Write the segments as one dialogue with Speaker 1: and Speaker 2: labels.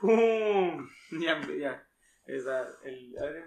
Speaker 1: ¡Pum! Ya, ya. Esa, el, a ver.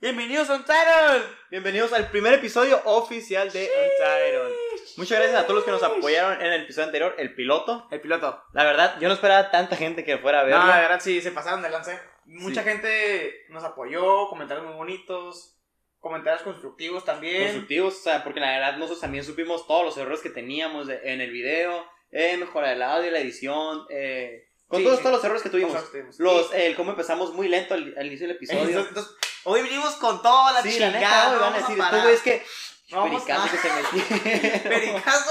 Speaker 1: ¡Bienvenidos a Untitled!
Speaker 2: Bienvenidos al primer episodio oficial de Untitled. Muchas gracias a todos los que nos apoyaron en el episodio anterior, el piloto.
Speaker 1: El piloto.
Speaker 2: La verdad, yo no esperaba tanta gente que fuera a verlo.
Speaker 1: No, de verdad, sí, se pasaron de lance. Mucha gente nos apoyó, comentarios muy bonitos, comentarios constructivos también.
Speaker 2: constructivos, o sea, porque la verdad nosotros también supimos todos los errores que teníamos de- en el video, en mejorar el audio, la edición, eh, con
Speaker 1: Sí,
Speaker 2: todos,
Speaker 1: sí.
Speaker 2: todos los errores que tuvimos.
Speaker 1: Cosas que tuvimos.
Speaker 2: Los, el cómo empezamos muy lento al, al inicio del episodio.
Speaker 1: Entonces, entonces, hoy vinimos con toda la
Speaker 2: sí, la
Speaker 1: chingada.
Speaker 2: neta, hoy
Speaker 1: no
Speaker 2: van a
Speaker 1: vamos
Speaker 2: decir,
Speaker 1: parar.
Speaker 2: tú es que,
Speaker 1: No vamos
Speaker 2: pericazo que se metió.
Speaker 1: Pericazo,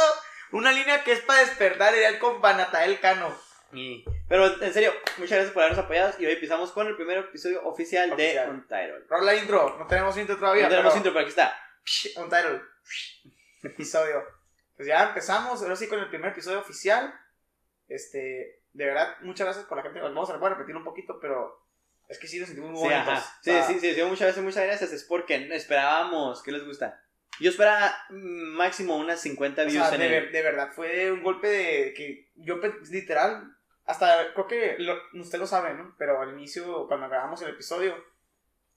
Speaker 1: una línea que es para despertar ideal con Banatael Cano.
Speaker 2: Y- Pero en serio, muchas gracias por habernos apoyado y hoy empezamos con el primer episodio oficial,
Speaker 1: Oficial.
Speaker 2: de Untitled.
Speaker 1: Rola intro, no tenemos intro todavía.
Speaker 2: No tenemos
Speaker 1: pero-
Speaker 2: intro, pero aquí está.
Speaker 1: Psh, Untitled. Psh, Episodio. Pues ya empezamos, ahora sí con el primer episodio oficial. Este, de verdad, muchas gracias por la gente. Vamos a, voy a repetir un poquito, pero es que sí nos sentimos muy
Speaker 2: Sí,
Speaker 1: bonitos. Ah.
Speaker 2: ajá.
Speaker 1: O
Speaker 2: Sí,
Speaker 1: sea,
Speaker 2: sí, sí, sí, muchas veces, muchas gracias. Es porque esperábamos, ¿qué les gusta? Yo esperaba mm, máximo unas 50
Speaker 1: o
Speaker 2: views
Speaker 1: sea,
Speaker 2: en
Speaker 1: de,
Speaker 2: el.
Speaker 1: ver- de verdad, fue un golpe de que yo pe- literal, hasta creo que lo- usted lo sabe, ¿no? Pero al inicio, cuando grabamos el episodio,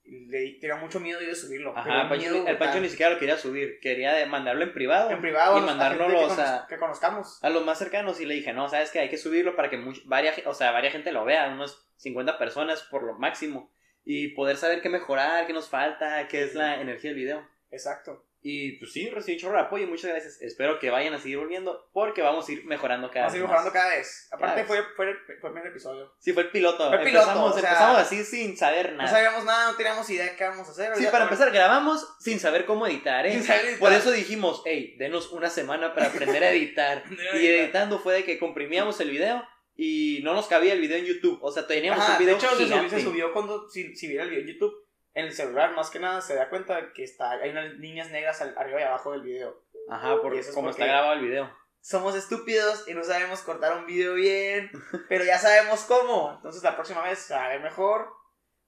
Speaker 1: le tenía mucho miedo yo de subirlo. pero
Speaker 2: Ajá,
Speaker 1: un
Speaker 2: Pancho
Speaker 1: miedo
Speaker 2: ni- el Pancho
Speaker 1: brutal.
Speaker 2: ni siquiera lo quería subir, quería de mandarlo en privado.
Speaker 1: en privado
Speaker 2: y
Speaker 1: a los- a
Speaker 2: mandarlo
Speaker 1: gente que,
Speaker 2: los a-
Speaker 1: conoz- que conozcamos.
Speaker 2: A los más cercanos y le dije, no, sabes que hay que subirlo para que much- varia, ge- o sea, varia gente lo vea, unos 50 personas por lo máximo. Y poder saber qué mejorar, qué nos falta, qué es la energía del video.
Speaker 1: Exacto.
Speaker 2: Y pues sí, recibí un chorro de apoyo y muchas gracias. Espero que vayan a seguir volviendo porque vamos a ir mejorando cada
Speaker 1: Vamos a ir
Speaker 2: vez.
Speaker 1: mejorando
Speaker 2: más.
Speaker 1: cada vez. Aparte,
Speaker 2: Cada
Speaker 1: fue, fue, el, fue el primer episodio.
Speaker 2: Sí, fue el piloto.
Speaker 1: Fue el piloto,
Speaker 2: empezamos,
Speaker 1: o sea,
Speaker 2: empezamos así sin saber
Speaker 1: No
Speaker 2: nada.
Speaker 1: sabíamos nada, no teníamos idea de qué íbamos a hacer.
Speaker 2: Sí,
Speaker 1: Ya
Speaker 2: para
Speaker 1: con-
Speaker 2: empezar, grabamos sin saber cómo editar, ¿eh?
Speaker 1: Sin saber editar.
Speaker 2: Por eso dijimos, hey, denos una semana para aprender a editar. y editando fue de que comprimíamos el video y no nos cabía el video en YouTube. O sea, teníamos
Speaker 1: Ajá,
Speaker 2: un
Speaker 1: de
Speaker 2: video
Speaker 1: hecho, se subió,
Speaker 2: gigante.
Speaker 1: se subió cuando, si, si viera el video en YouTube, en el celular, más que nada, se da cuenta de que está, hay unas líneas negras al- arriba y abajo del video.
Speaker 2: Ajá,
Speaker 1: Y
Speaker 2: porque
Speaker 1: eso es
Speaker 2: como
Speaker 1: porque-
Speaker 2: está grabado el video.
Speaker 1: Somos estúpidos y no sabemos cortar un video bien, pero ya sabemos cómo. Entonces, la próxima vez sabe mejor.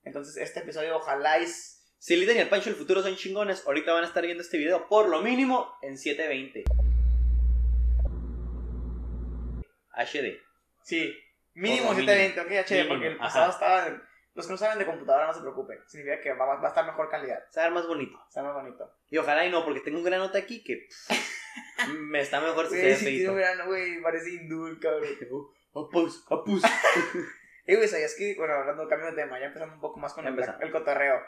Speaker 1: Entonces, este episodio, ojalá y...
Speaker 2: Si Lita y el Pancho del futuro son chingones, ahorita van a estar viendo este video por lo mínimo en 720. HD.
Speaker 1: Sí,
Speaker 2: Por
Speaker 1: mínimo
Speaker 2: lo
Speaker 1: 720, ok, HD,
Speaker 2: Mínimo,
Speaker 1: porque el
Speaker 2: ajá.
Speaker 1: pasado estaba... en- Los que no saben de computadora no se preocupen, significa que va, va a estar mejor calidad,
Speaker 2: Se va a ver más bonito.
Speaker 1: está más bonito.
Speaker 2: Y ojalá y no, porque tengo un gran nota aquí que pff, me está mejor si se
Speaker 1: Güey,
Speaker 2: ve
Speaker 1: si tiene
Speaker 2: feíto. "Oh,
Speaker 1: un grano, güey, parece hindú el cabrón.
Speaker 2: Apus, apus.
Speaker 1: Eh, güey, ¿sabías que? Bueno, hablando de cambio de tema, ya empezando un poco más con
Speaker 2: Ya
Speaker 1: el,
Speaker 2: empezamos.
Speaker 1: el cotorreo.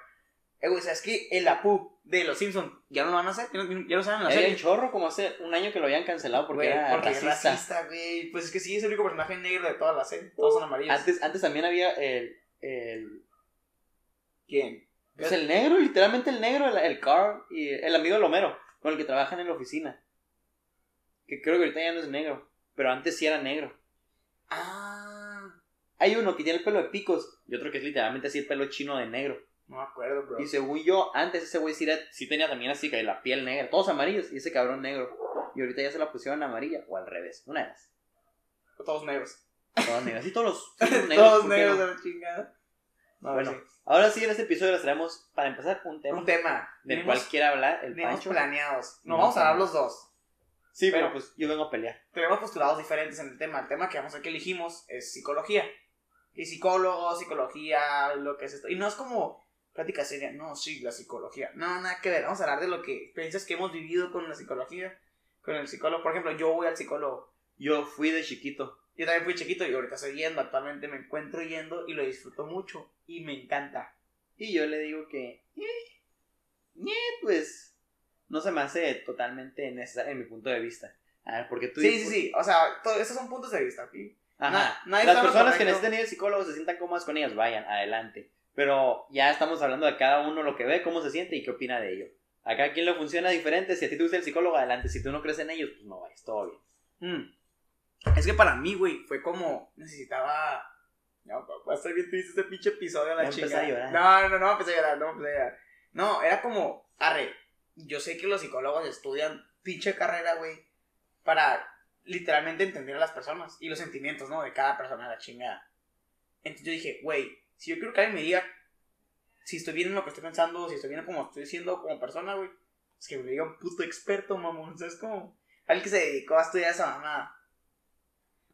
Speaker 1: Eh, güey, ¿sabías que el Apu de los Simpsons ya no lo van a hacer? ¿Ya no, ya no saben la
Speaker 2: Era un
Speaker 1: serie?
Speaker 2: chorro como hace un año que lo habían cancelado porque
Speaker 1: Güey,
Speaker 2: era
Speaker 1: porque es
Speaker 2: racista.
Speaker 1: racista, güey. Pues es que sí, es el único personaje negro de toda la serie. Todos son amarillos.
Speaker 2: Antes, antes también había el, el,
Speaker 1: ¿Quién?
Speaker 2: pues el negro, literalmente el negro, el, el Carl y el amigo del Homero, con el que trabajan en la oficina. Que creo que ahorita ya no es negro, pero antes sí era negro.
Speaker 1: Ah,
Speaker 2: Hay uno que tiene el pelo de picos y otro que es literalmente así el pelo chino de negro.
Speaker 1: no me acuerdo, bro.
Speaker 2: Y según yo, antes ese güey sí, era- sí tenía también así que la piel negra, todos amarillos, y ese cabrón negro. Y ahorita ya se la pusieron amarilla, o al revés, una de las.
Speaker 1: Todos negros.
Speaker 2: Todos negros, así todos los todos los negros.
Speaker 1: Todos
Speaker 2: ¿por qué
Speaker 1: negros
Speaker 2: no?
Speaker 1: de la chingada. No,
Speaker 2: Bueno,
Speaker 1: sí.
Speaker 2: Ahora sí, en este episodio les traemos, para empezar, un tema
Speaker 1: un tema.
Speaker 2: del
Speaker 1: Tenemos-
Speaker 2: cual quiera hablar el
Speaker 1: tenemos
Speaker 2: Pancho.
Speaker 1: planeados. No,
Speaker 2: No,
Speaker 1: vamos a hablar
Speaker 2: no.
Speaker 1: los dos.
Speaker 2: Sí, pero
Speaker 1: pero-
Speaker 2: pues yo vengo a pelear.
Speaker 1: tenemos postulados diferentes en el tema. El tema que vamos a que elegimos es psicología. Y psicólogos, psicología, lo que es esto. Y no es como plática seria, no, sí, la psicología. No, nada que ver. Vamos a hablar de lo que experiencias que hemos vivido con la psicología, con el psicólogo. Por ejemplo, yo voy al psicólogo.
Speaker 2: Yo fui de chiquito.
Speaker 1: Yo también fui chiquito y ahorita estoy yendo. Actualmente me encuentro yendo y lo disfruto mucho. Y me encanta.
Speaker 2: Y yo le digo que. eh, eh, pues. No se me hace totalmente necesario en mi punto de vista. A ver, porque tú
Speaker 1: Sí, sí,
Speaker 2: dices-
Speaker 1: sí. O sea, todo, esos son puntos de vista. ¿ok?
Speaker 2: Ajá.
Speaker 1: Na- nadie
Speaker 2: Las
Speaker 1: está en lo
Speaker 2: personas que
Speaker 1: correcto.
Speaker 2: necesiten ir al psicólogo se sientan cómodas con ellas, vayan, adelante. Pero ya estamos hablando de cada uno lo que ve, cómo se siente y qué opina de ello. A cada quien le funciona diferente. Si a ti te gusta el psicólogo, adelante. Si tú no crees en ellos, pues no vayas, todo bien.
Speaker 1: Mm. Es que para mí, güey, fue como necesitaba. No, papá, está bien triste este pinche episodio, la
Speaker 2: Ya empecé
Speaker 1: chingada.
Speaker 2: a llorar.
Speaker 1: No, no, no, empecé a llorar, no, empecé a llorar. No, era como, arre, yo sé que los psicólogos estudian pinche carrera, güey, para literalmente entender a las personas y los sentimientos, ¿no? De cada persona, la chingada. Entonces yo dije, güey, si yo quiero que alguien me diga si estoy bien en lo que estoy pensando, si estoy bien como estoy siendo como persona, güey, es que me diga un puto experto, mamón, ¿sabes cómo? Alguien que se dedicó a estudiar esa mamada.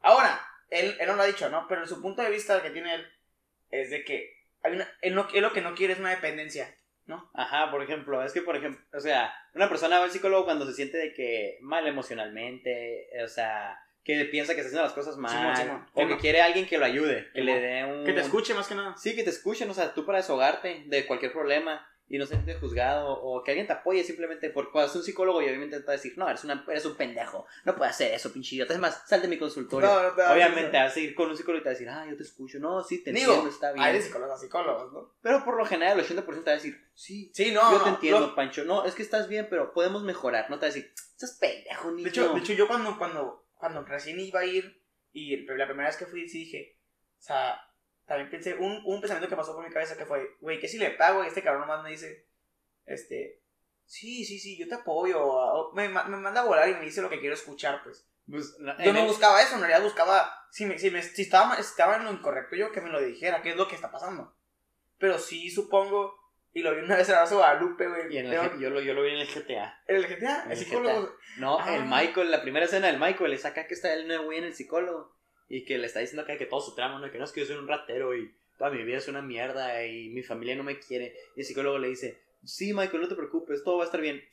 Speaker 1: Ahora, él, él no lo ha dicho, ¿no? Pero su punto de vista que tiene él es de que hay una, él, no, él lo que no quiere es una dependencia.
Speaker 2: Ajá, por ejemplo, es que, por ejemplo, o sea, una persona va al psicólogo cuando se siente de que mal emocionalmente, o sea, que piensa que está haciendo las cosas mal,
Speaker 1: Simón, Simón.
Speaker 2: o que
Speaker 1: Simón.
Speaker 2: quiere a alguien que lo ayude, que le
Speaker 1: Simón.
Speaker 2: dé un...
Speaker 1: Que te escuche más que nada.
Speaker 2: Sí, que te escuchen, o sea, tú para deshogarte de cualquier problema y no sentirte juzgado, o que alguien te apoye simplemente por cuando es un psicólogo y obviamente te va a decir, no, eres, una, eres un pendejo, no puedes hacer eso, pinche idiota, es más, sal de mi consultorio.
Speaker 1: No, no te da
Speaker 2: Obviamente te
Speaker 1: risa.
Speaker 2: vas a ir con un psicólogo y te va a decir, ah, yo te escucho, no, sí, te
Speaker 1: Digo,
Speaker 2: entiendo, está bien.
Speaker 1: Hay de psicólogos a psicólogos, ¿no?
Speaker 2: Pero por lo general el 80% te va a decir, sí,
Speaker 1: Sí, no.
Speaker 2: yo
Speaker 1: no,
Speaker 2: te entiendo,
Speaker 1: lo-
Speaker 2: Pancho. No, es que estás bien, pero podemos mejorar. No te vas a decir, estás pendejo, niño.
Speaker 1: de, hecho, de hecho, yo cuando, cuando, cuando recién iba a ir, y el- la primera vez que fui, sí dije, o sea, también pensé, un, un pensamiento que pasó por mi cabeza que fue, güey, ¿qué si le pago? Y este cabrón nomás me dice, este, sí, sí, sí, yo te apoyo. o- me, ma- me manda a volar y me dice lo que quiero escuchar, pues.
Speaker 2: Pues, la-
Speaker 1: Yo
Speaker 2: en
Speaker 1: no
Speaker 2: el-
Speaker 1: buscaba eso, en realidad buscaba, si, me, si, me- si estaba, ma- si estaba en lo incorrecto yo, que me lo dijera, qué es lo que está pasando. Pero sí supongo, y lo vi una vez en Abrazo Guadalupe, güey.
Speaker 2: y en el
Speaker 1: tengo-
Speaker 2: G- yo, lo, yo lo vi en el GTA.
Speaker 1: en el GTA, el
Speaker 2: en el
Speaker 1: psicólogo.
Speaker 2: No,
Speaker 1: Ah.
Speaker 2: el Michael, la primera escena del Michael es acá que está el nuevo güey en el psicólogo y que le está diciendo acá que todo su trama, ¿no? que no es que yo soy un ratero y toda mi vida es una mierda y mi familia no me quiere. Y el psicólogo le dice, sí, Michael, no te preocupes, todo va a estar bien.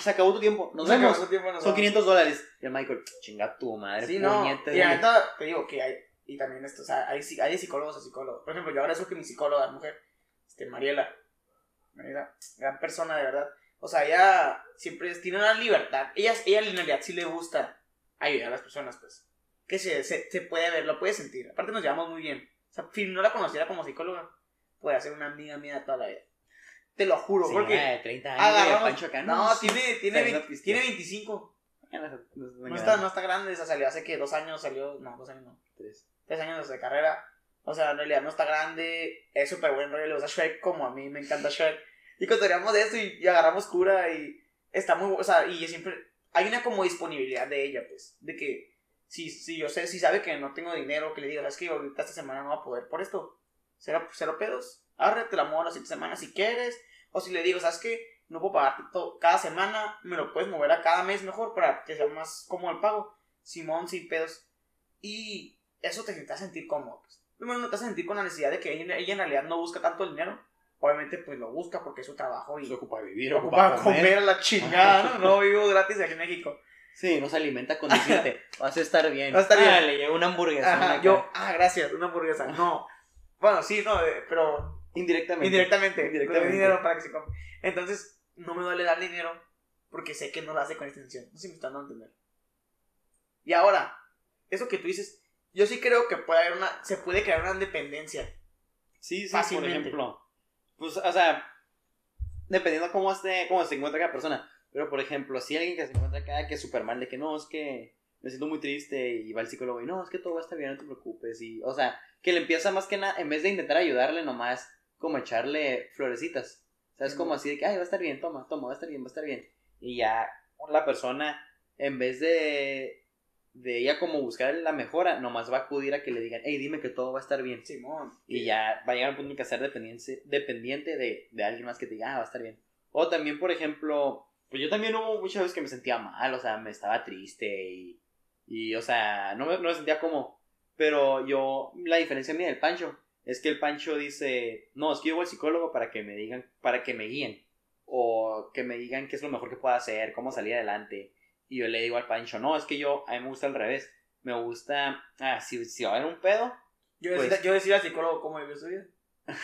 Speaker 2: Se acabó tu tiempo, nos
Speaker 1: Se acabó
Speaker 2: vemos.
Speaker 1: su tiempo, nos
Speaker 2: Son
Speaker 1: vamos.
Speaker 2: 500 dólares. Y el Michael, chinga tu madre,
Speaker 1: Sí, no.
Speaker 2: puñeta,
Speaker 1: Y la
Speaker 2: güey.
Speaker 1: neta, te digo que hay, y también esto, o sea, hay, psi- hay de psicólogos a psicólogos. Por ejemplo, yo agradezco que mi psicóloga, mujer, este, Mariela, Mariela, gran persona, de verdad. O sea, ella siempre es- tiene una libertad. Ella, ella en realidad sí le gusta ayudar a las personas, pues. Que se, se, se puede ver, lo puede sentir. Aparte nos llevamos muy bien. O sea, si no la conociera como psicóloga, podría ser una amiga mía toda la vida. Te lo juro,
Speaker 2: Señora
Speaker 1: porque
Speaker 2: de 30 años,
Speaker 1: agarramos...
Speaker 2: güey, Pancho acá,
Speaker 1: no, tiene, tiene,
Speaker 2: Salió a
Speaker 1: 20
Speaker 2: pistear.
Speaker 1: tiene 25.
Speaker 2: No
Speaker 1: No está, no está grande, esa salió hace que dos años salió, no, dos años no, tres años de carrera. O sea, en realidad no está grande, es súper buen rollo, le gusta Shrek como a mí, me encanta Shrek. Y contaríamos de eso y, y agarramos cura y está muy, bu- o sea, y yo siempre, hay una como disponibilidad de ella, pues, de que si, si yo sé, si sabe que no tengo dinero, que le digo, sabes que ahorita esta semana no va a poder por esto, cero, cero pedos, arre, te la muevo la siguiente semana si quieres, o si le digo, sabes que no puedo pagarte todo, cada semana, me lo puedes mover a cada mes mejor para que sea más cómodo el pago, Simón, sin pedos. Y eso te te hace sentir cómodo. Pues. Primero no te hace sentir con la necesidad de que ella, ella en realidad no busca tanto el dinero. Obviamente pues lo busca porque es su trabajo y
Speaker 2: ocupa vivir,
Speaker 1: ocupa comer. a la chingada, ¿no? No vivo gratis aquí en México.
Speaker 2: Sí, no se alimenta con decirte, vas a estar bien.
Speaker 1: Vas a estar bien.
Speaker 2: Ah, le llegó una hamburguesa.
Speaker 1: Ajá, yo, ah, gracias, una hamburguesa. No. Bueno, sí, no, eh, pero
Speaker 2: Indirectamente.
Speaker 1: indirectamente,
Speaker 2: Indirectamente.
Speaker 1: no hay dinero para que se compre. Entonces, no me duele darle dinero porque sé que no lo hace con intención. No sé si me están dando a entender. Y ahora, eso que tú dices, yo sí creo que puede haber una, se puede crear una dependencia.
Speaker 2: Sí, sí,
Speaker 1: Fácilmente.
Speaker 2: por ejemplo. Pues, o sea, dependiendo cómo, esté, cómo se encuentra cada persona. Pero, por ejemplo, si alguien que se encuentra acá que es súper mal, de que no, es que me siento muy triste y va al psicólogo y no, es que todo va a estar bien, no te preocupes. Y, o sea, que le empieza más que nada, en vez de intentar ayudarle nomás, como echarle florecitas. O sea, es como
Speaker 1: Mm.
Speaker 2: así de que, ay, va a estar bien, toma, toma, va a estar bien, va a estar bien. Y ya la persona, en vez de, de ella como buscar la mejora, nomás va a acudir a que le digan, hey, dime que todo va a estar bien.
Speaker 1: Simón.
Speaker 2: Y ya va a llegar un punto en que ser dependiente, dependiente de, de alguien más que te diga, ah, va a estar bien. O también, por ejemplo, pues yo también hubo muchas veces que me sentía mal, o sea, me estaba triste y, y o sea, no me, no me sentía como. Pero yo, la diferencia mía del Pancho es que el Pancho dice, no, es que yo voy al psicólogo para que me digan, para que me guíen. O que me digan qué es lo mejor que puedo hacer, cómo salir adelante. Y yo le digo al Pancho, no, es que yo, a mí me gusta al revés. Me gusta, ah, si, si va a haber un pedo,
Speaker 1: Yo
Speaker 2: Pues-
Speaker 1: decía, yo decía al psicólogo cómo vivió su vida.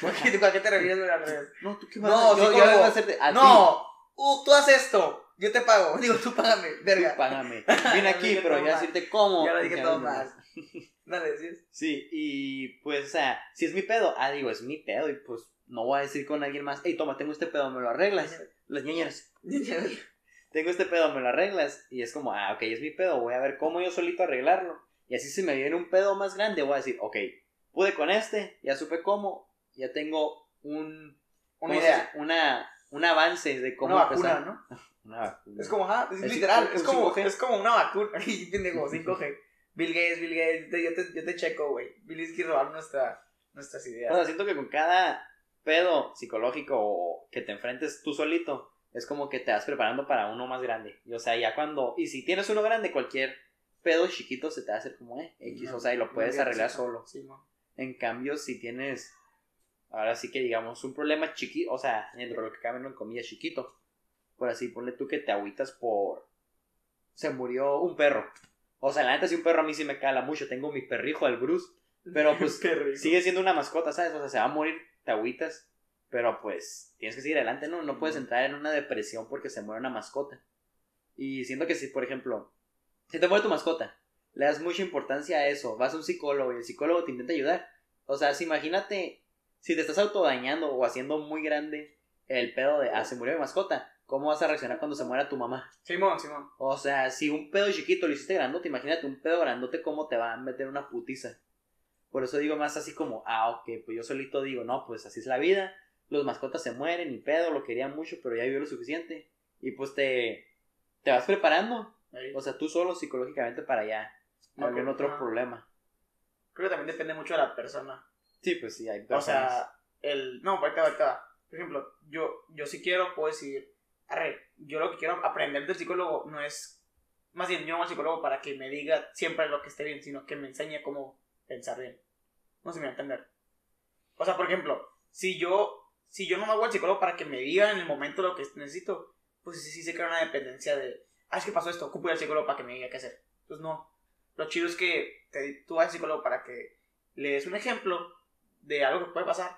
Speaker 1: ¿Por qué, ¿A qué te refieres güey, al revés?
Speaker 2: No, tú qué
Speaker 1: No,
Speaker 2: vas a yo, yo
Speaker 1: psicólogo.
Speaker 2: voy a hacerte a ti.
Speaker 1: No, uh, tú haces esto, yo te pago. Digo, tú págame, verga.
Speaker 2: Tú págame.
Speaker 1: Ya
Speaker 2: Vine
Speaker 1: lo
Speaker 2: aquí,
Speaker 1: dije
Speaker 2: pero
Speaker 1: todo
Speaker 2: voy a
Speaker 1: mal.
Speaker 2: decirte cómo.
Speaker 1: ya lo dije
Speaker 2: Ya
Speaker 1: todo
Speaker 2: no.
Speaker 1: más. Dale, sí.
Speaker 2: Sí, y pues, o sea, si es mi pedo, ah, digo, es mi pedo, y pues no voy a decir con alguien más, hey, toma, tengo este pedo, me lo arreglas. Las ñañeras, tengo este pedo, me lo arreglas. Y es como, ah, ok, es mi pedo, voy a ver cómo yo solito arreglarlo. Y así si me viene un pedo más grande, voy a decir, ok, pude con este, ya supe cómo, ya tengo un.
Speaker 1: Una
Speaker 2: ¿cómo se
Speaker 1: idea.
Speaker 2: dice? Una, un avance de cómo
Speaker 1: Una vacuna,
Speaker 2: empezar.
Speaker 1: ¿no?
Speaker 2: Una vacuna.
Speaker 1: Es como, ajá, es
Speaker 2: Es
Speaker 1: literal,
Speaker 2: un-
Speaker 1: es
Speaker 2: un
Speaker 1: como,
Speaker 2: 5G.
Speaker 1: es como una vacuna. Y pendejo, 5G. Bill Gates, Bill Gates, te- yo te, yo te checo, güey. Bill Gates quiere robar nuestra, nuestras
Speaker 2: O sea,
Speaker 1: ideas.
Speaker 2: siento que con cada pedo psicológico o que te enfrentes tú solito, es como que te vas preparando para uno más grande. Y o sea, ya cuando. Y si tienes uno grande, cualquier pedo chiquito se te va a hacer como eh, X,
Speaker 1: No,
Speaker 2: o sea, y lo
Speaker 1: no
Speaker 2: puedes
Speaker 1: había
Speaker 2: arreglar
Speaker 1: pensado.
Speaker 2: solo.
Speaker 1: Sí, mo.
Speaker 2: En cambio, si tienes, ahora sí que digamos, un problema chiquito, o sea, dentro de lo que cabe en comillas chiquito, por así ponle tú que te agüitas por, se murió un perro. O sea, la neta, si un perro a mí sí me cala mucho, tengo mi perrijo, el Bruce, pero pues
Speaker 1: Qué rico.
Speaker 2: sigue siendo una mascota, ¿sabes? O sea, se va a morir, te agüitas, pero pues tienes que seguir adelante, ¿no? No puedes
Speaker 1: Ujú.
Speaker 2: entrar en una depresión porque se muere una mascota. Y siento que si, por ejemplo, si te muere tu mascota, le das mucha importancia a eso, vas a un psicólogo y el psicólogo te intenta ayudar. O sea, si imagínate, si te estás autodañando o haciendo muy grande el pedo de, ah, se murió mi mascota, ¿cómo vas a reaccionar cuando se muera tu mamá?
Speaker 1: Simón, Simón.
Speaker 2: O sea, si un pedo chiquito lo hiciste grandote, imagínate un pedo grandote cómo te va a meter una putiza. Por eso digo más así como, ah, ok, pues yo solito digo, no, pues así es la vida. Los mascotas se mueren y pedo, lo querían mucho, pero ya vivió lo suficiente. Y pues te, te vas preparando.
Speaker 1: Ahí.
Speaker 2: O sea, tú solo psicológicamente para allá.
Speaker 1: Ok,
Speaker 2: Algún otro
Speaker 1: ajá.
Speaker 2: problema.
Speaker 1: Creo que también depende mucho de la persona.
Speaker 2: Sí, pues sí, hay
Speaker 1: O
Speaker 2: personas.
Speaker 1: sea, el. No, ahorita, ahorita. Por ejemplo, yo, yo si quiero, puedo decir. Arre, yo lo que quiero aprender del psicólogo no es. Más bien, yo no voy al psicólogo para que me diga siempre lo que esté bien, sino que me enseñe cómo pensar bien. No se me va a entender. O sea, por ejemplo, si yo. Si yo no me hago al psicólogo para que me diga en el momento lo que necesito, pues sí, sí se crea una dependencia de. Ah, es que pasó esto, ocupo ir al psicólogo para que me diga qué hacer. Pues no. Lo chido es que te- tú vas al psicólogo para que le des un ejemplo de algo que puede pasar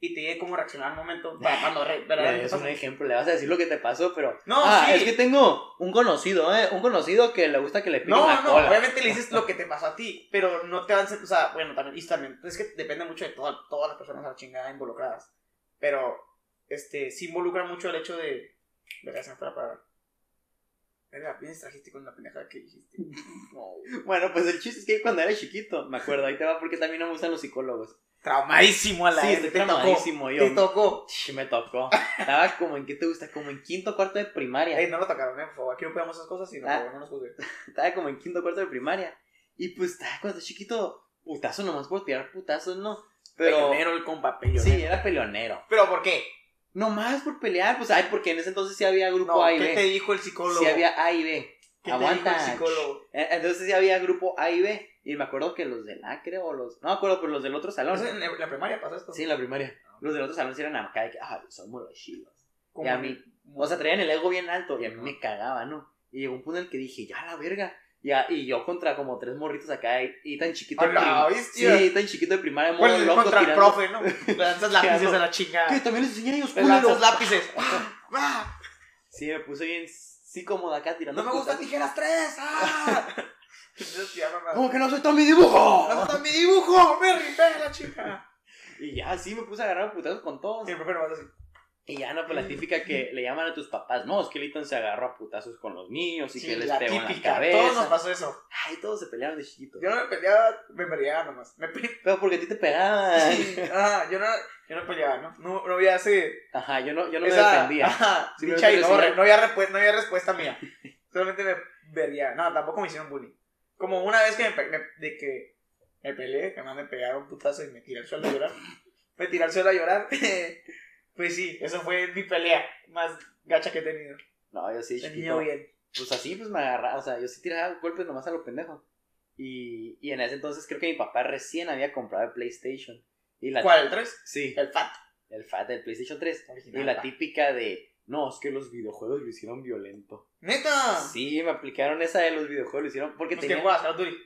Speaker 1: y te diga cómo reaccionar al momento para cuando re-
Speaker 2: Le
Speaker 1: verdaderamente
Speaker 2: das
Speaker 1: pasa.
Speaker 2: un ejemplo, le vas a decir lo que te pasó, pero.
Speaker 1: No,
Speaker 2: ah,
Speaker 1: sí.
Speaker 2: es que tengo un conocido, ¿eh? Un conocido que le gusta que le piquen
Speaker 1: No,
Speaker 2: la
Speaker 1: no,
Speaker 2: cola.
Speaker 1: obviamente le dices lo que te pasó a ti, pero no te van a... O sea, bueno, también, y también, es que depende mucho de toda- todas las personas a la chingada involucradas, pero, este, sí involucra mucho el hecho de... Verás, se me fue la palabra. Verga, bien distrajiste con la pendeja que dijiste.
Speaker 2: Bueno, pues el chiste es que cuando era chiquito, me acuerdo, ahí te va porque también no me gustan los psicólogos.
Speaker 1: Traumadísimo a la
Speaker 2: Sí,
Speaker 1: vez,
Speaker 2: estoy
Speaker 1: te tocó,
Speaker 2: traumadísimo eh, yo.
Speaker 1: Te tocó.
Speaker 2: Sí, me tocó. Estaba como en, ¿qué te gusta? Como en quinto cuarto de primaria.
Speaker 1: Ey, no lo tocaron, eh, por favor, aquí no pegamos esas cosas y no,
Speaker 2: Ah.
Speaker 1: por favor, no nos juzguen.
Speaker 2: Estaba como en quinto cuarto de primaria. Y pues estaba cuando estás chiquito, putazo nomás por tirar putazos, ¿no? Pero...
Speaker 1: Peleonero el compa, peleonero.
Speaker 2: Sí, eh. era peleonero.
Speaker 1: ¿Pero por qué?
Speaker 2: Nomás por pelear, pues, ay, porque en ese entonces sí había grupo
Speaker 1: No,
Speaker 2: A y
Speaker 1: ¿qué te
Speaker 2: B.
Speaker 1: dijo el psicólogo?
Speaker 2: Sí había A y B.
Speaker 1: ¿Qué
Speaker 2: Aguanta.
Speaker 1: te dijo el psicólogo?
Speaker 2: Eh, Entonces sí había grupo A y B. Y me acuerdo que los del A, creo, o los... No me acuerdo, pero los del otro salón.
Speaker 1: Entonces, en la primaria pasó esto.
Speaker 2: Sí, en la primaria. Los del otro salón sí eran acá de que, ay, somos los chidos.
Speaker 1: Como-
Speaker 2: Y a mí, o sea, traían el ego bien alto y a mí me cagaba, ¿no? Y llegó un punto en el que dije, ya la verga. Y, a- y yo contra como tres morritos acá y, y tan chiquito. de
Speaker 1: Hola,
Speaker 2: prim-
Speaker 1: ¿viste?
Speaker 2: sí, tan chiquito de primaria, muy
Speaker 1: Bueno,
Speaker 2: loco.
Speaker 1: contra el
Speaker 2: tirando-
Speaker 1: profe, ¿no? Le lanzas lápices a la chingada.
Speaker 2: ¿Qué? También les enseñé a ellos,
Speaker 1: Le lanzas
Speaker 2: culeros.
Speaker 1: lápices. ¡Ah! ¡Ah!
Speaker 2: Sí, me puse bien sí cómoda acá tirando.
Speaker 1: No me gustan
Speaker 2: putazos.
Speaker 1: tijeras tres. ¡Ah! Entonces, ya, mamá.
Speaker 2: ¿Cómo que no aceptan mi dibujo?
Speaker 1: ¡No está mi dibujo! ¡Me rifé a la chingada!
Speaker 2: Y ya, sí, me puse a agarrar putazos con todos.
Speaker 1: Sí, el profe nomás así.
Speaker 2: Y ya, no, pues la típica que le llaman a tus papás. No, es que Liton se agarró a putazos con los niños y
Speaker 1: Sí,
Speaker 2: que les
Speaker 1: la
Speaker 2: pegó en la
Speaker 1: típica. Todos nos
Speaker 2: cabeza.
Speaker 1: pasó eso.
Speaker 2: Ay, todos se pelearon de chiquito.
Speaker 1: Yo no me peleaba, me peleaba nomás. Me pe-
Speaker 2: Pero porque a ti te pegaban.
Speaker 1: Ah, yo no, yo no peleaba, ¿no? No, no había ese...
Speaker 2: Ajá, yo no, yo no
Speaker 1: Esa-
Speaker 2: me defendía.
Speaker 1: Ajá,
Speaker 2: Sí, me
Speaker 1: dicha y no,
Speaker 2: defendía.
Speaker 1: re- no había, repu- no había respuesta mía. Solamente me vería. No, tampoco me hicieron bullying. Como una vez que me, pe- me- de que me peleé, que más me pegaron un putazo y me tiré al suelo a llorar. Me tiré al suelo a llorar. pues sí, eso fue mi pelea más gacha que he tenido.
Speaker 2: No, yo sí,
Speaker 1: De
Speaker 2: chiquito.
Speaker 1: niño bien.
Speaker 2: Pues así, pues me agarraba. O sea, yo sí tiraba golpes nomás a lo pendejo. Y, y en ese entonces creo que mi papá recién había comprado el PlayStation. Y la
Speaker 1: ¿Cuál? ¿El 3?
Speaker 2: Sí,
Speaker 1: El fat.
Speaker 2: el fat del PlayStation 3.
Speaker 1: Original,
Speaker 2: Y la
Speaker 1: pa.
Speaker 2: típica de, no, es que los videojuegos lo hicieron violento.
Speaker 1: ¡Neta!
Speaker 2: Sí, me aplicaron esa de los videojuegos, lo hicieron porque
Speaker 1: Ah. Pues, ¿Qué
Speaker 2: tenía,
Speaker 1: juegas, Call of Duty?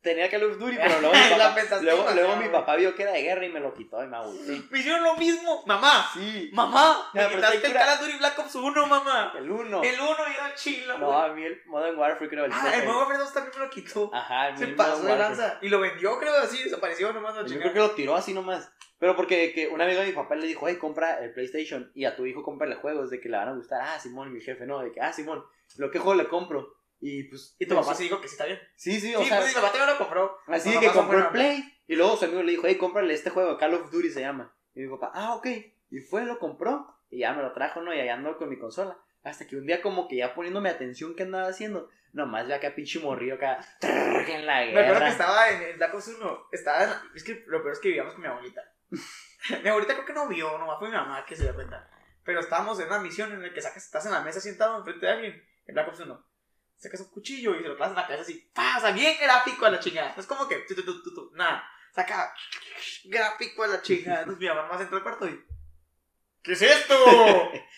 Speaker 2: tenía Call of Duty, pero luego mi
Speaker 1: La
Speaker 2: papá,
Speaker 1: pensaste
Speaker 2: luego,
Speaker 1: demasiado,
Speaker 2: luego mi
Speaker 1: güey.
Speaker 2: papá vio que era de guerra y me lo quitó y me agüité.
Speaker 1: ¡Me hicieron lo mismo! ¡Mamá!
Speaker 2: Sí,
Speaker 1: ¡Mamá!
Speaker 2: No,
Speaker 1: ¡Me
Speaker 2: pero
Speaker 1: quitaste
Speaker 2: está
Speaker 1: el
Speaker 2: cura-
Speaker 1: Call of Duty Black Ops 1, mamá!
Speaker 2: el 1.
Speaker 1: El 1 era chilo,
Speaker 2: No,
Speaker 1: güey.
Speaker 2: a mí el Modern Warfare creo el
Speaker 1: Ah,
Speaker 2: tres.
Speaker 1: el nuevo Fredos también me lo quitó.
Speaker 2: Ajá, el
Speaker 1: Se
Speaker 2: Modern
Speaker 1: pasó de
Speaker 2: Warfare.
Speaker 1: lanza. Y lo vendió, creo, así, desapareció nomás la
Speaker 2: Yo creo
Speaker 1: chingada.
Speaker 2: que lo tiró así nomás. Pero porque que un amigo de mi papá le dijo, hey, compra el PlayStation y a tu hijo cómprale juegos de que le van a gustar. Ah, Simón, mi jefe, no, de que, ah, Simón, lo que juego le compro. Y pues.
Speaker 1: Y tu
Speaker 2: pensó-
Speaker 1: papá sí dijo que sí está bien.
Speaker 2: Sí, sí, o
Speaker 1: Sí,
Speaker 2: sea.
Speaker 1: pues mi papá también lo compró.
Speaker 2: así
Speaker 1: Los
Speaker 2: de que
Speaker 1: papás son
Speaker 2: compró el
Speaker 1: buena
Speaker 2: Play. Y luego su amigo le dijo, hey, cómprale este juego, Call of Duty se llama. Y mi papá, ah, ok. Y fue, lo compró y ya me lo trajo, ¿no? Y allá ando con mi consola. Hasta que un día, como que ya poniéndome atención, ¿qué andaba haciendo? Nomás ve acá, pinche morrillo acá. En la
Speaker 1: Me acuerdo que
Speaker 2: guerra.
Speaker 1: estaba en el Black Ops 1. Estaba en... Es que lo peor es que vivíamos con mi abuelita. mi abuelita creo que no vio, nomás fue mi mamá que se dio cuenta. Pero estábamos en una misión en la que sacas, estás en la mesa sentado enfrente de alguien en Black Ops 1. sacas un cuchillo y se lo clavas en la cabeza así, ¡pah! O sea, bien gráfico a la chingada. No es como que, tu, tu, tu, tu, tu, nada, saca gráfico a la chingada. Entonces mi mamá más entró al cuarto y, ¿qué es esto?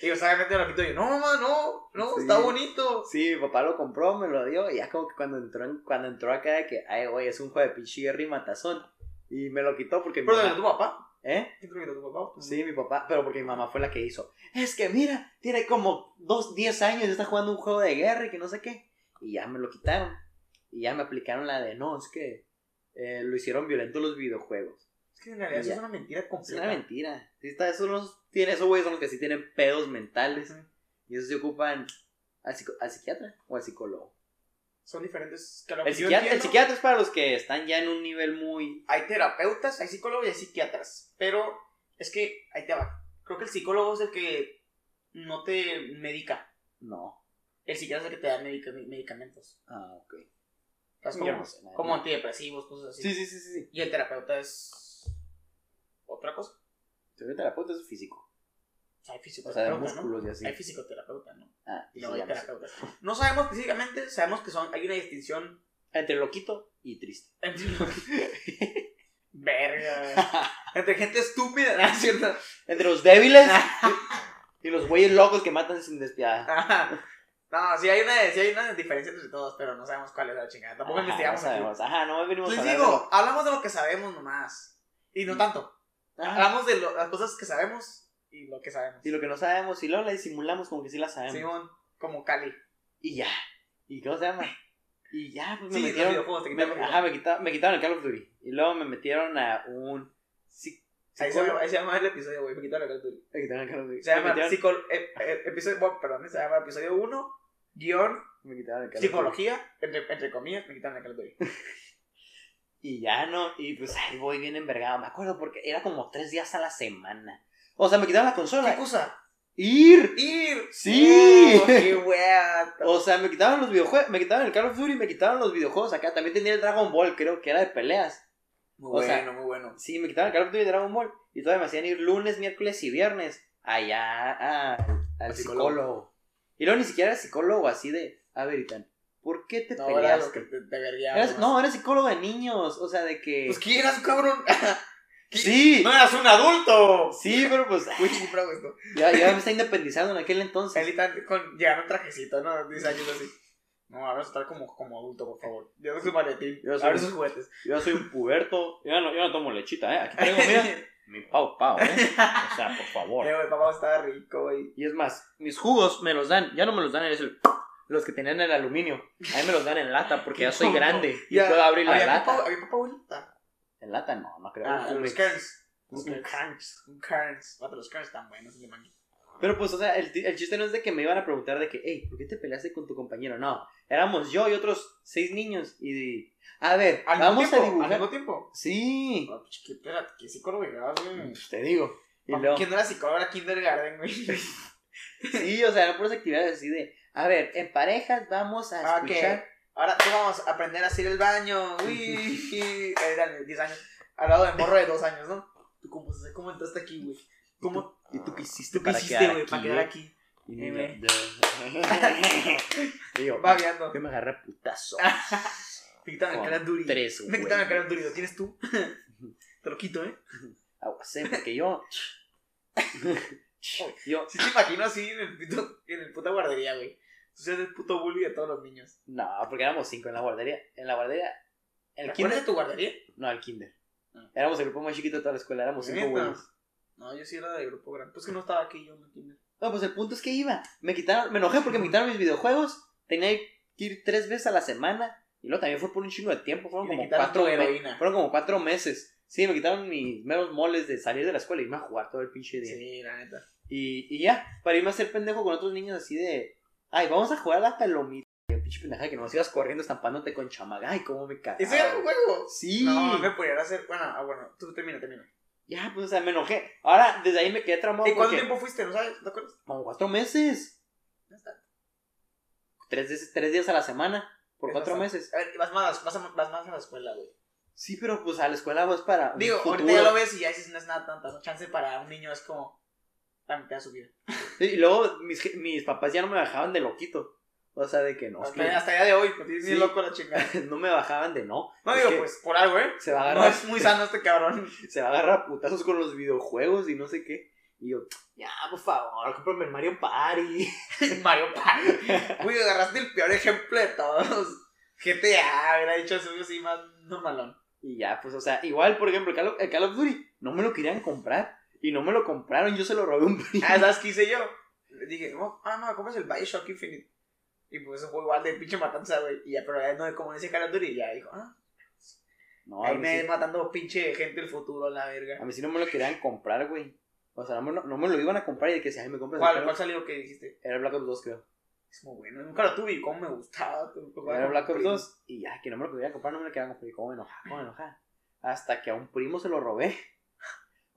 Speaker 1: y yo, obviamente, lo quito y yo, no, mamá, no, no,
Speaker 2: Sí.
Speaker 1: está bonito.
Speaker 2: Sí, mi papá lo compró, me lo dio, y ya como que cuando entró, en- cuando entró acá, de que, ay, güey, es un juego de pinche guerra y matazón. Y me lo quitó porque mi
Speaker 1: Pero de tu
Speaker 2: mamá,
Speaker 1: papá,
Speaker 2: ¿Eh?
Speaker 1: ¿quién te lo quitó tu papá?
Speaker 2: Sí, mi papá, pero porque mi mamá fue la que hizo. Es que mira, tiene como dos, diez años, y está jugando un juego de guerra y que no sé qué. Y ya me lo quitaron. Y ya me aplicaron la de, no, es que eh, lo hicieron violento los videojuegos.
Speaker 1: Es que en realidad eso
Speaker 2: Ya.
Speaker 1: es una mentira
Speaker 2: Es una
Speaker 1: completa.
Speaker 2: mentira. Sí, está, esos, los, tiene, esos güeyes son los que sí tienen pedos mentales.
Speaker 1: Ujú.
Speaker 2: Y esos se ocupan al, psico- al psiquiatra o al psicólogo.
Speaker 1: Son diferentes. que a lo que
Speaker 2: El
Speaker 1: yo
Speaker 2: psiquiatra, el
Speaker 1: entiendo,
Speaker 2: psiquiatra es para los que están ya en un nivel muy...
Speaker 1: Hay terapeutas, hay psicólogos y hay psiquiatras. Pero es que, ahí te va. Creo que el psicólogo es el que no te medica.
Speaker 2: No.
Speaker 1: El psiquiatra es el que te da medica- medicamentos.
Speaker 2: Ah, ok.
Speaker 1: ¿Sabes
Speaker 2: Yo
Speaker 1: cómo?
Speaker 2: no sé nada.
Speaker 1: como antidepresivos, cosas así.
Speaker 2: Sí, sí, sí, sí. sí.
Speaker 1: Y el terapeuta es. otra cosa.
Speaker 2: Pero el terapeuta es físico.
Speaker 1: O sea, hay
Speaker 2: O sea, de
Speaker 1: fisioterapeuta, ¿no?
Speaker 2: músculos y así.
Speaker 1: Hay fisioterapeuta, ¿no?
Speaker 2: Ah,
Speaker 1: Y luego
Speaker 2: sí,
Speaker 1: hay
Speaker 2: ya me sé.
Speaker 1: terapeutas. No sabemos físicamente, sabemos que son. Hay una distinción
Speaker 2: Entre loquito y triste.
Speaker 1: entre lo que- Verga. Entre gente estúpida, ¿no es cierto?
Speaker 2: Entre los débiles y los güeyes locos que matan sin
Speaker 1: Ah,
Speaker 2: despiadar.
Speaker 1: Ajá. No, sí hay, una, sí hay una diferencia entre todos, pero no sabemos cuál es la chingada. Tampoco
Speaker 2: Ajá,
Speaker 1: investigamos.
Speaker 2: no
Speaker 1: aquí.
Speaker 2: sabemos. Ajá, no venimos
Speaker 1: Les
Speaker 2: a hablar
Speaker 1: digo, hablamos de lo que sabemos nomás. Y no tanto.
Speaker 2: de lo- Ajá.
Speaker 1: Hablamos de lo- las cosas que sabemos y lo que sabemos.
Speaker 2: Y lo que no sabemos, y luego la disimulamos como que sí la sabemos.
Speaker 1: Simón, como Cali.
Speaker 2: Y ya. ¿Y cómo se llama? Y ya, pues me
Speaker 1: Sí, los
Speaker 2: metieron.
Speaker 1: videojuegos, te
Speaker 2: me-
Speaker 1: quitan los
Speaker 2: ajá, me, quita- me quitaron el Call of Duty. Y luego me metieron a un. psi-
Speaker 1: videojuegos. Ahí se,
Speaker 2: psicólogo.
Speaker 1: llama, ahí se llama el episodio, güey. Me quito la captura.
Speaker 2: Me quitaron el Call of Duty.
Speaker 1: Se llama
Speaker 2: me, metieron,
Speaker 1: psicol- eh, eh, episodio, bueno, perdón, se llama episodio 1, guión,
Speaker 2: me quitaron el Call of Duty.
Speaker 1: psicología, entre, entre comillas, me quitaron la captura.
Speaker 2: Y ya no. Y pues ahí voy bien envergado. Me acuerdo porque era como tres días a la semana. O sea, me quitaron la
Speaker 1: ¿Qué
Speaker 2: consola.
Speaker 1: cosa?
Speaker 2: ¡Ir!
Speaker 1: ¡Ir!
Speaker 2: eh. Sí.
Speaker 1: Oh, ¡Qué wea!
Speaker 2: O sea, me quitaron los videojuegos. Me quitaron el Call of Duty y me quitaron los videojuegos acá. También tenía el Dragon Ball, creo que era de peleas.
Speaker 1: Muy
Speaker 2: o sea,
Speaker 1: bueno, muy bueno.
Speaker 2: Sí, me quitaron el Call of Duty y Dragon Ball. Y todavía me hacían ir lunes, miércoles y viernes allá al, al
Speaker 1: Al
Speaker 2: psicólogo.
Speaker 1: psicólogo.
Speaker 2: Y luego ni siquiera era psicólogo, así de, a ver, Itán, ¿por qué te
Speaker 1: No, era lo que
Speaker 2: peleaste?
Speaker 1: te, te vergueaba
Speaker 2: Eras-
Speaker 1: nomás.
Speaker 2: no, era psicólogo de niños, o sea, de que...
Speaker 1: Pues ¿quién eras, cabrón? ¿qué?
Speaker 2: sí,
Speaker 1: ¡No eras un adulto!
Speaker 2: sí, pero pues
Speaker 1: Uy, qué bravo esto.
Speaker 2: ya, ya me está independizando en aquel entonces.
Speaker 1: Elita con llegando un trajecito, ¿no? 10 años así. No, ahora vas a estar como, como adulto, por favor. Yo soy su maletín.
Speaker 2: Yo soy-
Speaker 1: Abre sus juguetes.
Speaker 2: Yo ya soy un puberto, yo ya no, yo no tomo lechita, ¿eh? Aquí
Speaker 1: Eh,
Speaker 2: mi pau pau, ¿eh? O sea, por favor.
Speaker 1: güey, papá estaba rico, güey.
Speaker 2: Y es más, mis jugos me los dan, ya no me los dan en el- los que tenían el aluminio. A mí me los dan en lata porque ya soy
Speaker 1: Qué tonto.
Speaker 2: grande y
Speaker 1: Ya,
Speaker 2: puedo abrir la
Speaker 1: Había
Speaker 2: lata.
Speaker 1: papá, había papá bonita.
Speaker 2: En lata no, no creo.
Speaker 1: Ah,
Speaker 2: Un
Speaker 1: los
Speaker 2: mix.
Speaker 1: Kerns. Los
Speaker 2: Un mix.
Speaker 1: Kerns. Un Kerns. Vato, los Kerns están buenos, le mangué.
Speaker 2: Pero pues, o sea, el, ti- el chiste no es de que me iban a preguntar de que, hey, ¿por qué te peleaste con tu compañero? No, éramos yo y otros seis niños y... A ver,
Speaker 1: Al mismo
Speaker 2: vamos
Speaker 1: tiempo,
Speaker 2: a dibujar.
Speaker 1: Al mismo tiempo.
Speaker 2: Sí.
Speaker 1: Ah, pues, ¿Qué, espérate, ¿qué psicólogo llegabas, güey?
Speaker 2: Pues, te digo. Y
Speaker 1: Papá,
Speaker 2: luego,
Speaker 1: ¿Quién no era psicólogo? Era kindergarten, güey.
Speaker 2: sí, o sea, eran puras actividades así de, a ver, en parejas vamos a
Speaker 1: Ah, que
Speaker 2: escuchar...
Speaker 1: Ahora tú vamos a aprender a hacer el baño. Uy, eran 10 años. Al lado del morro de 2 años, ¿no? ¿Tú cómo, se- cómo entraste aquí, güey? ¿Cómo
Speaker 2: ¿Y tú qué hiciste
Speaker 1: tú qué
Speaker 2: para
Speaker 1: hiciste,
Speaker 2: quedar
Speaker 1: güey,
Speaker 2: aquí,
Speaker 1: para quedar
Speaker 2: eh?
Speaker 1: aquí?
Speaker 2: Y
Speaker 1: Eh,
Speaker 2: mira,
Speaker 1: güey.
Speaker 2: de- Digo, ah,
Speaker 1: Va viando.
Speaker 2: yo me agarré a putazo.
Speaker 1: Me quitaron el
Speaker 2: Con
Speaker 1: cara durido.
Speaker 2: Tres,
Speaker 1: Me quitaron el
Speaker 2: güey.
Speaker 1: cara durido. ¿Tienes tú? Te lo quito, ¿eh?
Speaker 2: Aguacé, porque yo. yo,
Speaker 1: Sí te imagino así en el, pito- en el puta guardería, güey. Tú seas el puto bully de todos los niños.
Speaker 2: no, porque éramos cinco en la guardería. En la guardería. En
Speaker 1: ¿El
Speaker 2: el
Speaker 1: quién
Speaker 2: kinder.
Speaker 1: de tu guardería?
Speaker 2: No, el kinder.
Speaker 1: Ah.
Speaker 2: Éramos el grupo más chiquito de toda la escuela, éramos cinco
Speaker 1: ¿Neta?
Speaker 2: güeyes.
Speaker 1: No, yo sí era de grupo grande. Pues que no estaba aquí yo en el kinder.
Speaker 2: No, pues el punto es que iba. Me quitaron, me enojé porque me quitaron mis videojuegos. Tenía que ir tres veces a la semana. Y luego también fue por un chingo de tiempo. Fueron
Speaker 1: Y le
Speaker 2: como
Speaker 1: quitaron
Speaker 2: cuatro
Speaker 1: tu
Speaker 2: me-
Speaker 1: heroína.
Speaker 2: Fueron como cuatro meses. Sí, me quitaron mis meros moles de salir de la escuela y irme a jugar todo el pinche día.
Speaker 1: Sí, la neta.
Speaker 2: Y, y ya, para irme a hacer pendejo con otros niños así de. Ay, vamos a jugar a la palomita. Y el pinche pendeja que nos ibas corriendo estampándote con chamaga. Ay, cómo me cagaba.
Speaker 1: ¿Eso era un juego?
Speaker 2: Ah, Sí.
Speaker 1: No, me pudiera hacer. Bueno, ah, bueno, tú termina, termina.
Speaker 2: Ya, pues, o sea, me enojé. Ahora, desde ahí me quedé traumado.
Speaker 1: ¿Y cuánto
Speaker 2: porque-
Speaker 1: tiempo fuiste? ¿No sabes? ¿No acuerdas?
Speaker 2: Como cuatro meses.
Speaker 1: Ya está.
Speaker 2: Tres, veces- tres días a la semana. Por
Speaker 1: Es
Speaker 2: cuatro
Speaker 1: bastante.
Speaker 2: meses.
Speaker 1: A ver, vas más, vas, a- vas más a la escuela, güey.
Speaker 2: Sí, pero pues a la escuela vas para. un
Speaker 1: Digo, ahorita
Speaker 2: futuro.
Speaker 1: ya lo ves y ya dices, no es nada tanta. ¿no? Chance para un niño es como la mitad de su vida.
Speaker 2: Sí, Y luego mis, je- mis papás ya no me bajaban de loquito. O sea, de que no. es
Speaker 1: Hasta, hasta el día de hoy, pues tienes bien
Speaker 2: Sí.
Speaker 1: loco la chingada.
Speaker 2: que no me bajaban de no.
Speaker 1: No
Speaker 2: Es
Speaker 1: digo,
Speaker 2: que
Speaker 1: pues por algo, ¿eh?
Speaker 2: Se va a
Speaker 1: No
Speaker 2: agarrar.
Speaker 1: es muy sano este cabrón.
Speaker 2: se va a agarrar a putazos con los videojuegos y no sé qué. Y yo, ya, por favor, cómprame el Mario Party.
Speaker 1: Mario Party. Uy, agarraste el peor ejemplo de todos. GTA, hubiera dicho eso así más normalón.
Speaker 2: Y ya, pues, o sea, igual, por ejemplo, el Call, of, el Call of Duty, no me lo querían comprar. Y no me lo compraron, yo se lo robé a un primo.
Speaker 1: Ah, ¿sabes qué hice yo? Le dije, "Oh, ah, no, ¿cómo es el Bioshock Infinite? Y pues eso fue igual de pinche matanza, güey. Y ya, pero ya no, como decía Call of Duty, ya dijo, ah,
Speaker 2: No, a
Speaker 1: ahí
Speaker 2: mí,
Speaker 1: me
Speaker 2: sí,
Speaker 1: matando pinche gente del futuro, la verga.
Speaker 2: a mí sí no me lo querían comprar, güey. O sea, no me, lo- no me lo iban a comprar y de que si ay, me compras el
Speaker 1: ¿Cuál,
Speaker 2: Call
Speaker 1: ¿Cuál
Speaker 2: of-
Speaker 1: salió que dijiste?
Speaker 2: Era el Black Ops 2, creo.
Speaker 1: Es muy bueno, nunca lo tuve y cómo me gustaba.
Speaker 2: Era el Black Ops 2 y ya, que no me lo querían comprar, no me lo querían comprar. Y cómo me enojaba, cómo me enojaba. Hasta que a un primo se lo robé.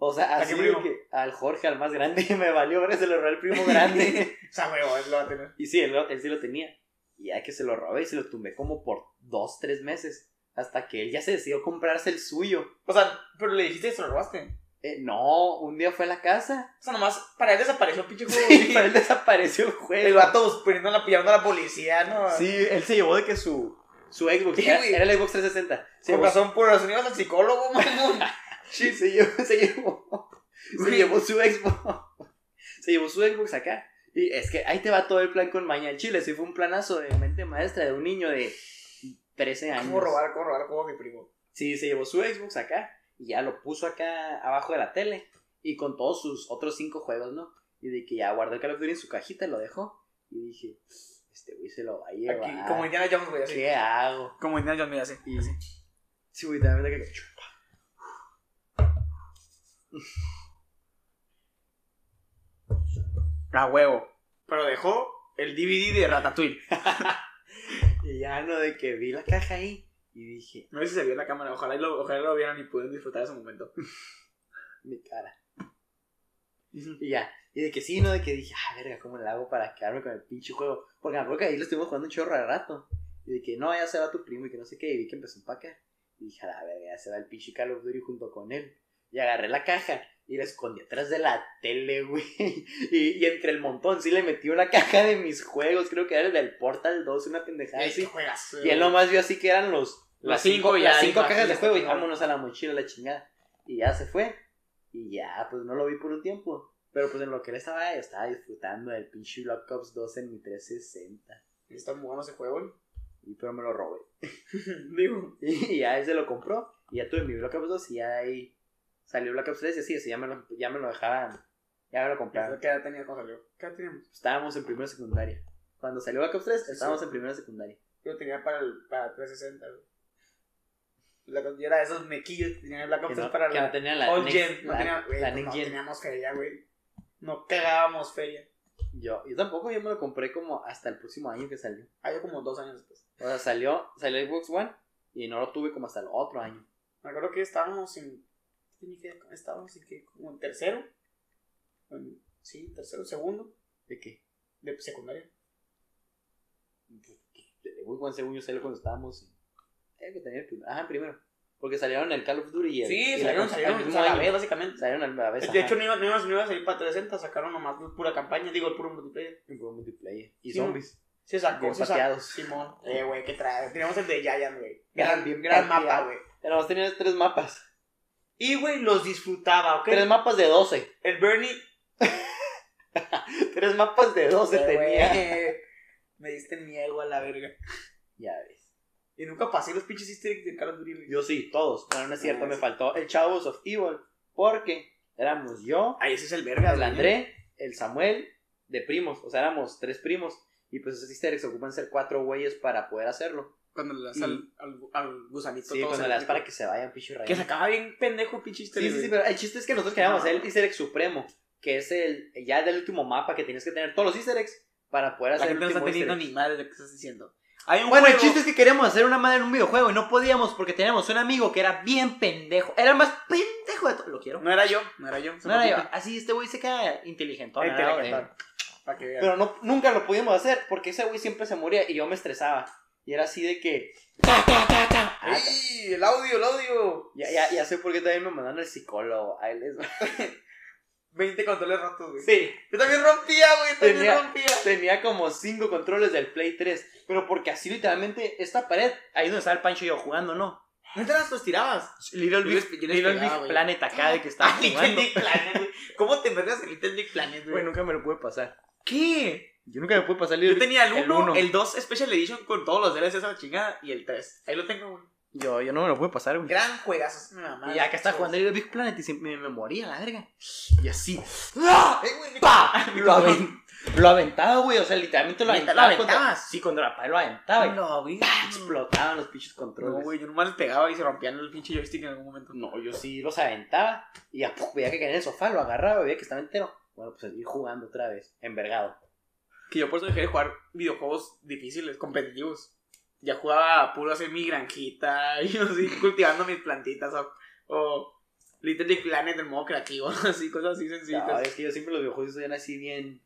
Speaker 2: O sea,
Speaker 1: ¿A qué
Speaker 2: así de
Speaker 1: primo?
Speaker 2: que al Jorge, al más grande, me valió, ahora se lo robé al primo grande.
Speaker 1: O sea, huevo, él lo va a tener.
Speaker 2: Y sí, él, lo- él sí lo tenía. Y ya que se lo robé, se lo tumbé como por dos, tres meses. Hasta que él ya se decidió comprarse el suyo.
Speaker 1: O sea, pero le dijiste que se lo robaste.
Speaker 2: Eh, no, un día fue a la casa.
Speaker 1: O sea, nomás para él desapareció el pinche juego.
Speaker 2: Y para él desapareció el
Speaker 1: El
Speaker 2: juego.
Speaker 1: vato pues, poniendo la, pillando a la policía, ¿no?
Speaker 2: Sí, él se llevó de que su, su Xbox
Speaker 1: Sí,
Speaker 2: era,
Speaker 1: güey.
Speaker 2: era el Xbox 360. Se
Speaker 1: Con
Speaker 2: llevó,
Speaker 1: razón, por los unidos al psicólogo, mamón.
Speaker 2: sí, se llevó, se llevó, se
Speaker 1: Güey.
Speaker 2: llevó su Xbox. Se llevó su Xbox acá. Y es que ahí te va todo el plan con Maña al Chile. Sí, fue un planazo de mente maestra de un niño de 13 años.
Speaker 1: ¿Cómo robar, cómo robar el juego a mi primo?
Speaker 2: Sí, se llevó su Xbox acá y ya lo puso acá abajo de la tele y con todos sus otros cinco juegos, ¿no? Y de que ya guardó el Call of Duty en su cajita, lo dejó y dije, este güey se lo va a llevar.
Speaker 1: Aquí, como Indiana Jones, güey, así.
Speaker 2: ¿Qué hago?
Speaker 1: Como Indiana Jones, mira, así.
Speaker 2: Y sí, güey, también de que chupa.
Speaker 1: A huevo. Pero dejó el DVD de Ratatouille.
Speaker 2: Y ya no de que vi la caja ahí y dije,
Speaker 1: No sé si se vio en la cámara, ojalá y lo, ojalá y lo vieran y pudieran disfrutar ese momento.
Speaker 2: mi cara. Y ya. Y de que sí, no de que dije, ah, verga, ¿cómo le hago para quedarme con el pinche juego? Porque me acuerdo que ahí lo estuvimos jugando un chorro de rato. Y de que no, ya se va tu primo y que no sé qué. Y vi que empezó a empacar. Y dije, a la verga, ya se va el pinche Call of Duty junto con él. Y agarré la caja y la escondí atrás de la tele, güey. Y, y entre el montón sí le metí una caja de mis juegos. Creo que era el del Portal 2, una pendejada
Speaker 1: Ey, qué
Speaker 2: así.
Speaker 1: juegas.
Speaker 2: Y él nomás vio así que eran los las
Speaker 1: Las
Speaker 2: cinco,
Speaker 1: cinco, ya,
Speaker 2: las cinco
Speaker 1: ya,
Speaker 2: cajas
Speaker 1: ya
Speaker 2: de
Speaker 1: está
Speaker 2: juego y
Speaker 1: chingado.
Speaker 2: vámonos a la mochila, la chingada. Y ya se fue. Y ya, pues no lo vi por un tiempo. Pero pues en lo que él estaba, yo estaba disfrutando del pinche Black Ops 2 en mi 360.
Speaker 1: Está muy bueno ese juego, güey.
Speaker 2: Y pero me lo robé.
Speaker 1: Digo.
Speaker 2: Y ya él se lo compró. Y ya tuve mi Black Ops 2 y ya de ahí salió Black Ops 3 y así, así ya me lo, ya me lo dejaban. Ya me lo compraron.
Speaker 1: ¿Qué edad tenía cuando salió? ¿Qué edad teníamos?
Speaker 2: Estábamos en primera secundaria. Cuando salió Black Ops 3,
Speaker 1: Sí,
Speaker 2: estábamos
Speaker 1: sí.
Speaker 2: en primera secundaria.
Speaker 1: Yo tenía para el para 360, güey. La- Yo era de esos mequillos que tenían el Black
Speaker 2: Que
Speaker 1: Ops 3
Speaker 2: no,
Speaker 1: para
Speaker 2: que no
Speaker 1: la
Speaker 2: tenía la
Speaker 1: Old
Speaker 2: next-
Speaker 1: Gen. No,
Speaker 2: la-
Speaker 1: tenía, güey,
Speaker 2: la
Speaker 1: pues
Speaker 2: next
Speaker 1: no
Speaker 2: gen.
Speaker 1: teníamos feria, güey. No pegábamos feria.
Speaker 2: Yo, yo tampoco, yo me lo compré como hasta el próximo año que salió.
Speaker 1: Ah, yo como dos años después.
Speaker 2: O sea, salió, salió Xbox One y no lo tuve como hasta el otro año.
Speaker 1: Me acuerdo que estábamos en. ¿qué ni qué? Estábamos en qué? Como en tercero. En- sí, tercero, segundo.
Speaker 2: ¿De qué?
Speaker 1: De secundaria.
Speaker 2: De Xbox One según yo salió cuando estábamos. en- Eh, que tenía el primero. Ajá, primero. Porque salieron el Call of Duty y el. y
Speaker 1: Sí,
Speaker 2: la
Speaker 1: salieron,
Speaker 2: cosa-
Speaker 1: salieron.
Speaker 2: al
Speaker 1: o
Speaker 2: mismo
Speaker 1: sea, a la
Speaker 2: año.
Speaker 1: vez, básicamente.
Speaker 2: Salieron al- a la vez.
Speaker 1: De
Speaker 2: Pues, ajá,
Speaker 1: hecho, no iban no iba, no iba a salir para 360, sacaron nomás pura campaña, digo, el puro multiplayer.
Speaker 2: y fue multiplayer. Y
Speaker 1: Sí,
Speaker 2: zombies.
Speaker 1: Se sacó,
Speaker 2: Bien
Speaker 1: se sacó.
Speaker 2: pateados.
Speaker 1: Simón. Eh, güey, ¿qué trae? Teníamos el de Giant, güey.
Speaker 2: Gran-
Speaker 1: Gran,
Speaker 2: bien
Speaker 1: gran
Speaker 2: pateado.
Speaker 1: mapa, güey.
Speaker 2: Pero más tenías tres mapas.
Speaker 1: Y, güey, los disfrutaba, ¿ok?
Speaker 2: Tres mapas de 12.
Speaker 1: El Bernie.
Speaker 2: tres mapas de 12
Speaker 1: Eh, güey,
Speaker 2: tenía.
Speaker 1: Me diste miedo a la verga.
Speaker 2: Ya ves.
Speaker 1: Y nunca pasé los pinches easter eggs de Call of Duty, güey.
Speaker 2: Yo sí, todos. Bueno, no es cierto,
Speaker 1: Ah,
Speaker 2: me
Speaker 1: sí.
Speaker 2: faltó el Chavos of Evil. Porque éramos yo,
Speaker 1: Ay, ese es el verga,
Speaker 2: el
Speaker 1: güey.
Speaker 2: André, el Samuel, de primos. O sea, éramos tres primos. Y pues esos easter eggs ocupan ser cuatro güeyes para poder hacerlo.
Speaker 1: Cuando le das
Speaker 2: Y-
Speaker 1: al, al, al gusanito.
Speaker 2: Sí,
Speaker 1: todo
Speaker 2: cuando
Speaker 1: se-
Speaker 2: le das para que se vayan, picho
Speaker 1: Que
Speaker 2: rayado.
Speaker 1: se acaba bien pendejo, pinche easter
Speaker 2: Sí,
Speaker 1: egg,
Speaker 2: sí, sí,
Speaker 1: güey.
Speaker 2: pero el chiste es que nosotros queríamos hacer el easter egg supremo. Que es el ya del último mapa que tienes que tener todos los easter eggs para poder
Speaker 1: La
Speaker 2: hacer el
Speaker 1: gente no está
Speaker 2: último
Speaker 1: teniendo
Speaker 2: easter egg.
Speaker 1: ni madre de lo que estás diciendo. Hay un
Speaker 2: Bueno, el
Speaker 1: juego-
Speaker 2: chiste es que queríamos hacer una madre en un videojuego y no podíamos porque teníamos un amigo que era bien pendejo. Era el más pendejo de todo. Lo quiero.
Speaker 1: No era yo, no era yo. se
Speaker 2: No era
Speaker 1: me
Speaker 2: yo.
Speaker 1: ocurre.
Speaker 2: Así este güey se queda inteligentón.
Speaker 1: Ahí
Speaker 2: ¿no? Eh,
Speaker 1: te la
Speaker 2: De-
Speaker 1: cantaron. Para que veas.
Speaker 2: Pero no, nunca lo pudimos hacer porque ese güey siempre se moría y yo me estresaba. Y era así de que. Ah,
Speaker 1: ¡Ey! ¡El audio, el audio!
Speaker 2: Ya, ya, ya sé por qué también me mandaron al psicólogo. Ahí les va.
Speaker 1: 20 controles rotos, güey.
Speaker 2: Sí,
Speaker 1: Yo también rompía, güey. También
Speaker 2: Tenía-
Speaker 1: rompía.
Speaker 2: tenía como cinco controles del Play 3. Pero porque así literalmente, esta pared, ahí donde estaba el Pancho y yo jugando, ¿no?
Speaker 1: ¿No te las los tirabas?
Speaker 2: Little
Speaker 1: Yo les-
Speaker 2: Big,
Speaker 1: yo les
Speaker 2: Little
Speaker 1: pegaba,
Speaker 2: Big
Speaker 1: güey.
Speaker 2: Planet acá de que estaba
Speaker 1: Ah, Little
Speaker 2: jugando.
Speaker 1: Big Planet, güey. ¿Cómo te perdías el Little Big Planet, güey?
Speaker 2: Güey, nunca me lo pude pasar.
Speaker 1: ¿qué?
Speaker 2: Yo nunca me pude pasar
Speaker 1: Yo
Speaker 2: Little Big
Speaker 1: tenía el
Speaker 2: el
Speaker 1: 1,
Speaker 2: uno.
Speaker 1: el 2 Special Edition con todos los DLCs a la chingada y el 3. Ahí lo tengo, güey.
Speaker 2: Yo, yo no me lo pude pasar, güey.
Speaker 1: Gran juegazo, es mi mamá.
Speaker 2: Y acá estaba jugando Little Big Planet y se- me, me moría la verga. Y así,
Speaker 1: ¡Ah! Eh, güey, mi-
Speaker 2: ¡pa!
Speaker 1: mi
Speaker 2: Lo,
Speaker 1: cabrón.
Speaker 2: aven- lo aventaba, güey. O sea, literalmente lo
Speaker 1: ¿Neta
Speaker 2: aventaba.
Speaker 1: lo
Speaker 2: Contra,
Speaker 1: aventabas?
Speaker 2: sí, contra la pared lo aventaba. y
Speaker 1: No, güey.
Speaker 2: ¡pa! Explotaban los pinches
Speaker 1: No,
Speaker 2: controles.
Speaker 1: güey, yo nomás les pegaba y se rompían el pinche joystick en algún momento.
Speaker 2: No, yo sí los aventaba y ya, puf, veía que caía en el sofá, lo agarraba, veía que estaba entero. Bueno, pues seguir jugando otra vez, envergado.
Speaker 1: Que yo por eso dejé de jugar videojuegos difíciles, competitivos. Ya jugaba puro hacer mi granjita y así, cultivando mis plantitas o, o Little Big Planet en modo creativo, así, cosas así sencillitas.
Speaker 2: No, es que yo siempre los videojuegos eran así bien.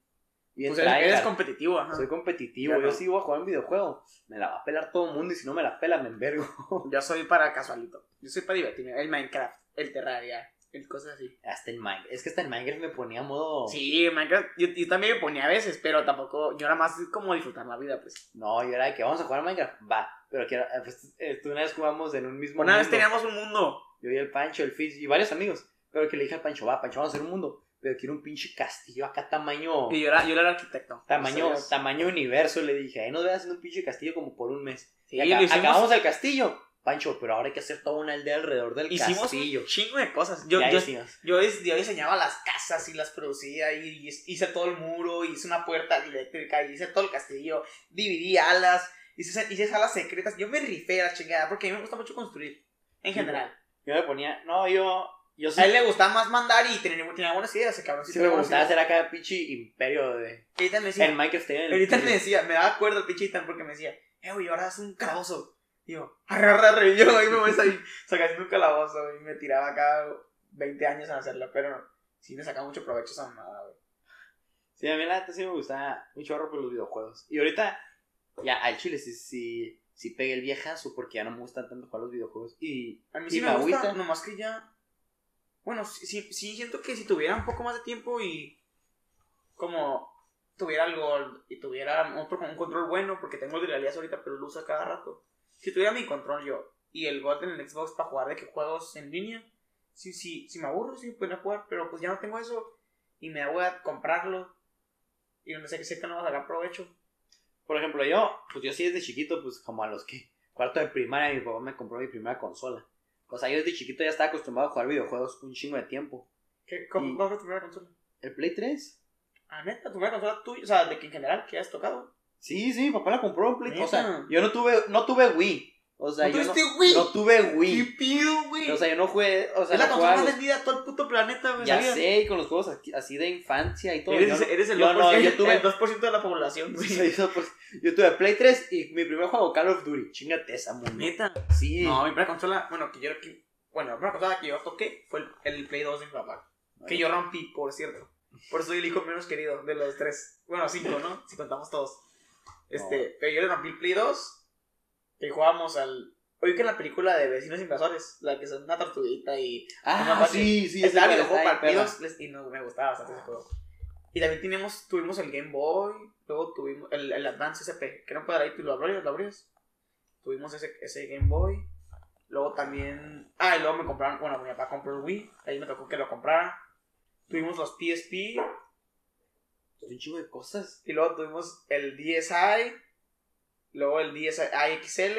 Speaker 2: bien
Speaker 1: pues eres, eres
Speaker 2: tryhard.
Speaker 1: competitivo, ajá.
Speaker 2: Soy competitivo,
Speaker 1: Ya
Speaker 2: yo
Speaker 1: no.
Speaker 2: sí voy a jugar un videojuego. Me la va a pelar todo el mundo y si no me la pela, me envergo.
Speaker 1: Yo soy para casualito. Yo soy para divertirme. El Minecraft, el Terraria, el cosas así.
Speaker 2: Hasta en Minecraft. Es que hasta en Minecraft me ponía modo.
Speaker 1: Sí, Minecraft, yo, yo también me ponía a veces, pero tampoco, yo nada más como disfrutar la vida, pues.
Speaker 2: No, yo era de que vamos a jugar a Minecraft. Va. Pero quiero. eh, Pues, eh, tú una vez jugamos en un mismo.
Speaker 1: Una vez
Speaker 2: mundo.
Speaker 1: teníamos un mundo.
Speaker 2: Yo y el Pancho, el Fizz y varios amigos. Pero que le dije al Pancho, va, Pancho, vamos a hacer un mundo. Pero quiero un pinche castillo acá tamaño.
Speaker 1: Y yo era, yo era el arquitecto.
Speaker 2: Tamaño,
Speaker 1: Gracias a Dios.
Speaker 2: tamaño universo, le dije. Ahí nos veas haciendo un pinche castillo como por un mes.
Speaker 1: Sí,
Speaker 2: Y
Speaker 1: lo
Speaker 2: acá-
Speaker 1: hicimos-
Speaker 2: acabamos el castillo. Pancho, pero ahora hay que hacer toda una aldea alrededor del
Speaker 1: Hicimos
Speaker 2: castillo.
Speaker 1: un chingo de cosas. Yo,
Speaker 2: Ya
Speaker 1: yo,
Speaker 2: hicimos.
Speaker 1: yo, dis- yo diseñaba las casas y las producía y, y hice todo el muro, hice una puerta eléctrica, y hice todo el castillo, dividí alas, hice, hice salas secretas. Yo me rifé a la chingada porque a mí me gusta mucho construir, en
Speaker 2: Sí,
Speaker 1: general.
Speaker 2: Yo me ponía, no, yo. Yo sí,
Speaker 1: A él le gustaba más mandar y tener, tenía buenas ideas, ese cabrón.
Speaker 2: sí
Speaker 1: sí
Speaker 2: me
Speaker 1: tenía buenas
Speaker 2: gustaba
Speaker 1: ideas.
Speaker 2: hacer acá pinche imperio de.
Speaker 1: Ahorita me
Speaker 2: En
Speaker 1: decía,
Speaker 2: Minecraft tenía el.
Speaker 1: ahorita me decía, me daba acuerdo el pinche Ethan porque me decía, eh, güey, ahora es un calabozo. Digo, arre, arre, arre, y yo ahí me voy a salir, sacando un calabozo y me tiraba acá 20 años en hacerlo, pero sí me sacaba mucho provecho esa mamada, güey.
Speaker 2: Sí, a mí la neta sí me gustaba un chorro por los videojuegos. Y ahorita, ya al chile sí, sí, sí pegué el viejazo porque ya no me gustan tanto jugar los videojuegos. Y
Speaker 1: A mí
Speaker 2: Y
Speaker 1: sí me,
Speaker 2: me
Speaker 1: gusta,
Speaker 2: agüita.
Speaker 1: nomás que ya. Bueno, sí, sí, sí siento que si tuviera un poco más de tiempo y. Como. Tuviera el gol y tuviera un, pro- un control bueno, porque tengo el de realidad ahorita, pero lo uso a cada rato. Si tuviera mi control yo y el gol en el Xbox para jugar de que juegos en línea, sí, sí, sí me aburro, sí me podría jugar, pero pues ya no tengo eso y me voy a comprarlo. Y no sé que sé que no vas a sacar provecho.
Speaker 2: por ejemplo, yo, pues yo sí desde chiquito, pues como a los que cuarto de primaria, mi papá me compró mi primera consola. O sea, yo desde chiquito ya estaba acostumbrado a jugar videojuegos un chingo de tiempo.
Speaker 1: ¿Qué, cómo,
Speaker 2: Y-
Speaker 1: ¿Cuál fue tu primera consola?
Speaker 2: ¿El Play 3?
Speaker 1: Ah, neta, tu primera consola tuya, o sea, de que en general que has tocado.
Speaker 2: Sí, sí, mi papá la compró en Play 3. O sea,
Speaker 1: Neta.
Speaker 2: yo no tuve, no tuve Wii. O sea,
Speaker 1: ¿No
Speaker 2: yo no,
Speaker 1: tuviste Wii?
Speaker 2: no tuve
Speaker 1: ¿Qué
Speaker 2: Wii.
Speaker 1: pido, güey?
Speaker 2: O sea, yo no jugué, o sea,
Speaker 1: es la
Speaker 2: no
Speaker 1: consola
Speaker 2: jugaba
Speaker 1: más
Speaker 2: los-
Speaker 1: vendida a todo el puto planeta, güey.
Speaker 2: Ya
Speaker 1: ¿sabías?
Speaker 2: sé, y con los juegos aquí- así de infancia y todo.
Speaker 1: Eres,
Speaker 2: yo no-
Speaker 1: eres el,
Speaker 2: yo
Speaker 1: 2%,
Speaker 2: no, yo tuve-
Speaker 1: el 2% de la población, güey.
Speaker 2: Sí, eso, pues, yo tuve Play 3 y mi primer juego Call of Duty. Chingate esa, mundo.
Speaker 1: Neta.
Speaker 2: Sí.
Speaker 1: No, mi primera consola, bueno, que yo era que- Bueno, la primera consola que yo toqué fue el, el Play 2 de mi papá. Que yo rompí, por cierto. Por eso soy el hijo menos querido de los tres. Bueno, cinco, ¿no? Si contamos todos. Este, pero yo le rompí el Play 2. Que jugábamos al. Oye, que en la película de Vecinos Invasores, la que son una tortuguita y
Speaker 2: Ah,
Speaker 1: no,
Speaker 2: sí, sí. ese
Speaker 1: Estaba en
Speaker 2: juego
Speaker 1: el juego
Speaker 2: está bien
Speaker 1: partidos les- y no me gustaba bastante ese juego. Y también teníamos, tuvimos el Game Boy, luego tuvimos el, el Advance SP, que era un cuadradito y lo abrías, lo abrías. Tuvimos ese, ese Game Boy. Luego también. Ah, y luego me compraron. Bueno, mi papá compró el Wii. Ahí me tocó que lo comprara. Tuvimos los PSP.
Speaker 2: perro. Pues, Un chingo de cosas.
Speaker 1: Y luego tuvimos el DSi. Luego el DSi XL.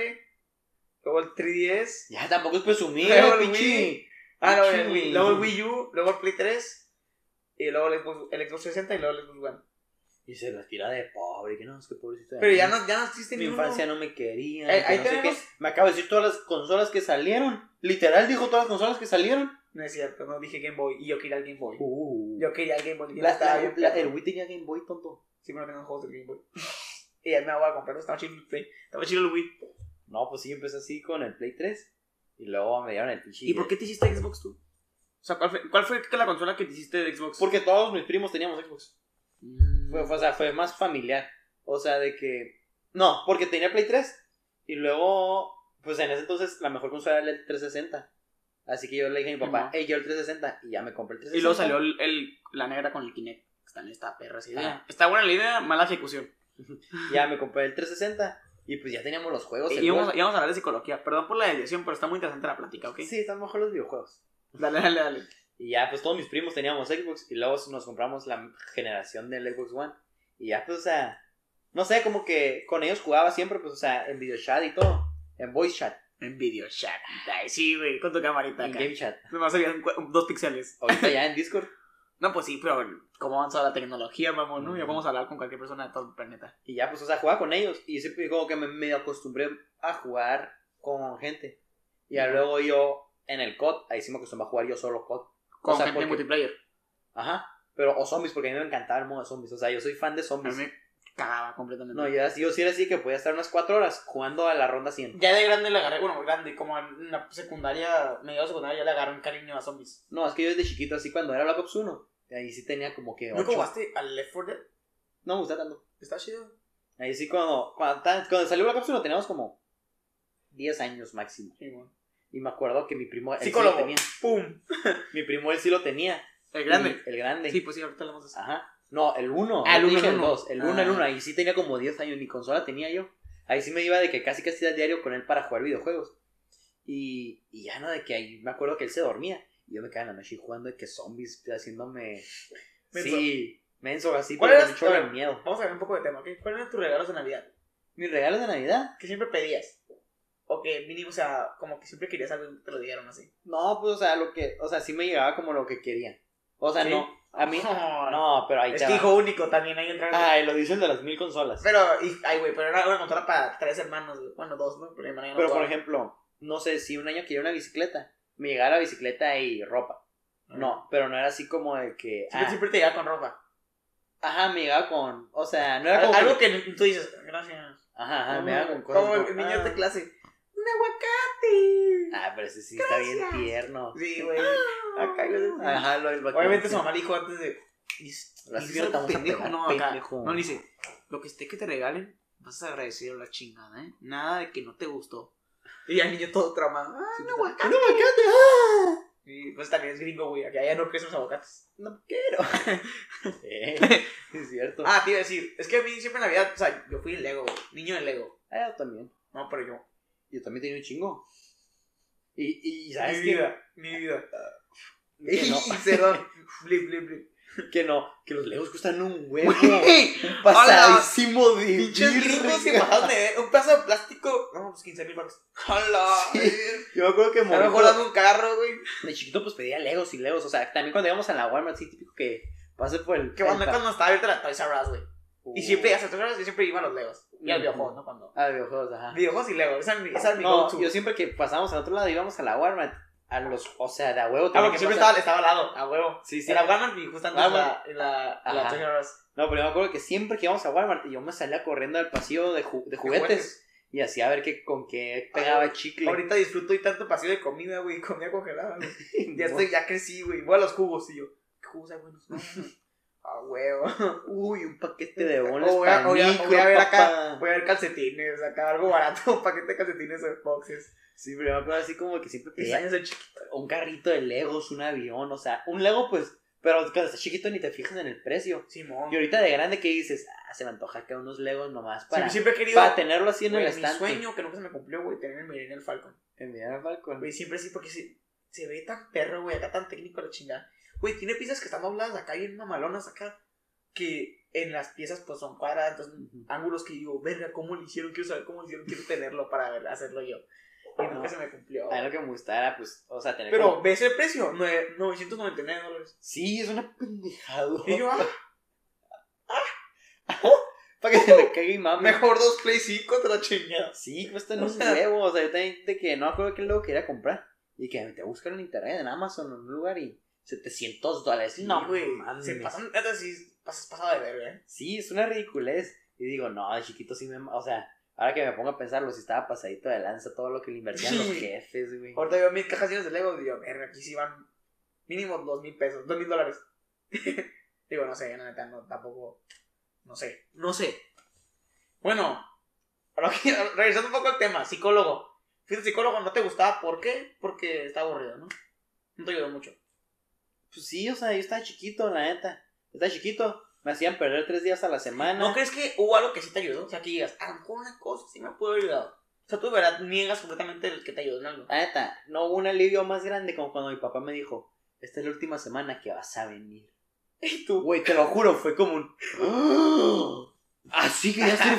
Speaker 1: Luego el 3DS.
Speaker 2: Ya, tampoco es presumir,
Speaker 1: Luego el
Speaker 2: pinche.
Speaker 1: Wii. Ah, luego
Speaker 2: Sí.
Speaker 1: el Wii, luego el Wii U, luego el Play 3, y luego el Xbox, el Xbox 60 y luego el Xbox One.
Speaker 2: Y se respira de pobre, que no, es que pobrecito. de
Speaker 1: Pero
Speaker 2: mí.
Speaker 1: ya no, ya no existe
Speaker 2: Mi
Speaker 1: ni uno.
Speaker 2: infancia no me quería.
Speaker 1: Eh,
Speaker 2: que
Speaker 1: ahí
Speaker 2: no sé
Speaker 1: tenemos-
Speaker 2: qué. Me acaba de decir todas las consolas que salieron. Literal dijo todas las consolas que salieron.
Speaker 1: No es cierto, no dije Game Boy y yo quería el Game Boy.
Speaker 2: Uh.
Speaker 1: Yo quería el Game Boy. el Game
Speaker 2: La-
Speaker 1: Boy estaba
Speaker 2: la-
Speaker 1: bien
Speaker 2: la-
Speaker 1: perro.
Speaker 2: el Wii tenía Game Boy, tonto.
Speaker 1: Sí, pero no tengo juegos de Game Boy. y ya me voy a comprar, estaba chido el Play, estaba chido el Wii.
Speaker 2: No, pues sí, empecé así con el Play 3. Y luego me dieron el pinche.
Speaker 1: ¿Y por qué te hiciste Xbox tú? O sea, ¿cuál fue, cuál fue la consola que te hiciste de Xbox?
Speaker 2: Porque todos mis primos teníamos Xbox. Fue, fue- o sea, fue más familiar. O sea, de que. No, porque tenía Play 3. Y luego, pues en ese entonces la mejor consola era el 360. Así que yo le dije a mi papá,
Speaker 3: Ajá.
Speaker 2: hey, quiero el 360 y ya me compré el
Speaker 3: Y
Speaker 2: 360.
Speaker 3: luego salió el, el- la negra con el Kinect. Está en esta perra esa idea.
Speaker 2: Ah.
Speaker 3: Está buena la idea, mala ejecución.
Speaker 2: Ya me compré el 360 y pues ya teníamos los juegos.
Speaker 3: Y
Speaker 2: el
Speaker 3: íbamos,
Speaker 2: Word.
Speaker 3: íbamos a hablar de psicología. Perdón por la desviación, pero está muy interesante la plática, ¿ok?
Speaker 2: Sí, están mejor los videojuegos.
Speaker 3: Dale, dale, dale.
Speaker 2: Y ya, pues todos mis primos teníamos Xbox y luego nos compramos la generación del Xbox One. Y ya, pues, o sea, no sé, como que con ellos jugaba siempre, pues, o sea, en video chat y todo, en voice chat,
Speaker 3: En video chat. Ay, sí, güey, con tu camarita
Speaker 2: en
Speaker 3: acá.
Speaker 2: game chat.
Speaker 3: Me va a salir un cue- dos píxeles.
Speaker 2: Ahorita ya en Discord.
Speaker 3: No, pues sí, pero cómo ha avanzado la tecnología, mamón, ¿no? Ya
Speaker 2: Ujú.
Speaker 3: vamos a hablar con cualquier persona de todo el planeta.
Speaker 2: Y ya, pues, o sea, jugaba con ellos. Y siempre como que me medio acostumbré a jugar con gente. Y ya luego yo, en el COD, ahí sí me acostumbré a jugar yo solo COD.
Speaker 3: Con
Speaker 2: O sea,
Speaker 3: gente en
Speaker 2: porque-
Speaker 3: multiplayer.
Speaker 2: Ajá. Pero, o zombies, porque a mí me encantaba el modo de zombies. O sea, yo soy fan de
Speaker 3: A
Speaker 2: zombies.
Speaker 3: mí me cagaba completamente.
Speaker 2: pues No, yo, yo sí era así que podía estar unas 4 horas jugando a la ronda 100.
Speaker 1: Ya de grande le agarré, bueno, grande, como en la secundaria, mediados de secundaria, ya le agarré un cariño a zombies.
Speaker 2: No, es que yo desde chiquito, así cuando era Black Ops 1, ahí sí tenía como que.
Speaker 1: ¿Nunca
Speaker 2: ocho.
Speaker 1: jugaste al Left 4 Dead?
Speaker 2: No me gusta tanto.
Speaker 1: Está chido.
Speaker 2: Ahí sí, cuando, cuando, tan- cuando salió Black Ops 1, teníamos como 10 años máximo. Y me acuerdo que mi primo. él sí lo
Speaker 1: Psicólogo.
Speaker 2: tenía.
Speaker 1: ¡Pum!
Speaker 2: Mi primo él sí lo tenía.
Speaker 3: El grande.
Speaker 2: Y- El grande.
Speaker 3: Sí, pues sí, ahorita hablamos de eso.
Speaker 2: Ajá. No, el 1.
Speaker 3: Ah, el uno, el
Speaker 2: El
Speaker 3: uno.
Speaker 2: 2. El 1,
Speaker 3: Ah.
Speaker 2: el 1. Ahí sí tenía como 10 años. Ni consola tenía yo. Ahí sí me iba de que casi casi al diario con él para jugar videojuegos. Y, y ya no, de que ahí me acuerdo que él se dormía. Y yo me quedaba en la noche jugando de que zombies haciéndome.
Speaker 1: Menso.
Speaker 2: Sí, menso así,
Speaker 1: ¿Cuál
Speaker 2: pero
Speaker 1: era
Speaker 2: con un
Speaker 1: tu-
Speaker 2: chorro de miedo.
Speaker 1: Vamos a ver un poco de tema, ¿ok? ¿Cuáles eran tus regalos de Navidad?
Speaker 2: ¿Mis regalos de Navidad?
Speaker 1: ¿Qué siempre pedías? O que mínimo, o sea, como que siempre querías algo y te lo dieron así.
Speaker 2: No, pues, o sea, lo que. O sea, sí me llegaba como lo que quería. O sea,
Speaker 1: ¿Sí?
Speaker 2: no. A mí.
Speaker 1: No,
Speaker 2: No, pero ahí
Speaker 1: Es
Speaker 2: te
Speaker 1: que
Speaker 2: va.
Speaker 1: hijo único también ahí entraron.
Speaker 2: Ay, lo dice el de las mil consolas.
Speaker 1: Pero, y- ay, güey, pero era una motora para tres hermanos, güey. Bueno, dos, ¿no? Porque mi hermana ya no
Speaker 2: Pero, por
Speaker 1: corre.
Speaker 2: ejemplo, no sé, si un año quería una bicicleta, me llegara la bicicleta y ropa. No, pero no era así como de que.
Speaker 1: Siempre,
Speaker 2: ah,
Speaker 1: siempre te llegaba con ropa.
Speaker 2: Ajá, me llegaba con. O sea, no era como.
Speaker 1: Al-
Speaker 2: que-
Speaker 1: Algo que tú dices, gracias.
Speaker 2: Ajá, ajá, me
Speaker 1: Como-
Speaker 2: llegaba con cosas.
Speaker 1: Como
Speaker 2: como,
Speaker 1: el niño
Speaker 2: ah.
Speaker 1: de clase. ¡Un aguacate!
Speaker 2: Ah, pero ese sí está bien
Speaker 1: Gracias.
Speaker 2: tierno.
Speaker 1: Sí, güey. Acá yo decía.
Speaker 2: Ajá, lo del
Speaker 1: Obviamente su mamá le dijo antes de. "Y- y
Speaker 2: Así
Speaker 1: eso,
Speaker 2: no te vamos a
Speaker 1: pendejo,
Speaker 2: pegar,
Speaker 1: no, acá.
Speaker 2: pendejo.
Speaker 3: No, le dice, lo que esté que te regalen, vas a agradecer a la chingada, ¿eh? Nada de que no te gustó.
Speaker 1: Y el niño todo tramado. ¡Ah, un aguacate! ¡Un aguacate! Y pues también es gringo, güey. Acá ya no crecen los aguacates.
Speaker 2: ¡ah! No quiero. Eh, es cierto.
Speaker 1: Ah, te iba a decir. Es que a mí siempre en Navidad, o sea, yo fui el Lego, güey, niño del Lego.
Speaker 2: Ah, yo también.
Speaker 1: No, pero yo.
Speaker 2: Yo también tenía un chingo. Y, y
Speaker 1: Mi
Speaker 2: ¿sabes qué?
Speaker 1: vida, mi vida.
Speaker 2: Que no,
Speaker 1: Perdón. Blip, blip, blip.
Speaker 2: que no, que los legos costan un huevo.
Speaker 1: ¡Ey!
Speaker 2: Pasadísimo de
Speaker 1: Pinches
Speaker 2: virga.
Speaker 1: gringos se pasaron de ver. Un pedazo de plástico. No, pues 15 mil bucks. ¡Hala!
Speaker 2: Yo me acuerdo que
Speaker 1: A lo
Speaker 2: morro,
Speaker 1: mejor dando un carro, güey.
Speaker 2: de chiquito pues pedía legos y legos. O sea, también cuando íbamos a la Walmart, sí, típico que pasé por el.
Speaker 1: Que Uh. cuando,
Speaker 2: el-
Speaker 1: cuando estaba abierta la Toys R Us, güey. Y siempre, hasta Toys R Us, yo siempre iba a los Legos. Y a los
Speaker 2: Ujú.
Speaker 1: videojuegos, ¿no? Cuando.
Speaker 2: Ah, videojuegos, ajá.
Speaker 1: Videojuegos y Legos. Esa es mi, esa es mi
Speaker 2: No,
Speaker 1: go-to.
Speaker 2: yo siempre que pasábamos al otro lado íbamos a la Walmart. A los, o sea, de a huevo.
Speaker 1: Ah,
Speaker 2: tenía
Speaker 1: porque
Speaker 2: que
Speaker 1: siempre
Speaker 2: pasar.
Speaker 1: estaba, estaba al lado, a huevo.
Speaker 2: Sí, sí.
Speaker 1: Era Walmart y justo antes de la,
Speaker 2: Walmart.
Speaker 1: en la, en la
Speaker 2: Ajá.
Speaker 1: Toys R Us.
Speaker 2: No, pero yo me acuerdo que siempre que íbamos a Walmart, yo me salía corriendo al pasillo de, ju- de juguetes. Y así a ver que, con qué pegaba
Speaker 1: Ah,
Speaker 2: chicle.
Speaker 1: Ahorita disfruto y tanto pasillo de comida, güey. Comida congelada, güey. Ya,
Speaker 2: No.
Speaker 1: estoy, ya crecí, güey. Voy a los jugos y yo. ¿Qué jugos hay buenos? No, no. A huevo.
Speaker 2: Uy, un paquete de bolas.
Speaker 1: O voy, a, o voy a- o
Speaker 2: panico,
Speaker 1: voy a ver acá,
Speaker 2: papá.
Speaker 1: voy a ver calcetines, acá algo barato, un paquete de calcetines o de boxes.
Speaker 2: Sí, pero me acuerdo así como que siempre
Speaker 1: Mis
Speaker 2: pedía
Speaker 1: años de chiquito.
Speaker 2: un carrito de Legos, un avión, o sea, un Lego, pues, pero cuando estás chiquito ni te fijas en el precio.
Speaker 1: Simón.
Speaker 2: Y ahorita de grande que dices, ah, se me antoja que unos Legos nomás para,
Speaker 1: pues, Siempre- siempre he querido.
Speaker 2: para tenerlo así en
Speaker 1: güey,
Speaker 2: el
Speaker 1: mi
Speaker 2: estante.
Speaker 1: sueño que nunca se me cumplió, güey, tener el Millennial Falcon.
Speaker 2: En mi Ana Falcon.
Speaker 1: Güey, siempre sí, porque se, se ve tan perro, güey, acá tan técnico la chingada. Güey, tiene piezas que están dobladas acá bien mamalonas acá, que en las piezas pues son cuadradas, entonces
Speaker 2: Ujú.
Speaker 1: ángulos que digo, verga, ¿cómo lo hicieron? Quiero saber cómo lo hicieron, quiero tenerlo para ver, hacerlo yo. Y nunca
Speaker 2: No.
Speaker 1: se me cumplió.
Speaker 2: A mí lo que me gustara, pues, o sea, tener
Speaker 1: Pero,
Speaker 2: como-
Speaker 1: ¿ves el precio? Nueve- 999 dólares.
Speaker 2: Sí, es una pendejada.
Speaker 1: Y yo, ah,
Speaker 2: para que se me caiga mi mamá.
Speaker 1: mejor dos Play 5 te la chingada.
Speaker 2: Sí, cuestan un
Speaker 1: O sea-
Speaker 2: huevo, o sea, yo también de que no me acuerdo qué Lego quería comprar. Y que te buscan en internet, en Amazon, en un lugar y 700 dólares.
Speaker 1: no,
Speaker 2: no,
Speaker 1: güey.
Speaker 2: mames.
Speaker 1: Se pasan, neta, sí, pasas pasado de verga, ¿eh?
Speaker 2: Sí, es una ridiculez. Y digo, no, de chiquito sí me. O sea, ahora que me pongo a pensarlo, si estaba pasadito de lanza todo lo que le invertían
Speaker 1: Sí.
Speaker 2: los jefes, güey. Pues
Speaker 1: Ahorita veo mis cajas llenas de Lego y digo, verga, aquí sí van mínimo dos mil pesos, dos mil dólares. Digo, no sé, la neta, no, tampoco, no sé. No sé. Bueno, ahora que- regresando un poco al tema, psicólogo. Fuiste psicólogo, no te gustaba. ¿Por qué? Porque estaba aburrido, ¿no? No te ayudó mucho.
Speaker 2: Pues sí, o sea, yo estaba chiquito, la neta. Estaba chiquito. Me hacían perder tres días a la semana.
Speaker 1: ¿No crees que hubo algo que sí te ayudó? O sea, que digas, a lo mejor una cosa sí me pudo haber ayudado. O sea, tú de verdad niegas completamente el que te ayudó en algo.
Speaker 2: La neta, no hubo un alivio más grande como cuando mi papá me dijo, esta es la última semana que vas a venir.
Speaker 1: Y tú,
Speaker 2: Güey, te lo juro, fue como un... "Ah, Así quería hacer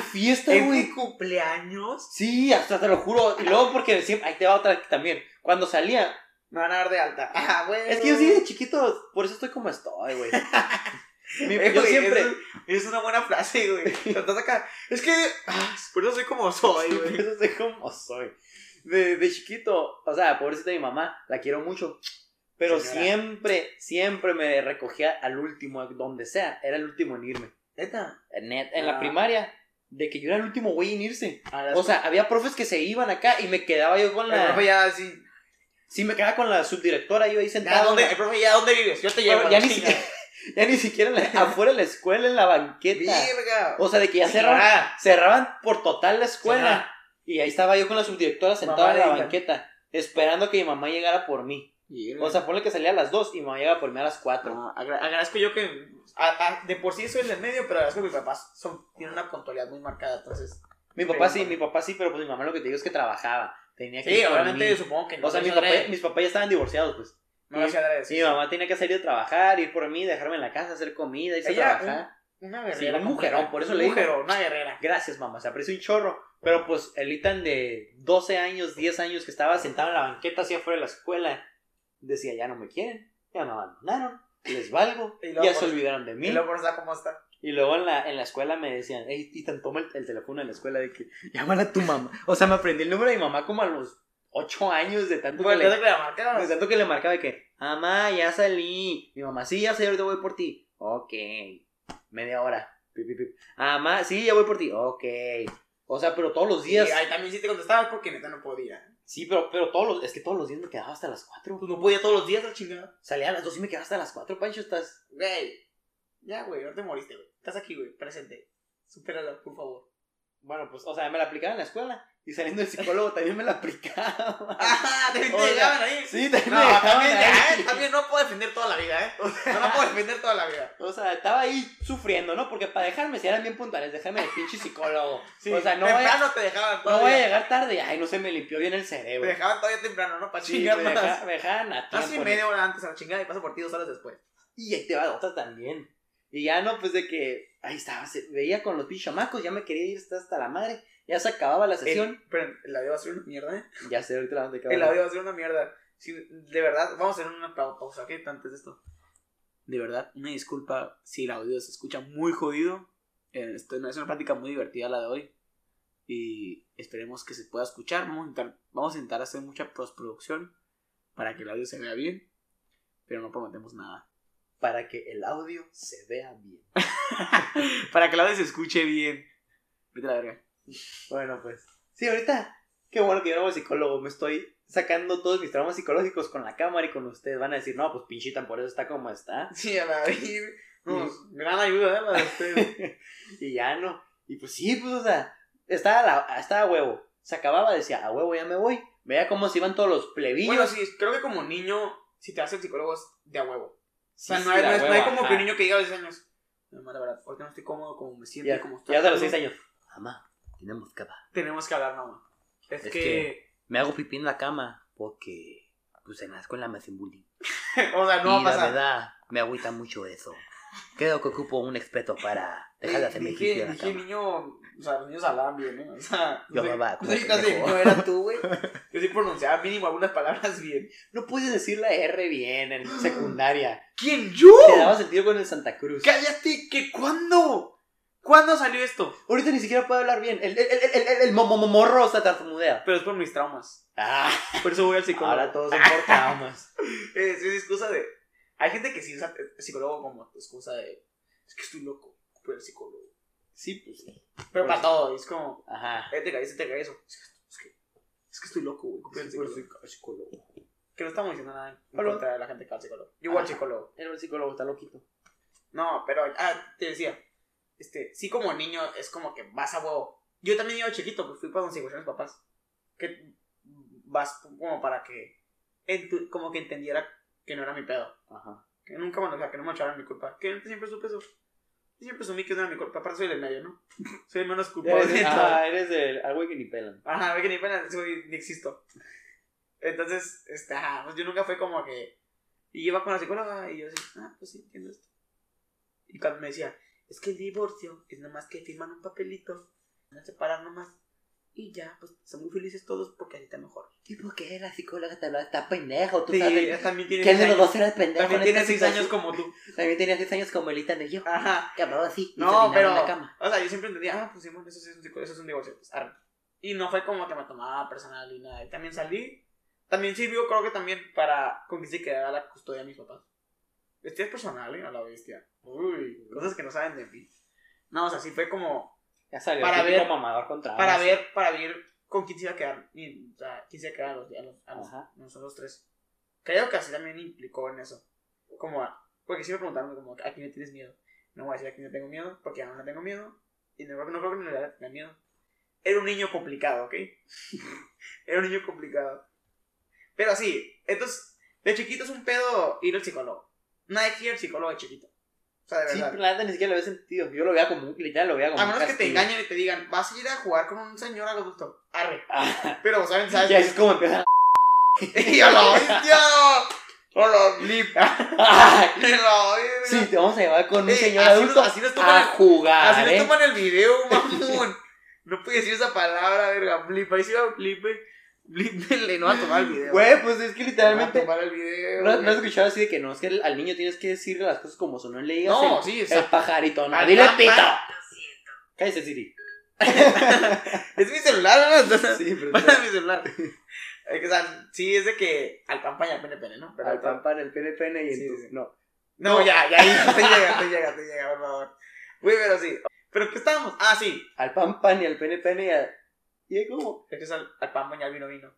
Speaker 2: fiesta,
Speaker 1: ¿en
Speaker 2: güey.
Speaker 1: mi cumpleaños?
Speaker 2: Sí, hasta te lo juro. Y luego porque siempre... Ahí te va otra que también. Cuando salía...
Speaker 1: Me van a dar de alta. Ah, güey.
Speaker 2: Es que yo sí de chiquito, por eso estoy como estoy, güey. Mi-
Speaker 1: Eh,
Speaker 2: yo
Speaker 1: güey,
Speaker 2: siempre...
Speaker 1: eso Es, es una buena frase, güey. Estás acá. Es que. ah, por eso soy como soy,
Speaker 2: Por
Speaker 1: güey.
Speaker 2: eso soy como soy. De, de chiquito, o sea, pobrecita mi mamá, la quiero mucho. Pero
Speaker 1: Señora.
Speaker 2: siempre, siempre me recogía al último, donde sea. Era el último en irme.
Speaker 1: Neta.
Speaker 2: En, net- en
Speaker 1: Ah.
Speaker 2: la primaria, de que yo era el último güey en irse. O
Speaker 1: O sea,
Speaker 2: sea, había profes que se iban acá y me quedaba yo con
Speaker 1: el profe
Speaker 2: la.
Speaker 1: ya así.
Speaker 2: Sí, me quedaba con la subdirectora, yo ahí
Speaker 1: ¿Ya
Speaker 2: sentado.
Speaker 1: dónde,
Speaker 2: en
Speaker 1: el
Speaker 2: la-
Speaker 1: profe, ¿ya dónde vives? Yo te llevo.
Speaker 2: ya, ni siquiera, ya ni siquiera en la- afuera de la escuela, en la banqueta.
Speaker 1: Virga.
Speaker 2: O sea, de que ya cerraban
Speaker 1: Señora,
Speaker 2: cerraban por total la
Speaker 1: Cerraban.
Speaker 2: escuela. Y ahí estaba yo con la subdirectora sentada
Speaker 1: Mamá
Speaker 2: en la
Speaker 1: de-
Speaker 2: banqueta, esperando que mi mamá llegara por mí. O sea, ponle que salía a las 2 y mi mamá llegaba por mí a las 4.
Speaker 1: No, agra- agradezco yo que a- a- de por sí soy el del medio, pero agradezco que mis papás son, tienen una puntualidad muy marcada, entonces.
Speaker 2: Mi papá sí,
Speaker 1: Pero-
Speaker 2: mi papá sí, pero pues mi mamá lo que te digo es que trabajaba. Tenía que
Speaker 1: Sí,
Speaker 2: ir por
Speaker 1: obviamente
Speaker 2: mí.
Speaker 1: supongo que no.
Speaker 2: O sea,
Speaker 1: lo
Speaker 2: mis
Speaker 1: hizo
Speaker 2: papás,
Speaker 1: adrede.
Speaker 2: mis papás ya estaban divorciados, pues.
Speaker 1: No lo hacía adrede,
Speaker 2: Sí,
Speaker 1: sí,
Speaker 2: mi mamá tenía que salir a trabajar, ir por mí, dejarme en la casa, hacer comida, irse
Speaker 1: Ella,
Speaker 2: a trabajar.
Speaker 1: Una
Speaker 2: Sí,
Speaker 1: guerrera.
Speaker 2: un mujerón, por eso le
Speaker 1: Un
Speaker 2: digo.
Speaker 1: mujerón, una guerrera.
Speaker 2: Gracias, mamá, se apreció un chorro. Pero pues el Itan de 12 años, 10 años que estaba sentado en la banqueta así afuera de la escuela, decía, ya no me quieren, ya me abandonaron, les valgo,
Speaker 1: Y luego,
Speaker 2: ya
Speaker 1: pues,
Speaker 2: se olvidaron de mí.
Speaker 1: Y luego por eso, ¿cómo está?
Speaker 2: Y luego en la, en la escuela me decían, hey, Itan, toma el, el teléfono de la escuela de que llámala a tu mamá. O sea, me aprendí el número de mi mamá como a los 8 años de tanto,
Speaker 1: Bueno,
Speaker 2: que,
Speaker 1: ya
Speaker 2: le,
Speaker 1: te la marca.
Speaker 2: de tanto que le marcaba de que, mamá, ya salí. Mi mamá, sí, ya salí, ahorita voy por ti. Ok. Media hora. Pip, pip, pip. Ah, mamá, sí, ya voy por ti. Ok. O sea, pero todos los
Speaker 1: Y
Speaker 2: días.
Speaker 1: ahí también sí te contestabas porque neta no podía.
Speaker 2: Sí, pero, pero todos los, es que todos los días me quedaba hasta las 4.
Speaker 1: Pues no podía todos los días la chingada.
Speaker 2: Salía a las 2 y me quedaba hasta las 4, Pancho, estás.
Speaker 1: Güey. Ya, güey, no te moriste, güey. Estás aquí, güey, presente. Supérala, por favor.
Speaker 2: Bueno, pues, o sea, me la aplicaba en la escuela. Y saliendo del psicólogo también me la aplicaba.
Speaker 1: ¡Ah! ¡Te
Speaker 2: O sea,
Speaker 1: llegaban ahí!
Speaker 2: Sí, también
Speaker 1: No,
Speaker 2: me dejaban
Speaker 1: también, ya,
Speaker 2: ahí.
Speaker 1: eh, también no puedo defender toda la vida, ¿eh? No la puedo defender toda la vida.
Speaker 2: O sea, estaba ahí sufriendo, ¿no? Porque para dejarme, si eran bien puntuales, déjame de pinche psicólogo.
Speaker 1: Sí,
Speaker 2: o sea, no voy, a,
Speaker 1: temprano te dejaban
Speaker 2: no voy a
Speaker 1: todavía.
Speaker 2: llegar tarde. Ay, no se me limpió bien el
Speaker 1: te
Speaker 2: cerebro.
Speaker 1: dejaban todavía temprano, ¿no? Para
Speaker 2: Sí,
Speaker 1: chingar
Speaker 2: me,
Speaker 1: más.
Speaker 2: deja- me dejaban a tiempo,
Speaker 1: Casi
Speaker 2: ¿no?
Speaker 1: media hora antes a la chingada y paso por ti dos horas después.
Speaker 2: Y ahí te va otra también. Y ya no, pues de que ahí estaba, se veía con los pinches chamacos, ya me quería ir hasta, hasta la madre. Ya se acababa la sesión.
Speaker 1: El- pero el audio va a ser una mierda, ¿eh?
Speaker 2: Ya sé, ahorita la vamos a acabar.
Speaker 1: El audio va a ser una mierda. Sí, de verdad, vamos a hacer una pa- pausa, ¿ok? Antes de esto.
Speaker 3: De verdad, una disculpa si el audio se escucha muy jodido. Eh, Esto no es una plática muy divertida la de hoy. Y esperemos que se pueda escuchar. Vamos a intentar, vamos a intentar hacer mucha postproducción para que el audio se vea bien. Pero no prometemos nada.
Speaker 2: Para que el audio se vea bien.
Speaker 3: para que el audio se escuche bien. Vete a la verga.
Speaker 2: Bueno, pues. Sí, ahorita. Qué bueno que yo no voy psicólogo. Me estoy sacando todos mis traumas psicológicos con la cámara y con ustedes. Van a decir, no, pues pinchitan, por eso está como está.
Speaker 1: Sí, a la vida. No,
Speaker 2: Sí.
Speaker 1: gran ayuda, ¿eh? La de ustedes.
Speaker 2: y ya no. Y pues sí, pues, o sea, estaba, la, estaba a huevo. Se acababa, decía, a huevo ya me voy. Veía cómo se iban todos los plebillos.
Speaker 1: Bueno, sí, creo que como niño, si te vas al psicólogo es de a huevo. O
Speaker 2: Sí,
Speaker 1: sea,
Speaker 2: sí,
Speaker 1: no, hay,
Speaker 2: de a
Speaker 1: no es- no
Speaker 2: huevo,
Speaker 1: hay como
Speaker 2: ajá.
Speaker 1: que un niño que diga a los 10 años. No, la verdad, porque no estoy cómodo como me siento y
Speaker 2: Ya,
Speaker 1: como estoy.
Speaker 2: ya de los 6 años. Mamá, tenemos que hablar.
Speaker 1: Tenemos que hablar, mamá. Es,
Speaker 2: Es
Speaker 1: que,
Speaker 2: Me hago pipí en la cama porque, pues, en la escuela me hacen bullying.
Speaker 1: o sea, no va a
Speaker 2: y la
Speaker 1: pasar.
Speaker 2: verdad, me agüita mucho eso. Creo que ocupo un experto para dejar de hacerme
Speaker 1: dije,
Speaker 2: pipí en la
Speaker 1: dije
Speaker 2: cama.
Speaker 1: niño, o sea, los niños hablaban bien, ¿eh? O sea,
Speaker 2: Yo hablaba
Speaker 1: no
Speaker 2: como
Speaker 1: sé si estás de
Speaker 2: pendejo.
Speaker 1: niño, era tú, güey. Yo sí pronunciaba mínimo algunas palabras bien.
Speaker 2: No puedes decir la R bien en secundaria.
Speaker 1: ¿Quién, yo?
Speaker 2: Te dabas el tiro con el Santa Cruz.
Speaker 1: ¡Cállate! ¿Que cuándo? ¿Cuándo salió esto?
Speaker 2: Ahorita ni siquiera puedo hablar bien. El, el, el, el, el, el mo- mo- mo- morro se tartamudea.
Speaker 1: Pero es por mis traumas.
Speaker 2: Ah,
Speaker 1: Por eso voy al psicólogo.
Speaker 2: ahora todos son por traumas.
Speaker 1: Eh, Es, es excusa de. Hay gente que sí usa el psicólogo como excusa de. Es que estoy loco. Pero el psicólogo.
Speaker 2: Sí, pues sí.
Speaker 1: Pero
Speaker 2: Pues-
Speaker 1: para todo, es como.
Speaker 2: Ajá.
Speaker 1: Eh, te caí, te caí eso. Es que, es que, es que estoy loco, güey. Pero el
Speaker 2: pues,
Speaker 1: psicólogo.
Speaker 2: psicólogo.
Speaker 1: Que no estamos diciendo nada en
Speaker 2: Hola.
Speaker 1: contra de la gente que va al psicólogo. Yo voy al
Speaker 2: Ajá.
Speaker 1: psicólogo.
Speaker 2: El psicólogo está loquito.
Speaker 1: No, pero. Ah, te decía. Este, sí, como niño, es como que vas a huevo. Yo también iba chiquito, pues fui para donde se mis papás. Que vas como para que, entu- como que entendiera que no era mi pedo.
Speaker 2: Ajá.
Speaker 1: Que nunca, bueno, o sea, que no me echaran mi culpa. Que siempre supe eso. Siempre asumí que no era mi culpa. Aparte soy del medio, ¿no? Soy el menos culpable. de
Speaker 2: Eres,
Speaker 1: todo.
Speaker 2: ah, eres el al güey que ni pelan.
Speaker 1: Ajá, ve que ni pena, soy- ni existo. Entonces, este, ajá, pues yo nunca fue como que. Y iba con la psicóloga y yo así, ah, pues sí, entiendo esto. Y cuando me decía, es que el divorcio es nomás que firman un papelito, van a separar nomás. Y ya, pues son muy felices todos porque así está mejor.
Speaker 2: ¿Y por qué la psicóloga te hablaba? Está pendejo,
Speaker 1: Sí, ella también tiene
Speaker 2: que
Speaker 1: seis
Speaker 2: él de los
Speaker 1: años.
Speaker 2: dos era el pendejo.
Speaker 1: También
Speaker 2: en
Speaker 1: tiene
Speaker 2: esta
Speaker 1: seis años
Speaker 2: situación.
Speaker 1: como tú.
Speaker 2: También tenía seis años como el Ethan de yo.
Speaker 1: Ajá.
Speaker 2: Que hablaba así. y se
Speaker 1: No,
Speaker 2: orinaba
Speaker 1: pero.
Speaker 2: en la cama.
Speaker 1: O sea, yo siempre entendía, ah, pues sí, bueno, eso, sí es un, divo- eso es un divorcio. pues, arre. Y no fue como que me tomaba personal ni nada. Y también salí. También sirvió, creo que también, para con que se quedara la custodia de mis papás. Este es personal, ¿eh? A la bestia. Uy, cosas que no saben de mí. No, o sea, sí fue como
Speaker 2: Ya salió.
Speaker 1: Para
Speaker 2: el típico
Speaker 1: ver-
Speaker 2: mamador contra
Speaker 1: para ver, para ver con quién se iba a quedar. y, o sea, quién se iba a quedar a los, a los, a los-
Speaker 2: Ajá.
Speaker 1: nosotros tres. Creo que así también implicó en eso. Como, a- porque sí me preguntaron como, ¿a quién le tienes miedo? No voy a decir a quién le tengo miedo, porque aún no tengo miedo. Y no, creo- no creo que no le haya tenido miedo. Era un niño complicado, ¿ok? Era un niño complicado. Pero sí, entonces, de chiquito es un pedo ir al psicólogo. Nadie quiere al psicólogo de chiquito. O sea, de
Speaker 2: Sí,
Speaker 1: verdad.
Speaker 2: pero la neta ni siquiera lo había sentido. Yo lo veía como un, literal, lo veía como
Speaker 1: a
Speaker 2: un
Speaker 1: menos que te
Speaker 2: castigo.
Speaker 1: engañen y te digan, vas a ir a jugar con un señor adulto. Arre.
Speaker 2: Ah,
Speaker 1: Pero, ¿saben? ¿Sabes?
Speaker 2: ya es como empieza.
Speaker 1: ¡Y a la bestia! ¡A la lipa!
Speaker 2: Ah,
Speaker 1: la
Speaker 2: sí, te vamos a llevar con un
Speaker 1: Ey,
Speaker 2: señor
Speaker 1: así
Speaker 2: adulto
Speaker 1: nos- así nos toman
Speaker 2: a
Speaker 1: el-
Speaker 2: jugar.
Speaker 1: Así le
Speaker 2: ¿eh?
Speaker 1: toman el video, mamón. No puede decir esa palabra, verga. Blip, ahí sí va blip, eh. blip, le no va a tomar el video.
Speaker 2: Güey, pues es que
Speaker 1: No va
Speaker 2: literalmente.
Speaker 1: a tomar el video.
Speaker 2: ¿No, no
Speaker 1: güey.
Speaker 2: has escuchado así de que no? Es que al al niño tienes que decirle las cosas como son. No le digas
Speaker 1: No,
Speaker 2: el-
Speaker 1: sí,
Speaker 2: el,
Speaker 1: exacto.
Speaker 2: pajarito. No,
Speaker 1: Al
Speaker 2: dile
Speaker 1: pan,
Speaker 2: pito.
Speaker 1: pan.
Speaker 2: Cállese, Siri.
Speaker 1: Es mi celular, ¿no? Entonces,
Speaker 2: Sí, pero.
Speaker 1: para mi celular. Es que, o sea, sí, es de que al campaña, pene, pene, ¿no? Pero
Speaker 2: Al pan, pan, el pene, pene y el
Speaker 1: Sí,
Speaker 2: tú.
Speaker 1: sí.
Speaker 2: No.
Speaker 1: No, ya, ya, ahí te llega, te llega, te llega, por favor. Güey, pero sí. ¿Pero qué estábamos? Ah, sí.
Speaker 2: Al pan, pan y al pene, pene y a. ¿Y es como?
Speaker 1: Es que es al, al pan bañar vino, vino.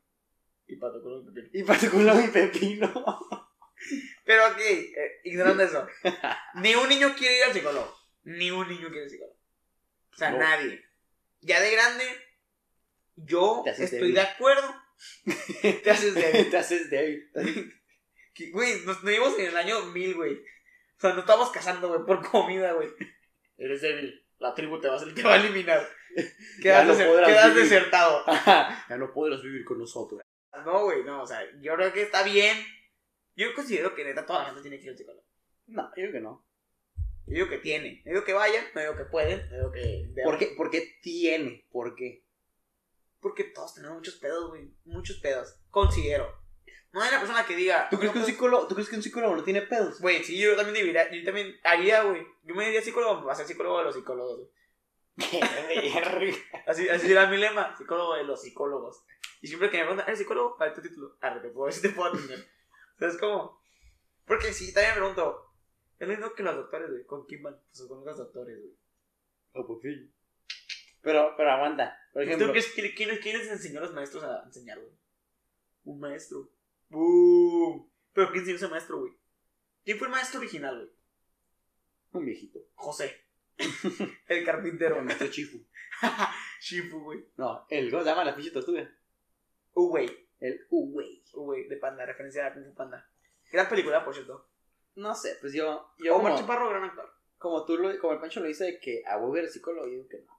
Speaker 1: Y pato con un pepino.
Speaker 2: Y particular mi pepino.
Speaker 1: Pero ok, eh, ignorando eso. Ni un niño quiere ir al psicólogo. Ni un niño quiere ir al psicólogo. O sea,
Speaker 2: No.
Speaker 1: nadie. Ya de grande, yo
Speaker 2: Te haces
Speaker 1: estoy
Speaker 2: débil.
Speaker 1: de acuerdo. Te haces débil.
Speaker 2: Te haces débil. Te haces-
Speaker 1: Que, Güey, nos vivimos en el año 1000, güey. O sea, nos estamos casando, güey, por comida, güey. Eres débil. La tribu te va a, hacer- te va a eliminar. Quedas,
Speaker 2: no
Speaker 1: deser-
Speaker 2: podrás
Speaker 1: quedas
Speaker 2: vivir.
Speaker 1: desertado.
Speaker 2: ya no podrás vivir con nosotros.
Speaker 1: No, güey, no. O sea, yo creo que está bien. Yo considero que neta toda la gente tiene que ir al psicólogo.
Speaker 2: No, yo creo que no.
Speaker 1: Yo digo que tiene. Yo digo que vayan, no digo que pueden, no digo que...
Speaker 2: ¿Por qué, ¿Por qué tiene? ¿Por qué?
Speaker 1: Porque todos tenemos muchos pedos, güey. Muchos pedos. Considero. No hay una persona que diga...
Speaker 2: ¿Tú crees, que un
Speaker 1: no, pues,
Speaker 2: psicólogo, ¿Tú crees que un psicólogo no tiene pedos?
Speaker 1: Güey, sí, yo también debería... Yo también haría, güey. Yo me diría psicólogo, va a ser psicólogo de los psicólogos, güey. Así, así era mi lema, psicólogo de los psicólogos. Y siempre que me preguntan, ¿eres psicólogo? ¿Cuál es tu título? Arre, te puedo, sí te puedo atender. ¿Sabes cómo? Porque sí, también me pregunto, es lo mismo que los doctores, güey. ¿Con quién van? Pues con los doctores, güey.
Speaker 2: No, pues sí. Pero, pero aguanta. Por
Speaker 1: ¿Tú
Speaker 2: ejemplo,
Speaker 1: crees que- quién, quién les enseñó a los maestros a enseñar, güey? Un maestro. ¿Pero quién enseñó ese maestro, güey? ¿Quién fue el maestro original, güey?
Speaker 2: un viejito.
Speaker 1: José. el carpintero.
Speaker 2: El maestro Chifu.
Speaker 1: Shifu, güey.
Speaker 2: No, el, ¿cómo se llama la pinche tortuga?
Speaker 1: Uh, güey.
Speaker 2: El Uwey.
Speaker 1: Uh, güey, de Panda, referencia a Kung Fu Panda. Gran película, por cierto.
Speaker 2: No sé, pues yo. yo
Speaker 1: Omar
Speaker 2: como,
Speaker 1: Chaparro, gran actor.
Speaker 2: como tú, lo, como el Pancho lo dice, de que a Google el psicólogo, yo digo que no.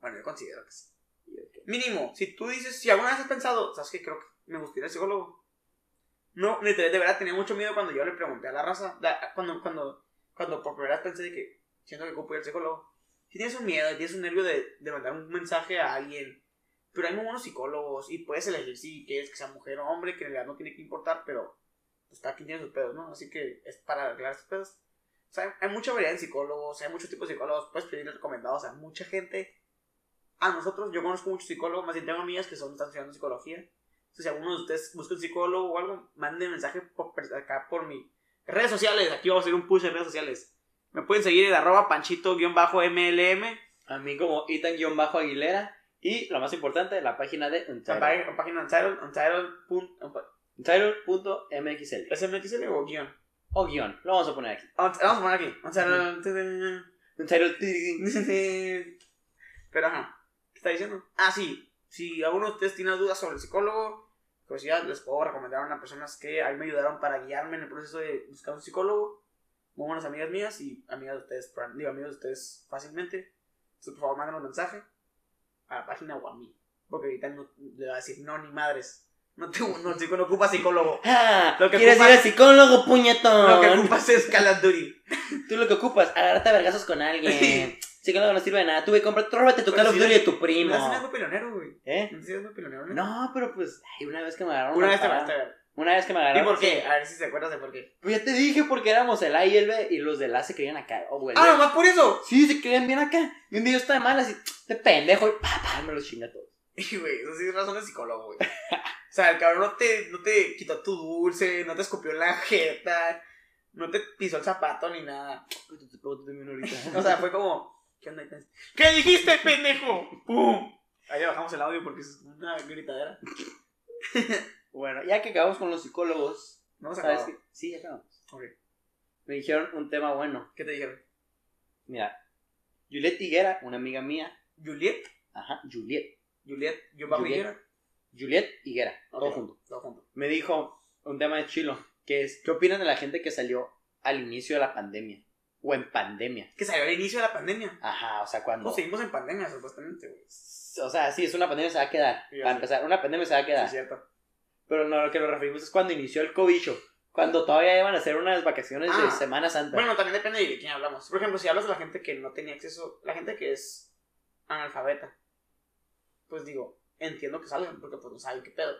Speaker 1: Bueno, yo considero que sí.
Speaker 2: Yo digo que no.
Speaker 1: Mínimo, si tú dices, si alguna vez has pensado, ¿sabes qué? Creo que me gustaría el psicólogo. No, literal, de verdad tenía mucho miedo cuando yo le pregunté a la raza. la- cuando, cuando, cuando por primera vez pensé de que siento que ocupo ir al psicólogo. Si tienes un miedo, tienes un nervio de, de mandar un mensaje a alguien. Pero hay muy buenos psicólogos y puedes elegir si quieres que sea mujer o hombre, que en realidad no tiene que importar, pero pues cada quien tiene sus pedos, ¿no? Así que es para arreglar sus pedos. O sea, hay- hay mucha variedad de psicólogos, hay muchos tipos de psicólogos, puedes pedir recomendados a mucha gente a nosotros, yo conozco muchos psicólogos, más bien tengo amigas que son, están estudiando psicología. Entonces, si alguno de ustedes busca un psicólogo o algo, manden mensaje por, per- acá por mi redes sociales. Aquí vamos a hacer un push en redes sociales. Me pueden seguir en arroba panchito-mlm,
Speaker 2: A mí como Ethan-Aguilera. Y lo más importante, la página de
Speaker 1: la
Speaker 2: Untitled.
Speaker 1: pá- la página untitled, untitled pun- unpa-
Speaker 2: Untitled.mxl.
Speaker 1: SMXL o guión.
Speaker 2: O guión. Lo vamos a poner aquí.
Speaker 1: Unt- Vamos a poner aquí. Untitled.
Speaker 2: Untitled.
Speaker 1: Pero ajá, ¿qué está diciendo? Ah, sí. Si alguno de ustedes tiene dudas sobre el psicólogo, pues ya les puedo recomendar a unas personas que a mí me ayudaron para guiarme en el proceso de buscar un psicólogo. Muy buenas amigas mías y amigas de ustedes, proba- digo, amigos de ustedes fácilmente. Entonces, por favor, manden un mensaje a la página o a mí. Porque ahorita no, le va a decir, no, ni madres. No, te, no, chico, no ocupa psicólogo.
Speaker 2: ¡Ah!
Speaker 1: Lo que
Speaker 2: ¿Quieres
Speaker 1: ocupas-
Speaker 2: ir al psicólogo, puñetón?
Speaker 1: Lo que ocupas es Call of Duty.
Speaker 2: Tú lo que ocupas, agarrarte a vergazos con alguien. psicólogo no sirve de nada. Tú ve, compra, tú róbate tu
Speaker 1: Pero
Speaker 2: Call of
Speaker 1: sí,
Speaker 2: Duty de tu
Speaker 1: No
Speaker 2: primo.
Speaker 1: seas algo pelonero, güey.
Speaker 2: ¿Eh?
Speaker 1: No seas muy pelonero.
Speaker 2: No, pero pues, ay, una vez que me agarraron.
Speaker 1: Una
Speaker 2: a
Speaker 1: vez te
Speaker 2: patadas-
Speaker 1: vas a ver.
Speaker 2: Una vez que me
Speaker 1: ¿Y
Speaker 2: agarraron.
Speaker 1: por qué?
Speaker 2: sí.
Speaker 1: A ver si se acuerdas de por qué.
Speaker 2: Pues ya te dije, porque éramos el A y el B, y los del A se creían acá. Oh, güey.
Speaker 1: Ah, nomás por eso.
Speaker 2: Sí, se creían bien acá. Y un día yo estaba de malas y te pendejo, y pa, pa, me los chinga todos.
Speaker 1: Y, güey, eso sí es razón de psicólogo, güey. O sea, el cabrón no te, no te quitó tu dulce, no te escupió en la jeta, no te pisó el zapato ni nada.
Speaker 2: Uy, Te te pego tú también ahorita.
Speaker 1: O sea, fue como, ¿qué onda? ¿Qué dijiste, pendejo? ¡Pum! Ahí le bajamos el audio porque es una gritadera.
Speaker 2: bueno, ya que acabamos con los psicólogos,
Speaker 1: No se
Speaker 2: ¿sabes
Speaker 1: acabó.
Speaker 2: qué? Sí, ya acabamos.
Speaker 1: Ok.
Speaker 2: Me dijeron un tema bueno.
Speaker 1: ¿Qué te dijeron?
Speaker 2: Mira, Juliet Higuera, una amiga mía,
Speaker 1: ¿Juliet?
Speaker 2: ajá, Juliet,
Speaker 1: ¿Juliet? ¿Yo bajo
Speaker 2: Juliet.
Speaker 1: Higuera?
Speaker 2: Juliet Higuera, todo
Speaker 1: Ok.
Speaker 2: junto.
Speaker 1: Todo junto.
Speaker 2: Me dijo un tema de chilo, que es, ¿qué opinan de la gente que salió al inicio de la pandemia? O en pandemia.
Speaker 1: Que salió al inicio de la pandemia.
Speaker 2: Ajá, o sea, cuando...
Speaker 1: No, seguimos en pandemia, supuestamente, güey.
Speaker 2: O sea, sí, es una pandemia se va a quedar.
Speaker 1: Sí, ya
Speaker 2: para
Speaker 1: sé.
Speaker 2: empezar, una pandemia se va a
Speaker 1: Sí,
Speaker 2: quedar.
Speaker 1: es cierto.
Speaker 2: Pero no, lo que nos referimos es cuando inició el cobicho. Cuando todavía iban a hacer unas vacaciones de
Speaker 1: Ah.
Speaker 2: Semana Santa.
Speaker 1: Bueno, también depende de quién hablamos. Por ejemplo, si hablas de la gente que no tenía acceso, la gente que es analfabeta, pues digo, entiendo que salgan, porque pues no saben qué pedo.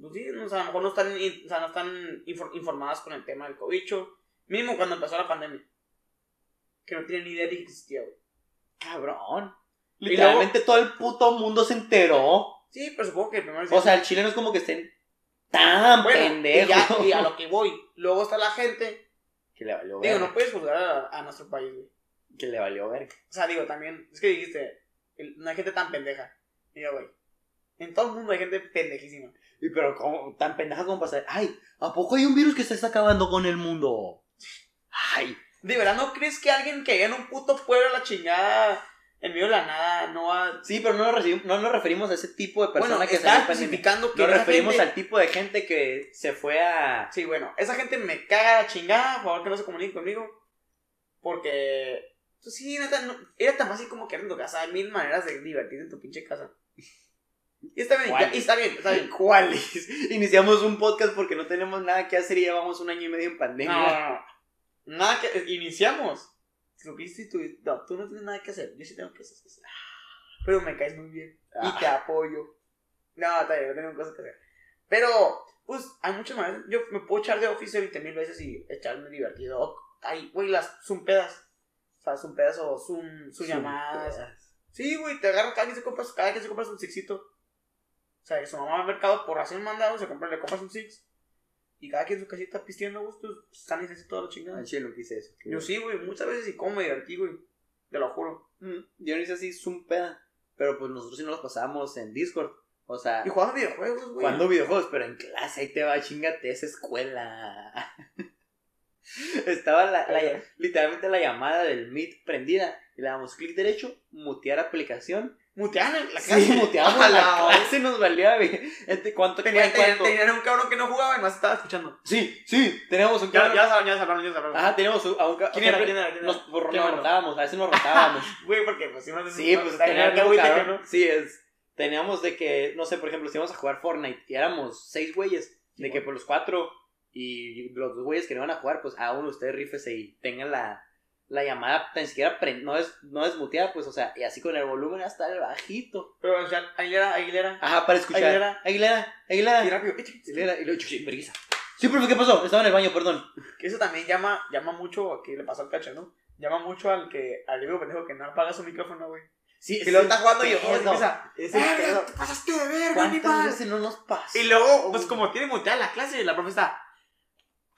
Speaker 1: Pues sí, no, o sea, a lo mejor no están, in- o sea, no están infor- informadas con el tema del cobicho. Mínimo cuando empezó la pandemia. Que no tienen ni idea de que existía, güey.
Speaker 2: cabrón.
Speaker 1: Y
Speaker 2: Literalmente todo el puto mundo se enteró.
Speaker 1: Sí, pero supongo que el primer
Speaker 2: O sea, el chileno es como que estén tan
Speaker 1: bueno, y, ya,
Speaker 2: pendejos.
Speaker 1: y a lo que voy. Luego está la gente.
Speaker 2: Que le valió
Speaker 1: Digo,
Speaker 2: verga.
Speaker 1: no puedes juzgar a, a nuestro país, güey.
Speaker 2: Que le valió verga.
Speaker 1: O sea, digo, también, es que dijiste, el- no hay gente tan pendeja. Y yo, güey, en todo el mundo hay gente pendejísima.
Speaker 2: Y pero como tan pendeja como pasar. Ay, ¿a poco hay un virus que se está acabando con el mundo? Ay.
Speaker 1: ¿De verdad no crees que alguien que vive en un puto pueblo a la chingada, en medio de la nada, no va...
Speaker 2: Sí, pero no nos, reci- no nos referimos a ese tipo de persona
Speaker 1: bueno,
Speaker 2: que
Speaker 1: está
Speaker 2: salió pandemia.
Speaker 1: especificando que
Speaker 2: Nos
Speaker 1: esa
Speaker 2: referimos
Speaker 1: gente-
Speaker 2: al tipo de gente que se fue a.
Speaker 1: Sí, bueno, esa gente me caga la chingada, por favor que no se comunique conmigo. Porque... Pues sí, neta, no- era tan fácil como quedarte en tu casa. Hay mil maneras de divertirte en tu pinche casa. Y está bien,
Speaker 2: ¿Cuál?
Speaker 1: ya- y está bien, está bien.
Speaker 2: ¿Cuáles? Iniciamos un podcast porque no tenemos nada que hacer y llevamos un año y medio en
Speaker 1: No,
Speaker 2: pandemia.
Speaker 1: no, no. Nada que. eh, Iniciamos. Lo que hiciste tú. No, tú no tienes nada que hacer. Yo sí tengo cosas que hacer. Pero me caes muy bien. Y te apoyo. No, está bien, no tengo cosas que hacer. Pero, pues, hay muchas maneras. Yo me puedo echar de oficio 20 mil veces y echarme divertido. O- Ay, güey, las zumpedas. O sea, zumpedas o zoom, zoom llamadas. Sí, güey, te agarra cada quien se compra, cada quien se compra su sixito. O sea, que su mamá va al mercado por hacer un mandado, se compra, le compras un six. Y cada quien en su casita pisteando a gusto, están y toda la chingada.
Speaker 2: Yo no quise eso.
Speaker 1: Yo sí, güey, muchas veces y como me divertí, güey. Te lo juro.
Speaker 2: Mm, Yo no hice así zoom peda. Pero pues nosotros sí nos los pasábamos en Discord. O sea,
Speaker 1: Y jugando videojuegos, güey.
Speaker 2: jugando videojuegos, pero en clase, ahí te va, chingate esa escuela. Estaba la, la-
Speaker 1: Ay,
Speaker 2: literalmente la llamada del Meet prendida. Y le damos clic derecho, mutear aplicación.
Speaker 1: Mutean en la clase.
Speaker 2: Sí, muteamos la
Speaker 1: Ojalá,
Speaker 2: clase, nos valía. güey. Este, ¿Cuánto
Speaker 1: Tenían, tenían-
Speaker 2: cuánto-
Speaker 1: tenían un cabrón que no jugaba y más estaba escuchando.
Speaker 2: Sí, sí, teníamos un
Speaker 1: Ya,
Speaker 2: cabrón-
Speaker 1: ya sabrán, ya sabrán, ya sabrón.
Speaker 2: Ajá, teníamos un- a un ca-
Speaker 1: ¿Quién
Speaker 2: o sea,
Speaker 1: era? ¿Quién era? ¿Quién era?
Speaker 2: Nos, por-
Speaker 1: Qué
Speaker 2: nos
Speaker 1: bueno.
Speaker 2: rotábamos, a veces nos rotábamos.
Speaker 1: Güey, porque pues si uno se-
Speaker 2: sí, pues
Speaker 1: está en el
Speaker 2: teníamos un
Speaker 1: güey,
Speaker 2: cabrón.
Speaker 1: tenían-
Speaker 2: Sí, es. Teníamos de que, no sé, por ejemplo, si íbamos a jugar Fortnite y éramos seis güeyes, de que por los cuatro y los dos güeyes que no van a jugar, pues a uno ustedes rifese y tengan la, la llamada tan siquiera pre- no, es, no desmuteada, pues, o sea, y así con el volumen hasta el bajito.
Speaker 1: Pero, o sea, Aguilera, Aguilera.
Speaker 2: Ajá, para escuchar.
Speaker 1: Aguilera.
Speaker 2: Aguilera,
Speaker 1: Y
Speaker 2: Aguilera.
Speaker 1: rápido, echa, echa.
Speaker 2: Aguilera, y luego, chuchi, vergüenza. Sí, profe, ¿qué pasó? Estaba en el baño, perdón.
Speaker 1: Que eso también llama, llama mucho, aquí le pasó al cacho, ¿no? Llama mucho al que, al amigo pendejo que no apaga su micrófono, güey.
Speaker 2: Sí,
Speaker 1: Y luego está jugando y
Speaker 2: pedo.
Speaker 1: empieza,
Speaker 2: Ese
Speaker 1: "Verga,
Speaker 2: pedo.
Speaker 1: te pasaste de verga,
Speaker 2: ¿Cuántas
Speaker 1: animal!
Speaker 2: veces no nos pasa?
Speaker 1: Y luego, pues como tiene muteada la clase, la profe está,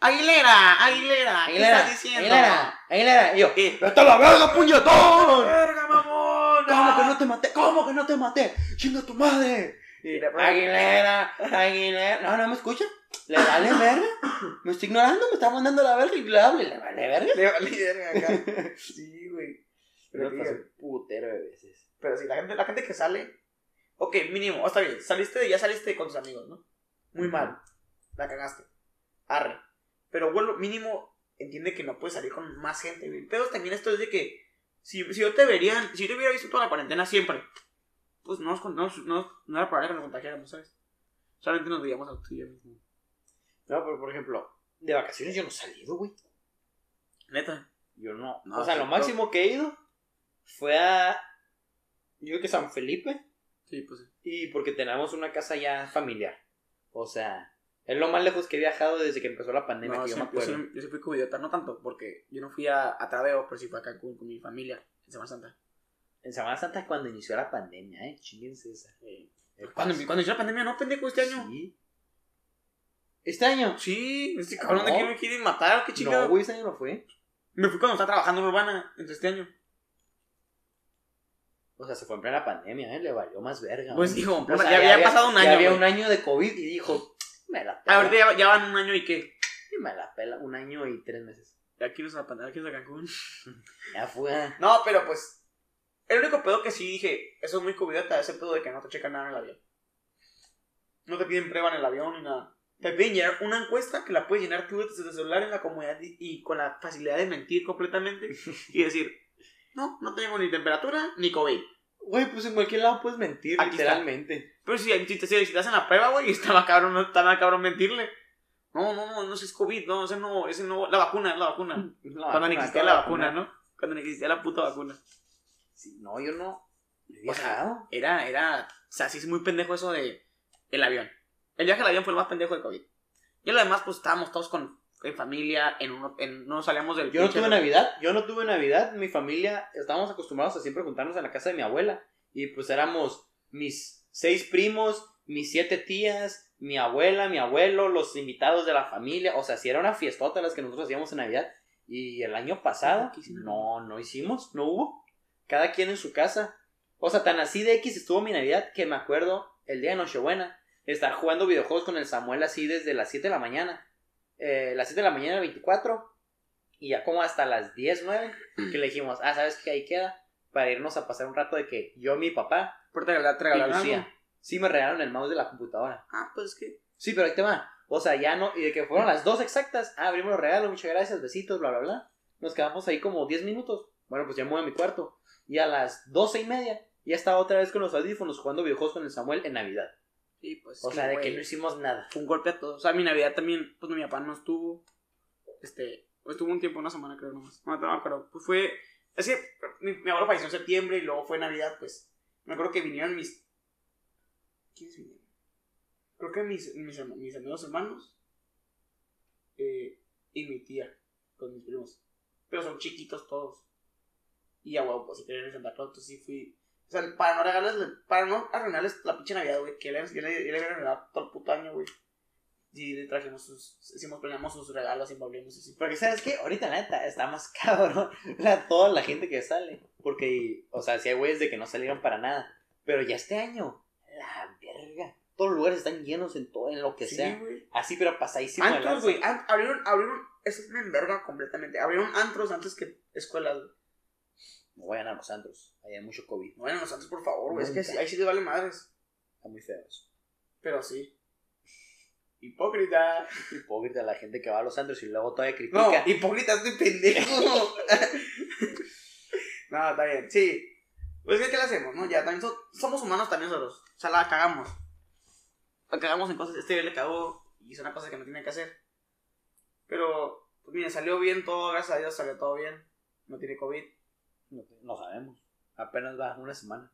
Speaker 1: Aguilera, Aguilera, ¿qué
Speaker 2: Aguilera,
Speaker 1: estás diciendo?
Speaker 2: Aguilera, Aguilera. Y yo,
Speaker 1: ¿Qué?
Speaker 2: ¡Vete a la verga, puñetón!
Speaker 1: ¡Verga, mamón! ah".
Speaker 2: ¿Cómo que no te maté? ¿Cómo que no te maté? ¡Chinga tu madre!
Speaker 1: Y la profe-
Speaker 2: Aguilera, Aguilera. No, no me escucha. ¿Le vale verga? ¿Me está ignorando? ¿Me está mandando la verga? Y le hablo y le vale verga.
Speaker 1: Le valí verga acá. Sí, güey. Pero,
Speaker 2: Nos
Speaker 1: sí,
Speaker 2: pasó un putero de veces.
Speaker 1: pero sí, la gente, la gente que sale Ok, mínimo, está bien. Saliste, ya saliste con tus amigos, ¿no? Muy mal. La cagaste. Arre. Pero vuelvo, mínimo, entiende que no puedes salir con más gente, güey. Pero también esto es de que si, si yo te verían, si yo te hubiera visto toda la cuarentena siempre, pues no, nos con- no, nos- no, no era probable que nos contagiáramos, ¿sabes? Solamente nos veíamos a tú y yo mismo.
Speaker 2: No, pero por ejemplo, de vacaciones yo no he salido, güey.
Speaker 3: Neta.
Speaker 2: Yo no.
Speaker 3: No,
Speaker 2: o sea, lo
Speaker 3: sí,
Speaker 2: máximo que he ido fue a. Yo creo que San Felipe.
Speaker 3: Sí, pues sí.
Speaker 2: Y porque tenemos una casa ya familiar. O sea, es lo más lejos que he viajado desde que empezó la pandemia,
Speaker 3: No,
Speaker 2: que yo
Speaker 3: sí,
Speaker 2: me
Speaker 3: yo,
Speaker 2: acuerdo.
Speaker 3: sí- yo sí fui como idiota, no tanto, porque yo no fui a, a Traveo, pero sí fui a Cancún con mi familia en Semana Santa.
Speaker 2: En Semana Santa es cuando inició la pandemia, ¿eh? Chinguense esa.
Speaker 1: Eh,
Speaker 2: El
Speaker 3: Cuando,
Speaker 2: paso.
Speaker 3: cuando inició la pandemia, no, pendejo, este año.
Speaker 2: Sí. ¿Este año?
Speaker 3: Sí, este cabrón de
Speaker 2: No.
Speaker 3: aquí me quieren matar, qué chingado.
Speaker 2: No, güey, este año no fue.
Speaker 3: me fui cuando estaba trabajando en Urbana, entonces este año.
Speaker 2: O sea, se fue en plena pandemia, ¿eh? Le valió más verga.
Speaker 3: Pues
Speaker 2: güey.
Speaker 3: dijo,
Speaker 2: O
Speaker 3: pues,
Speaker 2: sea,
Speaker 3: ya, había pasado un año.
Speaker 2: Ya había
Speaker 3: güey.
Speaker 2: un año de COVID y dijo, me la
Speaker 3: Ah,
Speaker 2: pela.
Speaker 3: Ahorita ya, ya van un año y qué.
Speaker 2: Me la pela un año y tres meses.
Speaker 3: Ya quiero ir a Pan- ya quiero ir a Cancún.
Speaker 2: Ya fue.
Speaker 1: No, pero pues. El único pedo que sí dije, eso es muy cubiota, ese pedo de que no te checan nada en el avión. No te piden prueba en el avión ni nada. Te piden llenar una encuesta que la puedes llenar tú desde tu celular en la comunidad y, y con la facilidad de mentir completamente y decir, no, no tengo ni temperatura ni COVID.
Speaker 2: Güey, pues en cualquier lado puedes mentir,
Speaker 1: Aquí está.
Speaker 2: literalmente.
Speaker 3: Pero si, si, te, si te hacen la prueba, güey, estaba cabrón, no estaba cabrón mentirle. No, no, no, no, si es COVID, no, ese no, ese no, la vacuna, es la vacuna.
Speaker 2: La
Speaker 3: Cuando
Speaker 2: vacuna,
Speaker 3: ni existía
Speaker 2: toda
Speaker 3: la vacuna, ¿no? Cuando ni existía la puta vacuna.
Speaker 2: Sí, no, yo no. he
Speaker 3: O sea,
Speaker 2: viajado.
Speaker 3: Era, era, o sea, sí es muy pendejo eso de el avión. El viaje al avión fue el más pendejo de COVID. Y lo demás, pues estábamos todos con, en familia, en uno, en, no salíamos del
Speaker 2: Yo no
Speaker 3: pinche-
Speaker 2: tuve Navidad, yo no tuve Navidad, mi familia, estábamos acostumbrados a siempre juntarnos en la casa de mi abuela. Y pues éramos mis seis primos, mis siete tías, mi abuela, mi abuelo, los invitados de la familia. O sea, si era una fiestota las que nosotros hacíamos en Navidad. Y el año pasado,
Speaker 3: Ah, ¿qué hicieron?
Speaker 2: no, no hicimos, no hubo. Cada quien en su casa. O sea, tan así de X estuvo mi Navidad que me acuerdo el día de Nochebuena estar jugando videojuegos con el Samuel así desde las 7 de la mañana. Eh, las 7 de la mañana, 24. Y ya como hasta las 10, 9, que le dijimos, ah, ¿sabes qué? Ahí queda. Para irnos a pasar un rato de que yo, mi papá
Speaker 3: Pero te regalaron- te
Speaker 2: y
Speaker 3: regalaron algo.
Speaker 2: Lucía. Sí me regalaron el mouse de la computadora.
Speaker 3: Ah, pues es que.
Speaker 2: Sí, pero ahí te va. O sea, ya no. Y de que fueron las dos exactas. Ah, abrimos los regalos, muchas gracias, besitos, bla, bla, bla. Nos quedamos ahí como 10 minutos. Bueno, pues ya me voy a mi cuarto. Y a las 12 y media ya estaba otra vez con los audífonos jugando videojuegos con el Samuel en Navidad.
Speaker 3: Sí, pues.
Speaker 2: O sea, de que
Speaker 3: güey,
Speaker 2: no hicimos nada.
Speaker 3: Fue un golpe a todos. O sea, mi Navidad también, pues mi papá no estuvo. Este, estuvo un tiempo, una semana creo nomás. No, no me acuerdo. Pues fue.
Speaker 1: Es que mi, mi abuelo falleció en septiembre y luego fue Navidad, pues. Me acuerdo que vinieron mis. ¿Quiénes vinieron? Creo que mis, mis, herma- mis amigos hermanos. eh, y mi tía, con mis primos. Pero son chiquitos todos. Y a huevo, pues si querían Santa Claus, entonces sí fui. O sea, para no regalarles, para no arruinarles la pinche Navidad, güey, que le, yo le, yo le iba a regalar todo el puto año, güey. Y le trajimos sus, hicimos, planeamos sus regalos, envolvimos así.
Speaker 2: Porque sabes qué, ahorita la neta está más cabrón la, toda la gente que sale. Porque, o sea, si hay güeyes de que no salieron para nada. Pero ya este año, la verga. Todos los lugares están llenos en todo, en lo que sea.
Speaker 1: güey.
Speaker 2: Así, pero pasadísimo. de
Speaker 1: antros,
Speaker 2: lanza.
Speaker 1: güey. an- abrieron, abrieron. Eso me enverga completamente. Abrieron antros antes que escuelas, güey.
Speaker 2: No vayan a los antros. Ahí hay mucho COVID.
Speaker 1: No vayan a los antros, por favor, güey. Es que
Speaker 2: Nunca.
Speaker 1: sí- ahí sí les vale madres.
Speaker 2: Está muy feo eso.
Speaker 1: Pero sí. Hipócrita.
Speaker 2: Hipócrita la gente que va a los antros y luego todavía
Speaker 1: No,
Speaker 2: critica.
Speaker 1: hipócrita, estoy pendejo. no, está bien. Sí. Pues es que, ¿qué le hacemos, no? Ya, también so- somos humanos también nosotros. O sea, la cagamos. La cagamos en cosas. Este le cagó y son cosas que no tiene que hacer. Pero, pues miren, salió bien todo. Gracias a Dios salió todo bien. No tiene COVID.
Speaker 2: No, no sabemos. Apenas va una semana.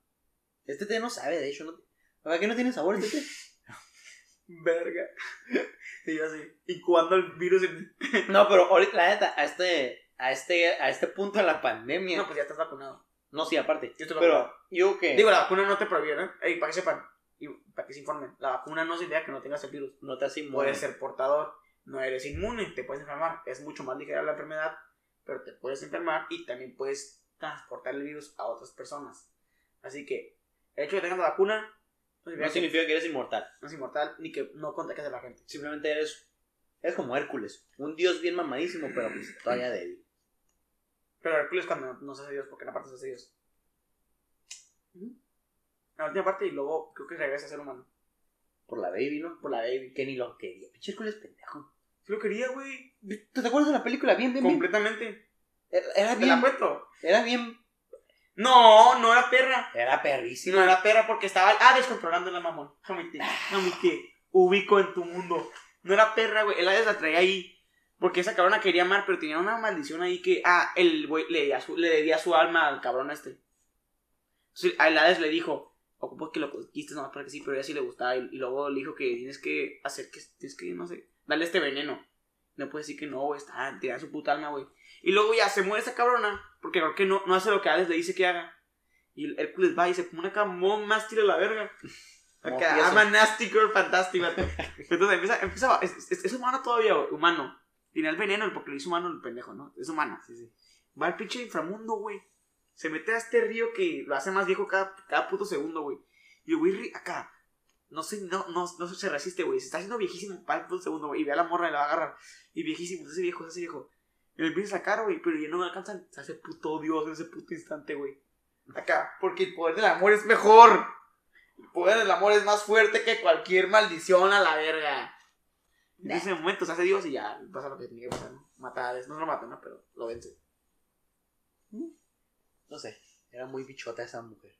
Speaker 2: Este té no sabe, de hecho. No, ¿Para qué no tiene sabor este té?
Speaker 1: Verga. Y yo así, incubando el virus en mí.
Speaker 2: No, pero ahorita, la neta, a este, a este, a este punto de la pandemia.
Speaker 1: No, pues ya estás vacunado.
Speaker 2: No, sí, aparte.
Speaker 1: Yo estoy
Speaker 2: Pero
Speaker 1: vacunado.
Speaker 2: yo que
Speaker 1: Digo, la vacuna no te prohíbe, ¿eh? Ey, para que sepan, y para que se informen, la vacuna no significa que no tengas el virus.
Speaker 2: no te hace inmune.
Speaker 1: Puedes ser portador, no eres inmune, te puedes enfermar. Es mucho más ligera la enfermedad, pero te puedes enfermar y también puedes transportar el virus a otras personas. Así que, el hecho de que tengas la vacuna no significa que
Speaker 2: No significa que eres inmortal.
Speaker 1: no es inmortal ni que no contagies a la gente.
Speaker 2: Simplemente eres. Eres como Hércules. Un dios bien mamadísimo, pero pues todavía débil.
Speaker 1: Pero Hércules cuando no se hace Dios, porque en la parte se hace Dios. la última parte y luego creo que regresa a ser humano.
Speaker 2: Por la baby, ¿no?
Speaker 1: Por la baby.
Speaker 2: Que ni lo quería. Pinche Hércules pendejo.
Speaker 1: Sí lo quería, güey.
Speaker 2: ¿Tú te acuerdas de la película? Bien, bien, bien.
Speaker 1: Completamente.
Speaker 2: Era, era
Speaker 1: ¿Te la
Speaker 2: bien.
Speaker 1: cuento?
Speaker 2: Era bien.
Speaker 1: No, no era perra.
Speaker 2: Era
Speaker 1: Si
Speaker 2: perrísimo.
Speaker 1: no era perra porque estaba. Ah, descontrolando la mamón. Jamite. Jamite. Ubico en tu mundo. No era perra, güey. El Hades la traía ahí. Porque esa cabrona quería amar, pero tenía una maldición ahí que. Ah, el güey le, debía su- le debía su alma al cabrón este. Entonces el Hades le dijo: Ocupo que lo conquistes nomás para que sí, pero ella sí le gustaba. Y, y luego le dijo que tienes que hacer que. Tienes que, no sé. Darle este veneno. No puede decir que no, güey. Está. Te da su puta alma, güey. Y luego ya se muere esa cabrona. Porque creo que no, no hace lo que Hades le dice que haga. Y el Hércules va y se pone acá Mom Nasty a la verga. Acá,
Speaker 2: Mafioso.
Speaker 1: I'm a nasty girl, fantastic, vato. Entonces empieza, empieza es, es- es humano todavía, güey, humano. Tiene el veneno, porque lo hizo humano el pendejo, ¿no? Es humano. Va al pinche inframundo, güey. Se mete a este río que lo hace más viejo cada, cada puto segundo, güey. Y el güey ri- acá. No sé, no, no, no se resiste, güey. Se está haciendo viejísimo para el puto segundo, güey. Y ve a la morra y la va a agarrar. Y viejísimo, se hace viejo, se hace viejo. Y lo empieza a sacar, güey, pero ya no me alcanzan. Se hace puto Dios en ese puto instante, güey. Acá, porque el poder del amor es mejor. El poder del amor es más fuerte que cualquier maldición a la verga. En ese momento se hace Dios y ya pasa lo que tenía que pasar. ¿no? Mata a Hades. No lo mata, ¿no? Pero lo vence.
Speaker 2: No sé. Era muy bichota esa mujer.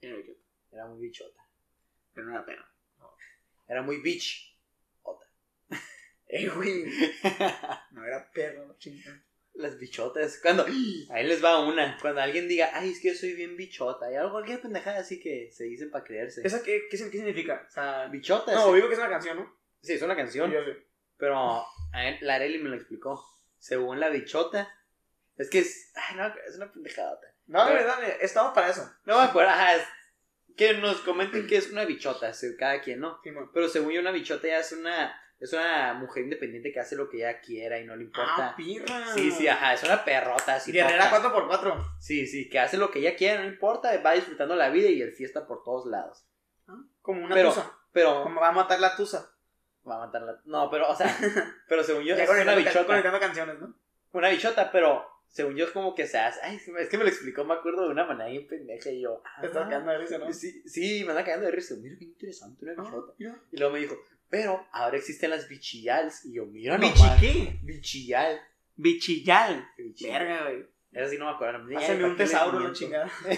Speaker 1: Y no lo quita.
Speaker 2: Era muy bichota.
Speaker 1: Pero no era pena.
Speaker 2: Era muy bitch.
Speaker 1: Eh, güey. No era perro, la chingada.
Speaker 2: Las bichotas. Cuando. Ahí les va una. Cuando alguien diga, ay, es que yo soy bien bichota. Y algo, cualquier pendejada así que se dicen para creerse.
Speaker 1: ¿Esa qué, qué, sin- qué significa? O sea,
Speaker 2: Bichota.
Speaker 1: no,
Speaker 2: sí.
Speaker 1: digo que es una canción, ¿no?
Speaker 2: Sí, es una canción.
Speaker 1: Yo sé.
Speaker 2: Pero a ver, la Areli me lo explicó. Según la bichota. Es que es. Ay, no, es una pendejadota.
Speaker 1: No, dale, dale. Estamos para eso.
Speaker 2: No me acuerdo. ajá, es- que nos comenten que es una bichota, sí, cada quien, ¿no?
Speaker 1: Simón.
Speaker 2: Pero según yo, una bichota ya es una. Es una mujer independiente que hace lo que ella quiera y no le importa.
Speaker 1: Ah, pirra.
Speaker 2: sí, sí, ah, ajá, es una perrota así.
Speaker 1: Guerrera
Speaker 2: poca.
Speaker 1: 4x4.
Speaker 2: Sí, sí, que hace lo que ella quiera, no importa, va disfrutando la vida y el fiesta por todos lados.
Speaker 1: Ah, Como una
Speaker 2: Pero-
Speaker 1: tusa.
Speaker 2: Pero
Speaker 1: Como va a matar la tusa.
Speaker 2: va a matarla. No, pero, o sea, pero según yo,
Speaker 1: Ya
Speaker 2: es una
Speaker 1: conectando can-
Speaker 2: bichota.
Speaker 1: conectando canciones, ¿no?
Speaker 2: una bichota, pero según yo es como que se hace. Ay, es que me- es que me lo explicó, me acuerdo de una manera bien pendeja y yo.
Speaker 1: Te estás
Speaker 2: ah,
Speaker 1: quedando de risa, ¿no? Ah,
Speaker 2: Sí, sí, me anda cagando de risa. Mira qué interesante una bichota.
Speaker 1: Mira.
Speaker 2: Y luego me dijo, pero ahora existen las bichillals. Y yo, mira, no.
Speaker 1: Bichiquí.
Speaker 2: Bichillal.
Speaker 1: Bichillal.
Speaker 2: Bichillal.
Speaker 1: Verga, güey.
Speaker 2: Eso sí no me acuerdo. Ni-
Speaker 1: Haceme
Speaker 2: ¿para
Speaker 1: un
Speaker 2: qué les
Speaker 1: tesauro, la
Speaker 2: miento?
Speaker 1: chingada.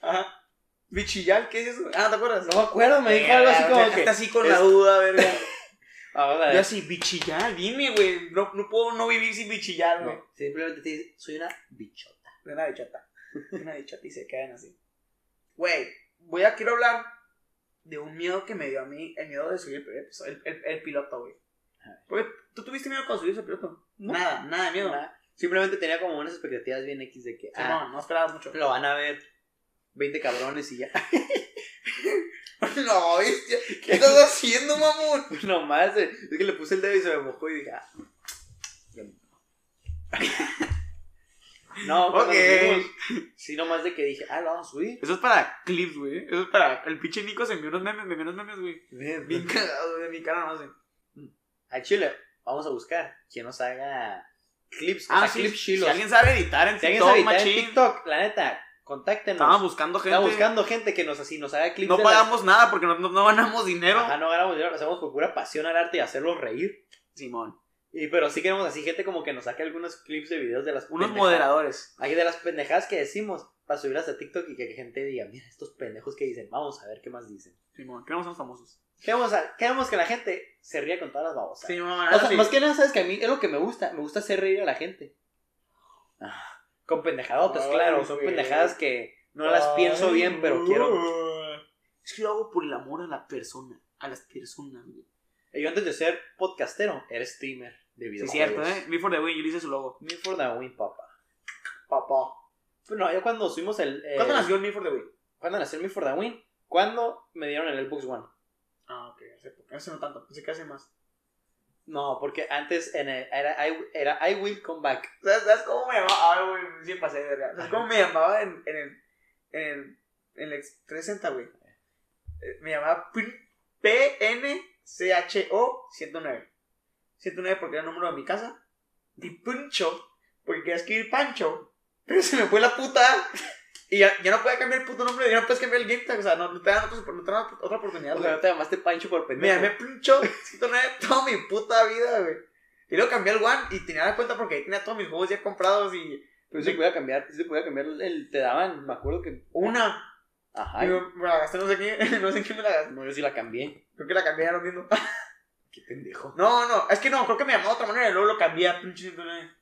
Speaker 1: Ajá. Bichillal, ¿qué es eso? Ah, ¿te acuerdas?
Speaker 2: No me acuerdo, me dijo algo así como que.
Speaker 1: Está así con
Speaker 2: es-
Speaker 1: la duda, verga.
Speaker 2: Vamos a
Speaker 1: Yo
Speaker 2: ver.
Speaker 1: así, bichillal, dime, güey. No, no puedo no vivir sin bichillal, güey.
Speaker 2: No, simplemente te dice, soy una bichota.
Speaker 1: De una bichota. De una bichota y se quedan así. Güey, voy a quiero hablar de un miedo que me dio a mí, el miedo de subir el, primer episodio, el, el- el piloto, güey. Porque tú tuviste miedo cuando subiste el piloto.
Speaker 2: No.
Speaker 1: Nada, nada de miedo.
Speaker 2: Nada. Simplemente tenía como unas expectativas bien X de que.
Speaker 1: Sí,
Speaker 2: ah,
Speaker 1: no, no esperabas mucho.
Speaker 2: lo van a ver 20 cabrones y ya.
Speaker 1: No, bestia. ¿Qué estás haciendo, mamón?
Speaker 2: Nomás, eh, es que le puse el dedo y se me mojó y dije, ah. No, cuando nos
Speaker 1: Ok.
Speaker 2: vimos, sí, nomás de que dije, ah, lo vamos a subir.
Speaker 3: Eso es para clips, güey. Eso es para. El pinche Nico se envió unos memes, me envió unos memes, güey.
Speaker 1: Bien cagado, de mi cara no sé.
Speaker 2: Al chile, vamos a buscar quien nos haga clips, o
Speaker 3: Ah,
Speaker 2: sea,
Speaker 3: sí.
Speaker 2: clips
Speaker 3: Si
Speaker 2: chilos.
Speaker 3: alguien sabe editar en
Speaker 2: Si alguien
Speaker 3: TikTok,
Speaker 2: sabe editar en
Speaker 3: machín.
Speaker 2: TikTok, la neta, contáctenos.
Speaker 3: Estaban buscando gente.
Speaker 2: Estaba buscando gente que nos así nos haga clips.
Speaker 3: No
Speaker 2: de las-
Speaker 3: pagamos nada porque no, no, no ganamos dinero.
Speaker 2: Ajá, no ganamos dinero, lo hacemos por pura pasión al arte y hacerlos reír.
Speaker 3: Simón.
Speaker 2: Y, pero sí queremos así gente como que nos saque algunos clips de videos de las
Speaker 3: Unos
Speaker 2: pendejadas-
Speaker 3: moderadores.
Speaker 2: Hay de las pendejadas que decimos para subirlas a TikTok y que gente diga, mira, estos pendejos que dicen, vamos a ver qué más dicen.
Speaker 3: Simón, queremos ser famosos.
Speaker 2: Queremos, a- queremos que la gente se ría con todas las babosas.
Speaker 1: Sí, mamá,
Speaker 2: o sea, más que nada, sabes que a mí es lo que me gusta, me gusta hacer reír a la gente. Ah, con pendejadotas,
Speaker 1: Ay,
Speaker 2: claro, son
Speaker 1: güey.
Speaker 2: pendejadas que no las pienso bien, pero quiero...
Speaker 3: Es que lo hago por el amor a la persona. A las personas, güey.
Speaker 2: Yo antes de ser podcastero, era streamer de
Speaker 3: Sí,
Speaker 2: videojuegos.
Speaker 3: cierto, ¿eh? Before the Win, yo le hice su logo.
Speaker 2: Me for the win, papá.
Speaker 1: Papá. Eh.
Speaker 2: No, yo cuando subimos el... el-
Speaker 1: ¿Cuándo nació el Need for the Wii?
Speaker 2: ¿Cuándo nació el Me for the win? ¿Cuándo me dieron el Xbox One?
Speaker 1: Ah, ok, hace poco. Hace no tanto, pensé que hace más.
Speaker 2: No, porque antes en el- era, I, era I Will Come Back.
Speaker 1: ¿Sabes, sabes cómo me llamaba? Ah, güey, sí pasé de verdad. ¿Sabes cómo me llamaba en, en el. en el. en el 360, güey? Eh, Me llamaba P- PNCHO 109. 109 porque era el número de mi casa. Y Puncho, porque quería escribir Pancho. Pero se me fue la puta. A. Y ya, ya no puede cambiar el puto nombre, ya no puedes cambiar el game tag, o sea, no, no te dan otra, no te dan otra oportunidad,
Speaker 2: O sea,
Speaker 1: güey.
Speaker 2: no te llamaste Pancho por
Speaker 1: Me
Speaker 2: pendejo.
Speaker 1: llamé Pincho 109 toda mi puta vida, güey. Y luego cambié el One y tenía la cuenta porque ahí tenía todos mis juegos ya comprados y
Speaker 2: Pero sí te podía cambiar, sí te podía cambiar el, te daban, me acuerdo que,
Speaker 1: una.
Speaker 2: ajá,
Speaker 1: Y me, me la gasté, no sé quién, no sé quién me la gastó.
Speaker 2: no, yo sí la cambié.
Speaker 1: Creo que la cambié ya lo mismo.
Speaker 2: Qué pendejo.
Speaker 1: No, no, es que no, creo que me llamó de otra manera y luego lo cambié a Pincho 109.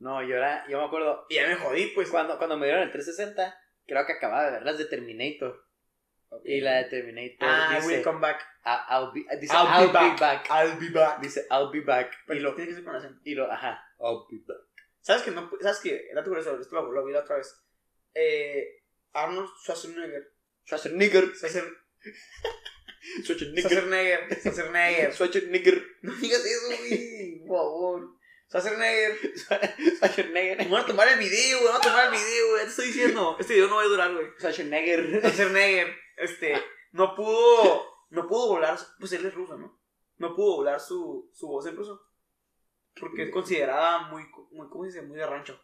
Speaker 2: No, yo era, yo me acuerdo,
Speaker 1: Y ya me jodí, pues.
Speaker 2: cuando, cuando me dieron el 360, creo que acababa de ver las de Terminator. Y la de Terminator
Speaker 1: Ah, I
Speaker 2: dice,
Speaker 1: will come back.
Speaker 2: "I- I'll be, ah, dice,
Speaker 1: I'll be
Speaker 2: I'll, be,
Speaker 1: back".
Speaker 2: back.
Speaker 1: I'll be back.
Speaker 2: Dice, I'll be back. Y
Speaker 1: Pero
Speaker 2: lo,
Speaker 1: tiene que ser con acento.
Speaker 2: y lo, ajá, I'll be back.
Speaker 1: ¿Sabes que no? ¿Sabes que Dato curioso, esto lo, lo vi la otra vez. Eh, Arnold Schwarzenegger.
Speaker 2: Schwarzenegger,
Speaker 1: Schwarzen-
Speaker 2: Schwarzenegger,
Speaker 1: Schwarzenegger. Schwarzenegger.
Speaker 2: Schwarzenegger,
Speaker 1: No digas eso, güey. Por favor. Schwarzenegger.
Speaker 2: Schwarzenegger,
Speaker 1: Vamos a tomar el video, güey. Vamos a tomar el video, güey. Te estoy diciendo. Este video no va a durar, güey.
Speaker 2: Schwarzenegger.
Speaker 1: Schwarzenegger. Este. No pudo. No pudo volar. su- Pues él es ruso, ¿no? No pudo volar su, su voz en ruso. Porque es considerada muy, muy. ¿Cómo se dice? Muy de rancho.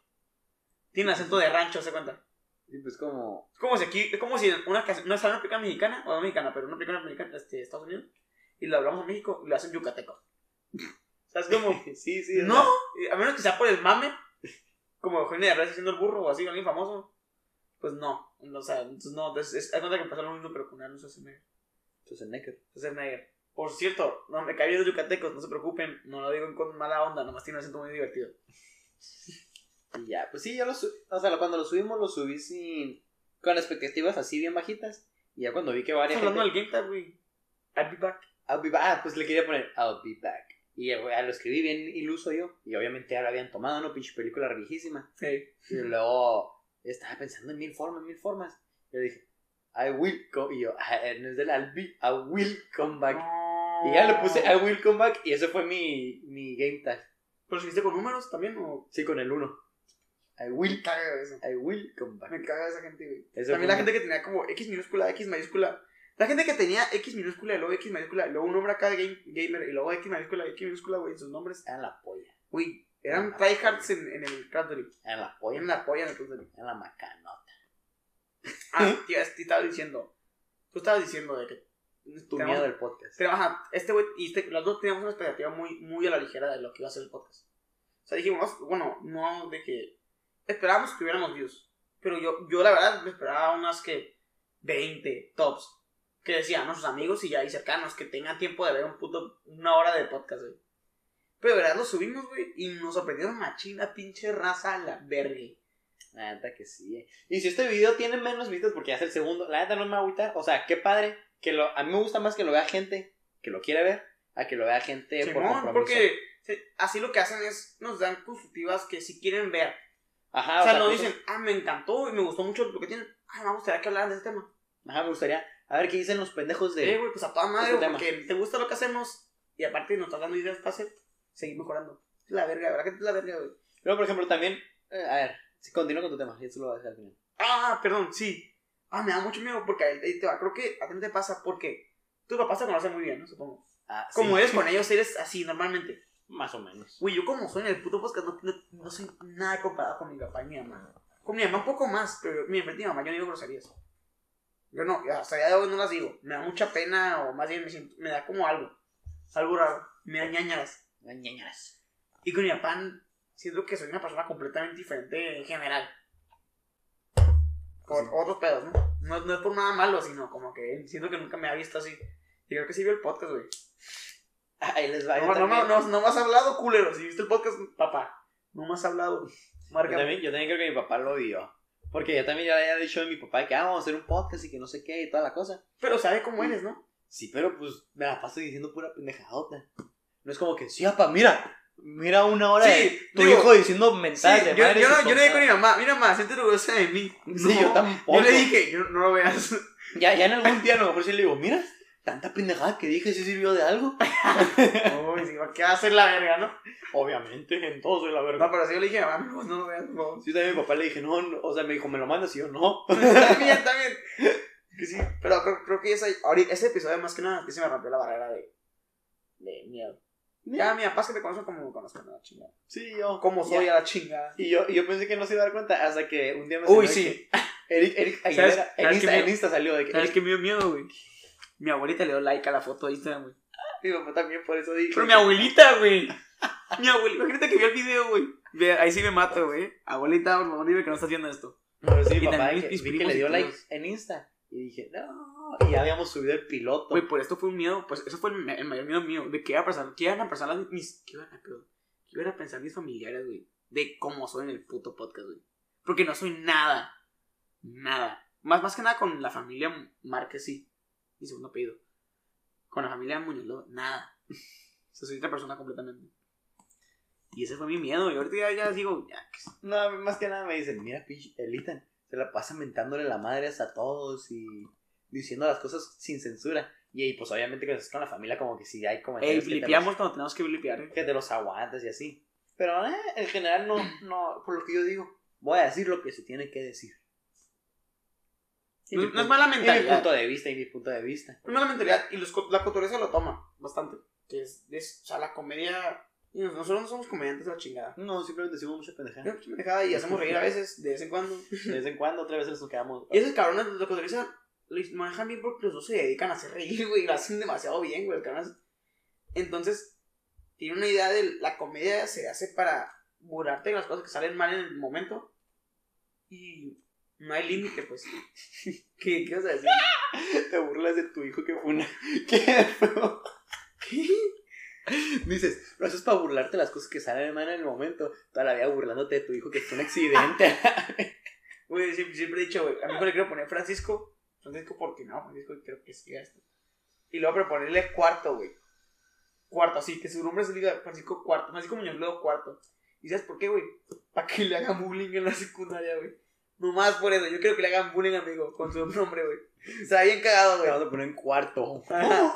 Speaker 1: Tiene acento de rancho, se cuenta.
Speaker 2: Y pues como,
Speaker 1: Es como si aquí, es como si una canción, no es una película mexicana, o no mexicana, pero una película mexicana, este, de Estados Unidos, y lo hablamos en México y lo hacen yucateco. O sea, es como,
Speaker 2: sí, sí,
Speaker 1: no, a menos que sea por el mame, como Eugenio Derbez haciendo el burro o así, alguien famoso, pues no, o sea, entonces no, entonces es, hay cuenta que pasó lo mismo, pero con Arnold Schwarzenegger.
Speaker 2: Schwarzenegger.
Speaker 1: Schwarzenegger. Por cierto, no me caí los yucatecos, no se preocupen, no lo digo con mala onda, nomás tiene un acento muy divertido.
Speaker 2: Y ya, pues sí, ya lo su- O sea, cuando lo subimos, lo subí sin. Con expectativas así bien bajitas. Y ya cuando vi que varias.
Speaker 1: Estás
Speaker 2: Gente,
Speaker 1: hablando del Game Tag, güey. I'll be back.
Speaker 2: I'll be back. Ah, pues le quería poner I'll be back. Y ya, ya lo escribí bien iluso yo. Y obviamente ya lo habían tomado, ¿no? Pinche película viejísima.
Speaker 1: Sí.
Speaker 2: Y luego estaba pensando en mil formas, mil formas. Y yo dije, I will come. Y yo, ah, eh, no es del I'll be, I will come back. Y ya le puse I will come back. Y ese fue mi, mi game tag.
Speaker 1: ¿Pero subiste con números también o
Speaker 2: Sí, con el 1. I will,
Speaker 1: caga eso.
Speaker 2: I will come back.
Speaker 1: Me caga esa gente, güey.
Speaker 2: Ese fue
Speaker 1: También la
Speaker 2: mi-
Speaker 1: gente que tenía como X minúscula, X mayúscula. La gente que tenía X minúscula y luego X mayúscula, y luego un nombre acá de game- gamer y luego X mayúscula y X minúscula, güey, sus nombres.
Speaker 2: Era la polla.
Speaker 1: Güey,
Speaker 2: Ah,
Speaker 1: eran tryhards en, en el Call of Duty.
Speaker 2: Era la polla.
Speaker 1: Eran la polla en el Call of Duty.
Speaker 2: Era la macanota.
Speaker 1: Ah, tío, te estaba diciendo. Tú estabas diciendo de que.
Speaker 2: Tu
Speaker 1: Tenemos-
Speaker 2: miedo del podcast.
Speaker 1: Pero, ajá, este güey y este, los dos teníamos una expectativa muy, muy a la ligera de lo que iba a ser el podcast. O sea, dijimos, bueno, no de que esperábamos que tuviéramos views. Pero yo, yo la verdad, me esperaba unas que 20 tops. Que decían nuestros amigos y ya y cercanos que tengan tiempo de ver un puto, una hora de podcast, güey. Pero de verdad lo subimos, güey, y nos sorprendieron machín la pinche raza a la verga.
Speaker 2: La neta que sí. eh. Y si este video tiene menos vistas porque ya es el segundo, la neta no me va a agüitar. O sea, qué padre. Que lo, a mí me gusta más que lo vea gente que lo quiere ver a que lo vea gente por
Speaker 1: Simón,
Speaker 2: compromiso.
Speaker 1: porque sí, así lo que hacen es, nos dan constructivas que si quieren ver
Speaker 2: Ajá, pues,
Speaker 1: o sea, no
Speaker 2: cosas-
Speaker 1: dicen, ah, me encantó y me gustó mucho lo que tienen. Ah, me gustaría que hablaran de ese tema.
Speaker 2: Ajá, me gustaría. A ver qué dicen los pendejos
Speaker 1: Eh,
Speaker 2: de.
Speaker 1: güey, pues a toda madre,
Speaker 2: Ese
Speaker 1: güey,
Speaker 2: tema.
Speaker 1: porque te gusta lo que hacemos y aparte nos estás dando ideas para hacer, seguir mejorando. Es la verga, ¿verdad que es la verga, güey?
Speaker 2: Luego, por ejemplo, también. eh, a ver, si continúa con tu tema. Eso lo voy a dejar al final.
Speaker 1: Ah, perdón, sí. Ah, me da mucho miedo porque ahí ahí te va. Creo que a ti no te pasa porque tus papás te conocen muy bien, ¿no? Supongo.
Speaker 2: Ah, sí.
Speaker 1: Como eres con ellos, eres así normalmente.
Speaker 2: Más o menos.
Speaker 1: Güey, yo como soy en el puto podcast, no, no, no soy nada comparado con mi papá y mi mamá. Con mi mamá un poco más, pero mi, mi mamá yo no digo groserías. Yo no, hasta el día de hoy no las digo. Me da mucha pena o más bien me, siento- me da como algo. Algo raro. Me da ñañaras.
Speaker 2: Ay, ñañaras.
Speaker 1: Y con mi papá siento que soy una persona completamente diferente en general. Por
Speaker 2: Sí.
Speaker 1: otros pedos, ¿no? ¿no? No es por nada malo, sino como que siento que nunca me ha visto así. Y creo que sí vio el podcast, güey.
Speaker 2: Ahí les va. yo
Speaker 1: No, no,
Speaker 2: también-
Speaker 1: no, no, no me has hablado, culero. Si viste el podcast, papá, no me has hablado.
Speaker 2: Yo
Speaker 1: Marca.
Speaker 2: también, yo también creo que mi papá lo vio. Porque yo también ya le había dicho a mi papá que ah, vamos a hacer un podcast y que no sé qué y toda la cosa.
Speaker 1: Pero sabe cómo eres, ¿no?
Speaker 2: Sí, pero pues me la paso diciendo pura pendejadota. No es como que, sí, papá, mira, mira una hora
Speaker 1: Sí,
Speaker 2: de tu
Speaker 1: digo,
Speaker 2: hijo diciendo mentadas de
Speaker 1: yo,
Speaker 2: madre.
Speaker 1: yo
Speaker 2: y
Speaker 1: no,
Speaker 2: sus
Speaker 1: yo le dije con mi
Speaker 2: tontadas".
Speaker 1: mamá, mira mamá, siéntete orgullosa de mí.
Speaker 2: Sí,
Speaker 1: No,
Speaker 2: yo tampoco.
Speaker 1: yo le dije, yo, no lo veas.
Speaker 2: Ya, ya en algún día a lo mejor sí le digo, mira, tanta pendejada que dije, sí sirvió de algo.
Speaker 1: Uy, sí, ¿qué va a hacer la verga, no?
Speaker 2: Obviamente, en todo soy la
Speaker 1: No,
Speaker 2: verdad.
Speaker 1: pero sí yo le dije, mamá, no, no lo veas, por favor.
Speaker 2: Sí, también a mi papá le dije, no, no, o sea, me dijo, ¿me lo mandas? Y yo, no.
Speaker 1: también, también. Que sí, pero creo, creo que esa, ahorita, ese episodio más que nada, que se me rompió la barrera de, de miedo. Ya, mi papá es que me conocen como me conocen a la chingada.
Speaker 2: Sí, yo.
Speaker 1: Como soy
Speaker 2: Ya.
Speaker 1: a la chingada.
Speaker 2: Y yo, y yo pensé que no se iba a dar cuenta hasta que un día me
Speaker 1: Uy,
Speaker 2: señaló
Speaker 1: sí.
Speaker 2: que- Eric, Eric
Speaker 3: ¿Sabes-
Speaker 2: Aguilera,
Speaker 3: sabes
Speaker 2: en, Insta,
Speaker 3: que me-
Speaker 2: en Insta salió de que
Speaker 3: ¿Sabes qué me dio miedo, güey? Mi abuelita le dio like a la foto de Instagram, güey.
Speaker 2: mi papá también por eso dije.
Speaker 3: Pero mi abuelita, güey. Mi abuelita, imagínate que vio el video, güey. Ve, Ahí sí me mato, güey. Abuelita, por favor, dime que no estás viendo esto.
Speaker 2: Pero sí,
Speaker 3: Y
Speaker 2: mi papá
Speaker 3: también
Speaker 2: de que,
Speaker 3: mis
Speaker 2: vi que
Speaker 3: primos
Speaker 2: le
Speaker 3: y
Speaker 2: dio like
Speaker 3: tíos.
Speaker 2: en Insta y dije, no, y ya habíamos subido el piloto.
Speaker 3: Güey, por esto fue un miedo, pues eso fue el, ma- el mayor miedo mío. De qué iban a pensar, qué iban a pensar las- mis, qué iban a, perdón, qué iban a pensar mis familiares, güey. De cómo soy en el puto podcast, güey. Porque no soy nada. Nada. Más, más que nada con la familia Márquez, sí. Mi segundo apellido. Con la familia Muñoz, Lobo, nada. O sea, soy otra persona completamente. Y ese fue mi miedo. Y ahorita ya, ya digo, ya, que se-
Speaker 2: No, a mí más que nada me dicen, mira, pinche, el Ethan se la pasa mentándole la madre a todos y diciendo las cosas sin censura. Y, ahí, pues obviamente que es con la familia como que si hay
Speaker 3: Ey,
Speaker 2: comentarios Pues, que, te los,
Speaker 3: flipeamos cuando tenemos que flipear, eh.
Speaker 2: que te los aguantas y así. Pero eh, en general no, no, por lo que yo digo, voy a decir lo que se tiene que decir. Y
Speaker 3: No,
Speaker 2: mi
Speaker 3: no es
Speaker 2: punto-
Speaker 3: mala
Speaker 2: y mi
Speaker 3: mentalidad.
Speaker 2: punto de vista y mi punto de vista.
Speaker 1: Primero la mentalidad y los, co- la cotorreza lo toma bastante. Que es, es- o sea, la comedia. y nos- Nosotros no somos comediantes a la chingada.
Speaker 2: No, simplemente decimos mucha pendejada.
Speaker 1: Es una pendejada Y hacemos reír a veces, de vez en cuando.
Speaker 2: De vez en cuando, otra vez nos quedamos.
Speaker 1: Y esos cabrones de la cotorreza lo manejan bien porque los dos se dedican a hacer reír, güey. y Lo hacen demasiado bien, güey. los cabrones. Entonces, tiene una idea de la comedia se hace para burlarte de las cosas que salen mal en el momento. Y no hay límite, pues. ¿Qué, ¿Qué vas a decir?
Speaker 2: Te burlas de tu hijo que fue una. ¿Qué? bro? Dices, lo haces para burlarte de las cosas que salen mal en el momento. Toda la vida burlándote de tu hijo que fue un accidente.
Speaker 1: Güey, siempre, siempre he dicho, güey, a mi hijo le quiero poner Francisco. Francisco, porque no? Francisco, creo que sí, esto. Y luego, pero ponerle cuarto, güey. Cuarto, así, que su nombre se diga Francisco Cuarto. Francisco Muñoz Ledo Cuarto. ¿Y sabes por qué, güey? Para que le hagan bullying en la secundaria, güey. Nomás por eso, yo quiero que le hagan bullying, amigo, con su nombre, güey. Está bien cagado,
Speaker 2: Te
Speaker 1: güey.
Speaker 2: vas a poner en cuarto.
Speaker 1: Ajá.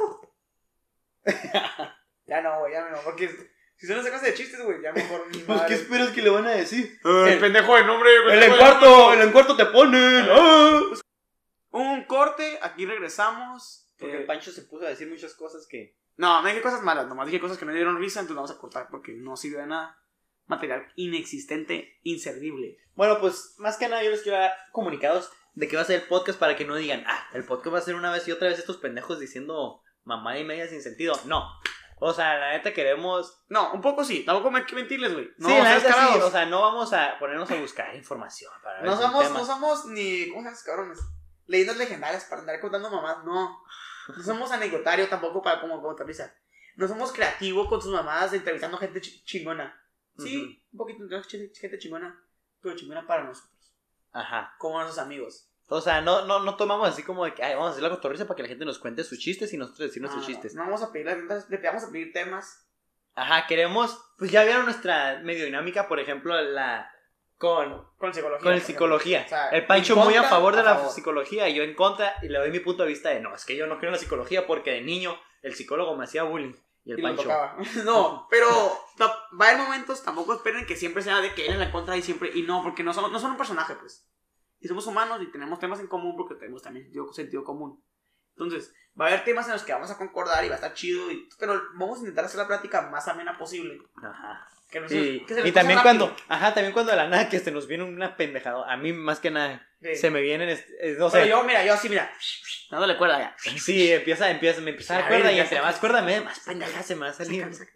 Speaker 1: ya no, güey, ya no, porque si son esas cosas de chistes, güey, ya mejor ni
Speaker 2: Pues, ¿qué
Speaker 1: madre.
Speaker 2: esperas que le van a decir?
Speaker 3: El pendejo de nombre.
Speaker 2: encuarto! ¡El encuarto te ponen! Ah. Pues,
Speaker 3: Un corte, aquí regresamos.
Speaker 2: Porque
Speaker 3: Eh,
Speaker 2: Pancho se puso a decir muchas cosas que.
Speaker 3: No, no dije cosas malas, nomás dije cosas que no dieron risa, entonces vamos a cortar porque no sirve de nada. Material inexistente, inservible.
Speaker 2: Bueno, pues más que nada yo les quiero dar comunicados de que va a ser el podcast para que no digan, ah, el podcast va a ser una vez y otra vez estos pendejos diciendo mamá y media sin sentido. No. O sea, la neta queremos
Speaker 3: No, un poco sí, tampoco hay que mentirles, güey. No,
Speaker 2: sí,
Speaker 3: vamos
Speaker 2: la
Speaker 3: a
Speaker 2: neta
Speaker 3: ser
Speaker 2: sí,
Speaker 3: descarados.
Speaker 2: o sea, no vamos a ponernos a buscar información para ver
Speaker 1: No
Speaker 2: si un
Speaker 1: somos,
Speaker 2: tema-
Speaker 1: no somos ni. ¿Cómo se llaman esos cabrones? Leyendas legendarias para andar contando mamás, no. No somos anecdotario tampoco para como contar risa. No somos creativos con sus mamás entrevistando gente chi- chingona. Sí,
Speaker 2: Ujú.
Speaker 1: un poquito entrevistamos chi- gente chingona, pero chingona para nosotros,
Speaker 2: Ajá.
Speaker 1: como nuestros amigos.
Speaker 2: O sea, no, no, no tomamos así como de que "Ay, vamos a hacer la cotorriza para que la gente nos cuente sus chistes y nosotros decir nuestros
Speaker 1: Ah, No,
Speaker 2: chistes.
Speaker 1: No, vamos a pedir las rentas, le vamos a pedir temas.
Speaker 2: Ajá, queremos. Pues ya vieron nuestra medio dinámica, por ejemplo, la con,
Speaker 1: Con psicología.
Speaker 2: con el
Speaker 1: por
Speaker 2: psicología.
Speaker 1: O sea,
Speaker 2: el Pancho
Speaker 1: en contra,
Speaker 2: muy a favor de
Speaker 1: a
Speaker 2: la
Speaker 1: favor.
Speaker 2: psicología y yo en contra y le doy mi punto de vista de no, es que yo no creo en la psicología porque de niño el psicólogo me hacía bullying y el
Speaker 1: ejemplo. Y lo
Speaker 2: Pancho.
Speaker 1: tocaba.
Speaker 3: No, pero ta- va a haber momentos, tampoco esperen que siempre sea de que él en la contra y siempre. Y no, porque no somos, no son un personaje, pues. Y somos humanos y tenemos temas en común porque tenemos también sentido, sentido común. Entonces,
Speaker 1: Va a haber temas en los que vamos a concordar y va a estar chido, y- pero vamos a intentar hacer la plática más amena posible.
Speaker 2: Ajá.
Speaker 1: Que no se-
Speaker 2: Sí,
Speaker 1: que se les
Speaker 2: y
Speaker 1: pase
Speaker 2: también
Speaker 1: rápido.
Speaker 2: cuando, ajá, también cuando de la nada que se nos viene una pendejada, a mí más que nada,
Speaker 1: Sí.
Speaker 2: se me vienen, este- es- no
Speaker 1: Pero
Speaker 2: sé,
Speaker 1: yo, mira, yo así, mira.
Speaker 3: dándole cuerda ya.
Speaker 2: sí, empieza, empieza, me empieza a dar
Speaker 3: A
Speaker 2: cuerda
Speaker 3: ver,
Speaker 2: y
Speaker 3: ya
Speaker 2: entre
Speaker 3: saca-
Speaker 2: más cuerda me más pendeja se me va a salir.
Speaker 3: Saca,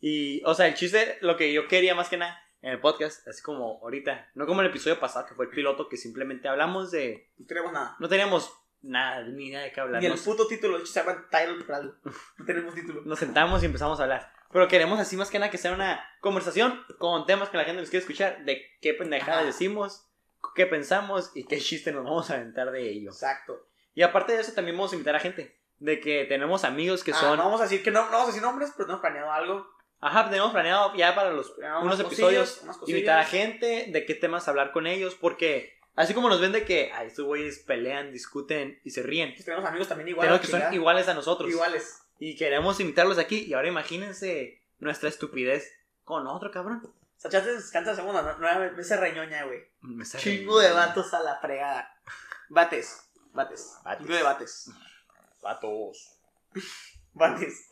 Speaker 2: Y, o sea, el chiste, lo que yo quería más que nada en el podcast, así como ahorita, no como el episodio pasado que fue el piloto que simplemente hablamos de,
Speaker 1: No tenemos nada.
Speaker 2: no teníamos nada, ni idea de qué hablar,
Speaker 1: Ni el
Speaker 2: nos,
Speaker 1: puto título, de hecho, se llama Title por algo. No tenemos título.
Speaker 2: nos sentamos y empezamos a hablar. Pero queremos así más que nada que sea una conversación con temas que la gente nos quiere escuchar, de qué pendejadas
Speaker 1: Ajá.
Speaker 2: decimos, qué pensamos y qué chiste nos vamos a aventar de ellos.
Speaker 1: Exacto.
Speaker 2: Y aparte de eso también vamos a invitar a gente, de que tenemos amigos que
Speaker 1: Ah,
Speaker 2: son...
Speaker 1: no vamos a decir que no, no vamos a decir nombres, pero tenemos planeado algo.
Speaker 2: Ajá, tenemos planeado ya para los
Speaker 1: Planeado
Speaker 2: unos
Speaker 1: cosillas,
Speaker 2: episodios,
Speaker 1: unas cosillas.
Speaker 2: invitar a gente, de qué temas hablar con ellos, porque así como nos ven de que, ay, estos güeyes pelean, discuten y se ríen,
Speaker 1: Pues tenemos amigos también igual.
Speaker 2: tenemos que son
Speaker 1: chingada.
Speaker 2: iguales a nosotros.
Speaker 1: iguales.
Speaker 2: Y queremos invitarlos aquí. Y ahora imagínense nuestra estupidez con otro cabrón.
Speaker 1: Sachaste descansa segunda, no- nueve veces reñoña, güey.
Speaker 2: Me está
Speaker 1: Chingo de
Speaker 2: riendo.
Speaker 1: vatos a la fregada. Bates. Bates.
Speaker 2: Bates.
Speaker 1: Chingo de bates.
Speaker 2: Vatos.
Speaker 1: Bates.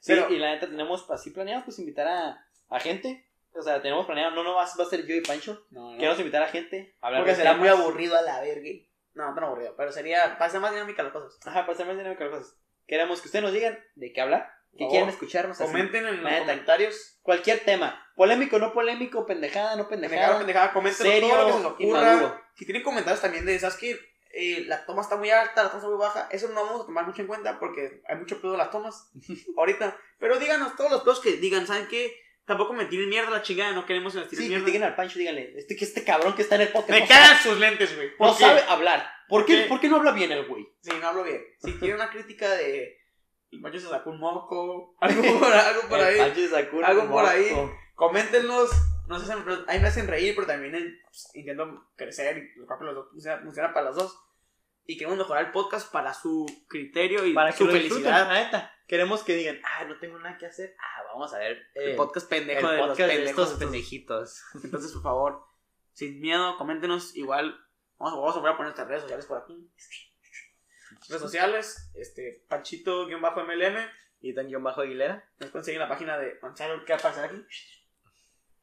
Speaker 2: Sí,
Speaker 1: Pero-
Speaker 2: y la neta tenemos así planeado pues invitar a, a gente o sea, tenemos planeado, no, no, va, va a ser yo y Pancho.
Speaker 3: No, no.
Speaker 2: Queremos invitar a gente a hablar
Speaker 1: Porque
Speaker 2: de
Speaker 1: sería
Speaker 2: temas.
Speaker 1: muy aburrido a la verga. No, no tan aburrido, pero sería. Pasa más dinámica las cosas.
Speaker 2: Ajá, pues, para ser más dinámico las cosas. Queremos que ustedes nos digan de qué hablar, que
Speaker 1: favor,
Speaker 2: quieran escucharnos. así.
Speaker 1: Comenten en los
Speaker 2: neta.
Speaker 1: comentarios.
Speaker 2: Cualquier tema, polémico, no polémico, pendejada, no
Speaker 1: Pendejada,
Speaker 2: pendejada.
Speaker 1: pendejada, comenten
Speaker 2: serio,
Speaker 1: todo lo que se les ocurra.
Speaker 2: inmaduro.
Speaker 1: Si tienen comentarios también de, ¿sabes qué? Eh, la toma está muy alta, la toma está muy baja. Eso no vamos a tomar mucho en cuenta porque hay mucho pedo en las tomas ahorita. Pero díganos todos los pedos que digan, ¿saben qué? Tampoco me tienen mierda la chingada, no queremos que nos tiren
Speaker 2: Sí,
Speaker 1: mierda.
Speaker 2: critiquen al Pancho, díganle, este, que este cabrón que está en el podcast
Speaker 1: Me
Speaker 2: no,
Speaker 1: cagan sus lentes, güey.
Speaker 2: sabe, no
Speaker 1: ¿Por qué?
Speaker 2: sabe hablar. ¿Por qué,
Speaker 1: ¿Por qué?
Speaker 2: ¿Por qué no habla bien el güey?
Speaker 1: Sí, no hablo bien. Si tiene una crítica de. El macho se sacó un moco. Algo por, algo por
Speaker 2: El
Speaker 1: ahí.
Speaker 2: Pancho sacó un
Speaker 1: Algo por ahí.
Speaker 2: moco.
Speaker 1: Coméntenos. Nos hacen, ahí me hacen reír, pero también eh, pues, intento crecer. Y lo cual para los dos funciona, funciona para los dos. Y queremos mejorar el podcast para su criterio y
Speaker 2: Para que
Speaker 1: su
Speaker 2: lo disfruten,
Speaker 1: felicidad.
Speaker 2: la neta. Queremos que digan, ah, no tengo nada que hacer. Ah, vamos a ver. eh,
Speaker 3: El podcast pendejo de
Speaker 2: el
Speaker 3: los
Speaker 2: podcast de
Speaker 3: pendejos.
Speaker 2: estos
Speaker 3: estos.
Speaker 2: pendejitos.
Speaker 3: Entonces, por favor, sin miedo, coméntenos. Igual, vamos, vamos a volver a poner nuestras redes sociales por aquí.
Speaker 1: Este, Redes sociales, este, Panchito-MLM.
Speaker 2: Y tan guión bajo Aguilera.
Speaker 1: Nos consiguen la página de Mancharo que va a aparecer aquí.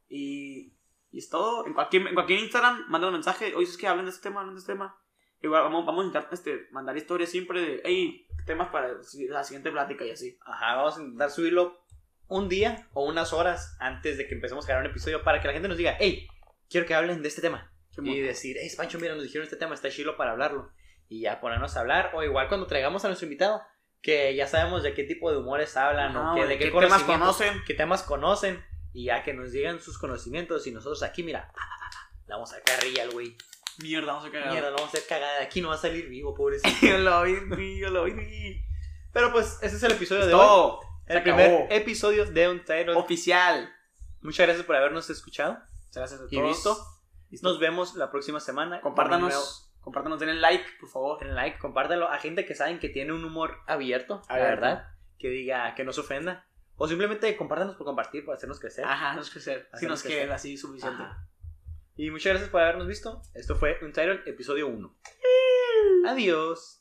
Speaker 3: Y, y es todo. En cualquier, en cualquier Instagram, manda un mensaje. Oye, es que hablen de este tema, hablen de este tema. Igual vamos, vamos a intentar este, mandar historias siempre de, hey, temas para la siguiente plática y así.
Speaker 2: Ajá, vamos a intentar subirlo un día o unas horas antes de que empecemos a grabar un episodio para que la gente nos diga, hey, quiero que hablen de este tema. Y decir, hey, Pancho, mira, nos dijeron este tema, está chilo para hablarlo. Y ya ponernos a hablar. O igual cuando traigamos a nuestro invitado, que ya sabemos de qué tipo de humores hablan
Speaker 3: Ajá,
Speaker 2: o que-
Speaker 3: Ah, güey,
Speaker 2: de qué,
Speaker 3: temas
Speaker 2: conocimientos-
Speaker 3: conocen?
Speaker 2: qué temas conocen y ya que nos digan sus conocimientos y nosotros aquí, mira, ah, pa, pa, pa, pa, le vamos a sacar carrilla al güey.
Speaker 3: Mierda, vamos a cagar.
Speaker 2: Mierda, lo vamos a hacer cagada, de aquí no va a salir vivo, pobrecito.
Speaker 3: Yo lo vi, yo lo vi.
Speaker 2: Pero pues, ese es el episodio de hoy.
Speaker 3: Todo. Se
Speaker 2: El
Speaker 3: acabó.
Speaker 2: primer episodio de Untitled.
Speaker 3: Oficial.
Speaker 2: Muchas gracias por habernos escuchado
Speaker 3: Gracias a todos.
Speaker 2: y visto. Nos vemos la próxima semana.
Speaker 3: Compártanos. Compártanos, denle like, por favor.
Speaker 2: Denle like, compártelo a gente que saben que tiene un humor abierto, la
Speaker 3: Abierto.
Speaker 2: verdad. Que diga, que nos ofenda. O simplemente compártanos por compartir, por hacernos crecer.
Speaker 3: Ajá, nos crecer. Si
Speaker 2: Hacernos
Speaker 3: nos
Speaker 2: crecer.
Speaker 3: quieren, así suficiente.
Speaker 2: Ajá. Y muchas gracias por habernos visto. Esto fue Untitled episodio 1. Adiós.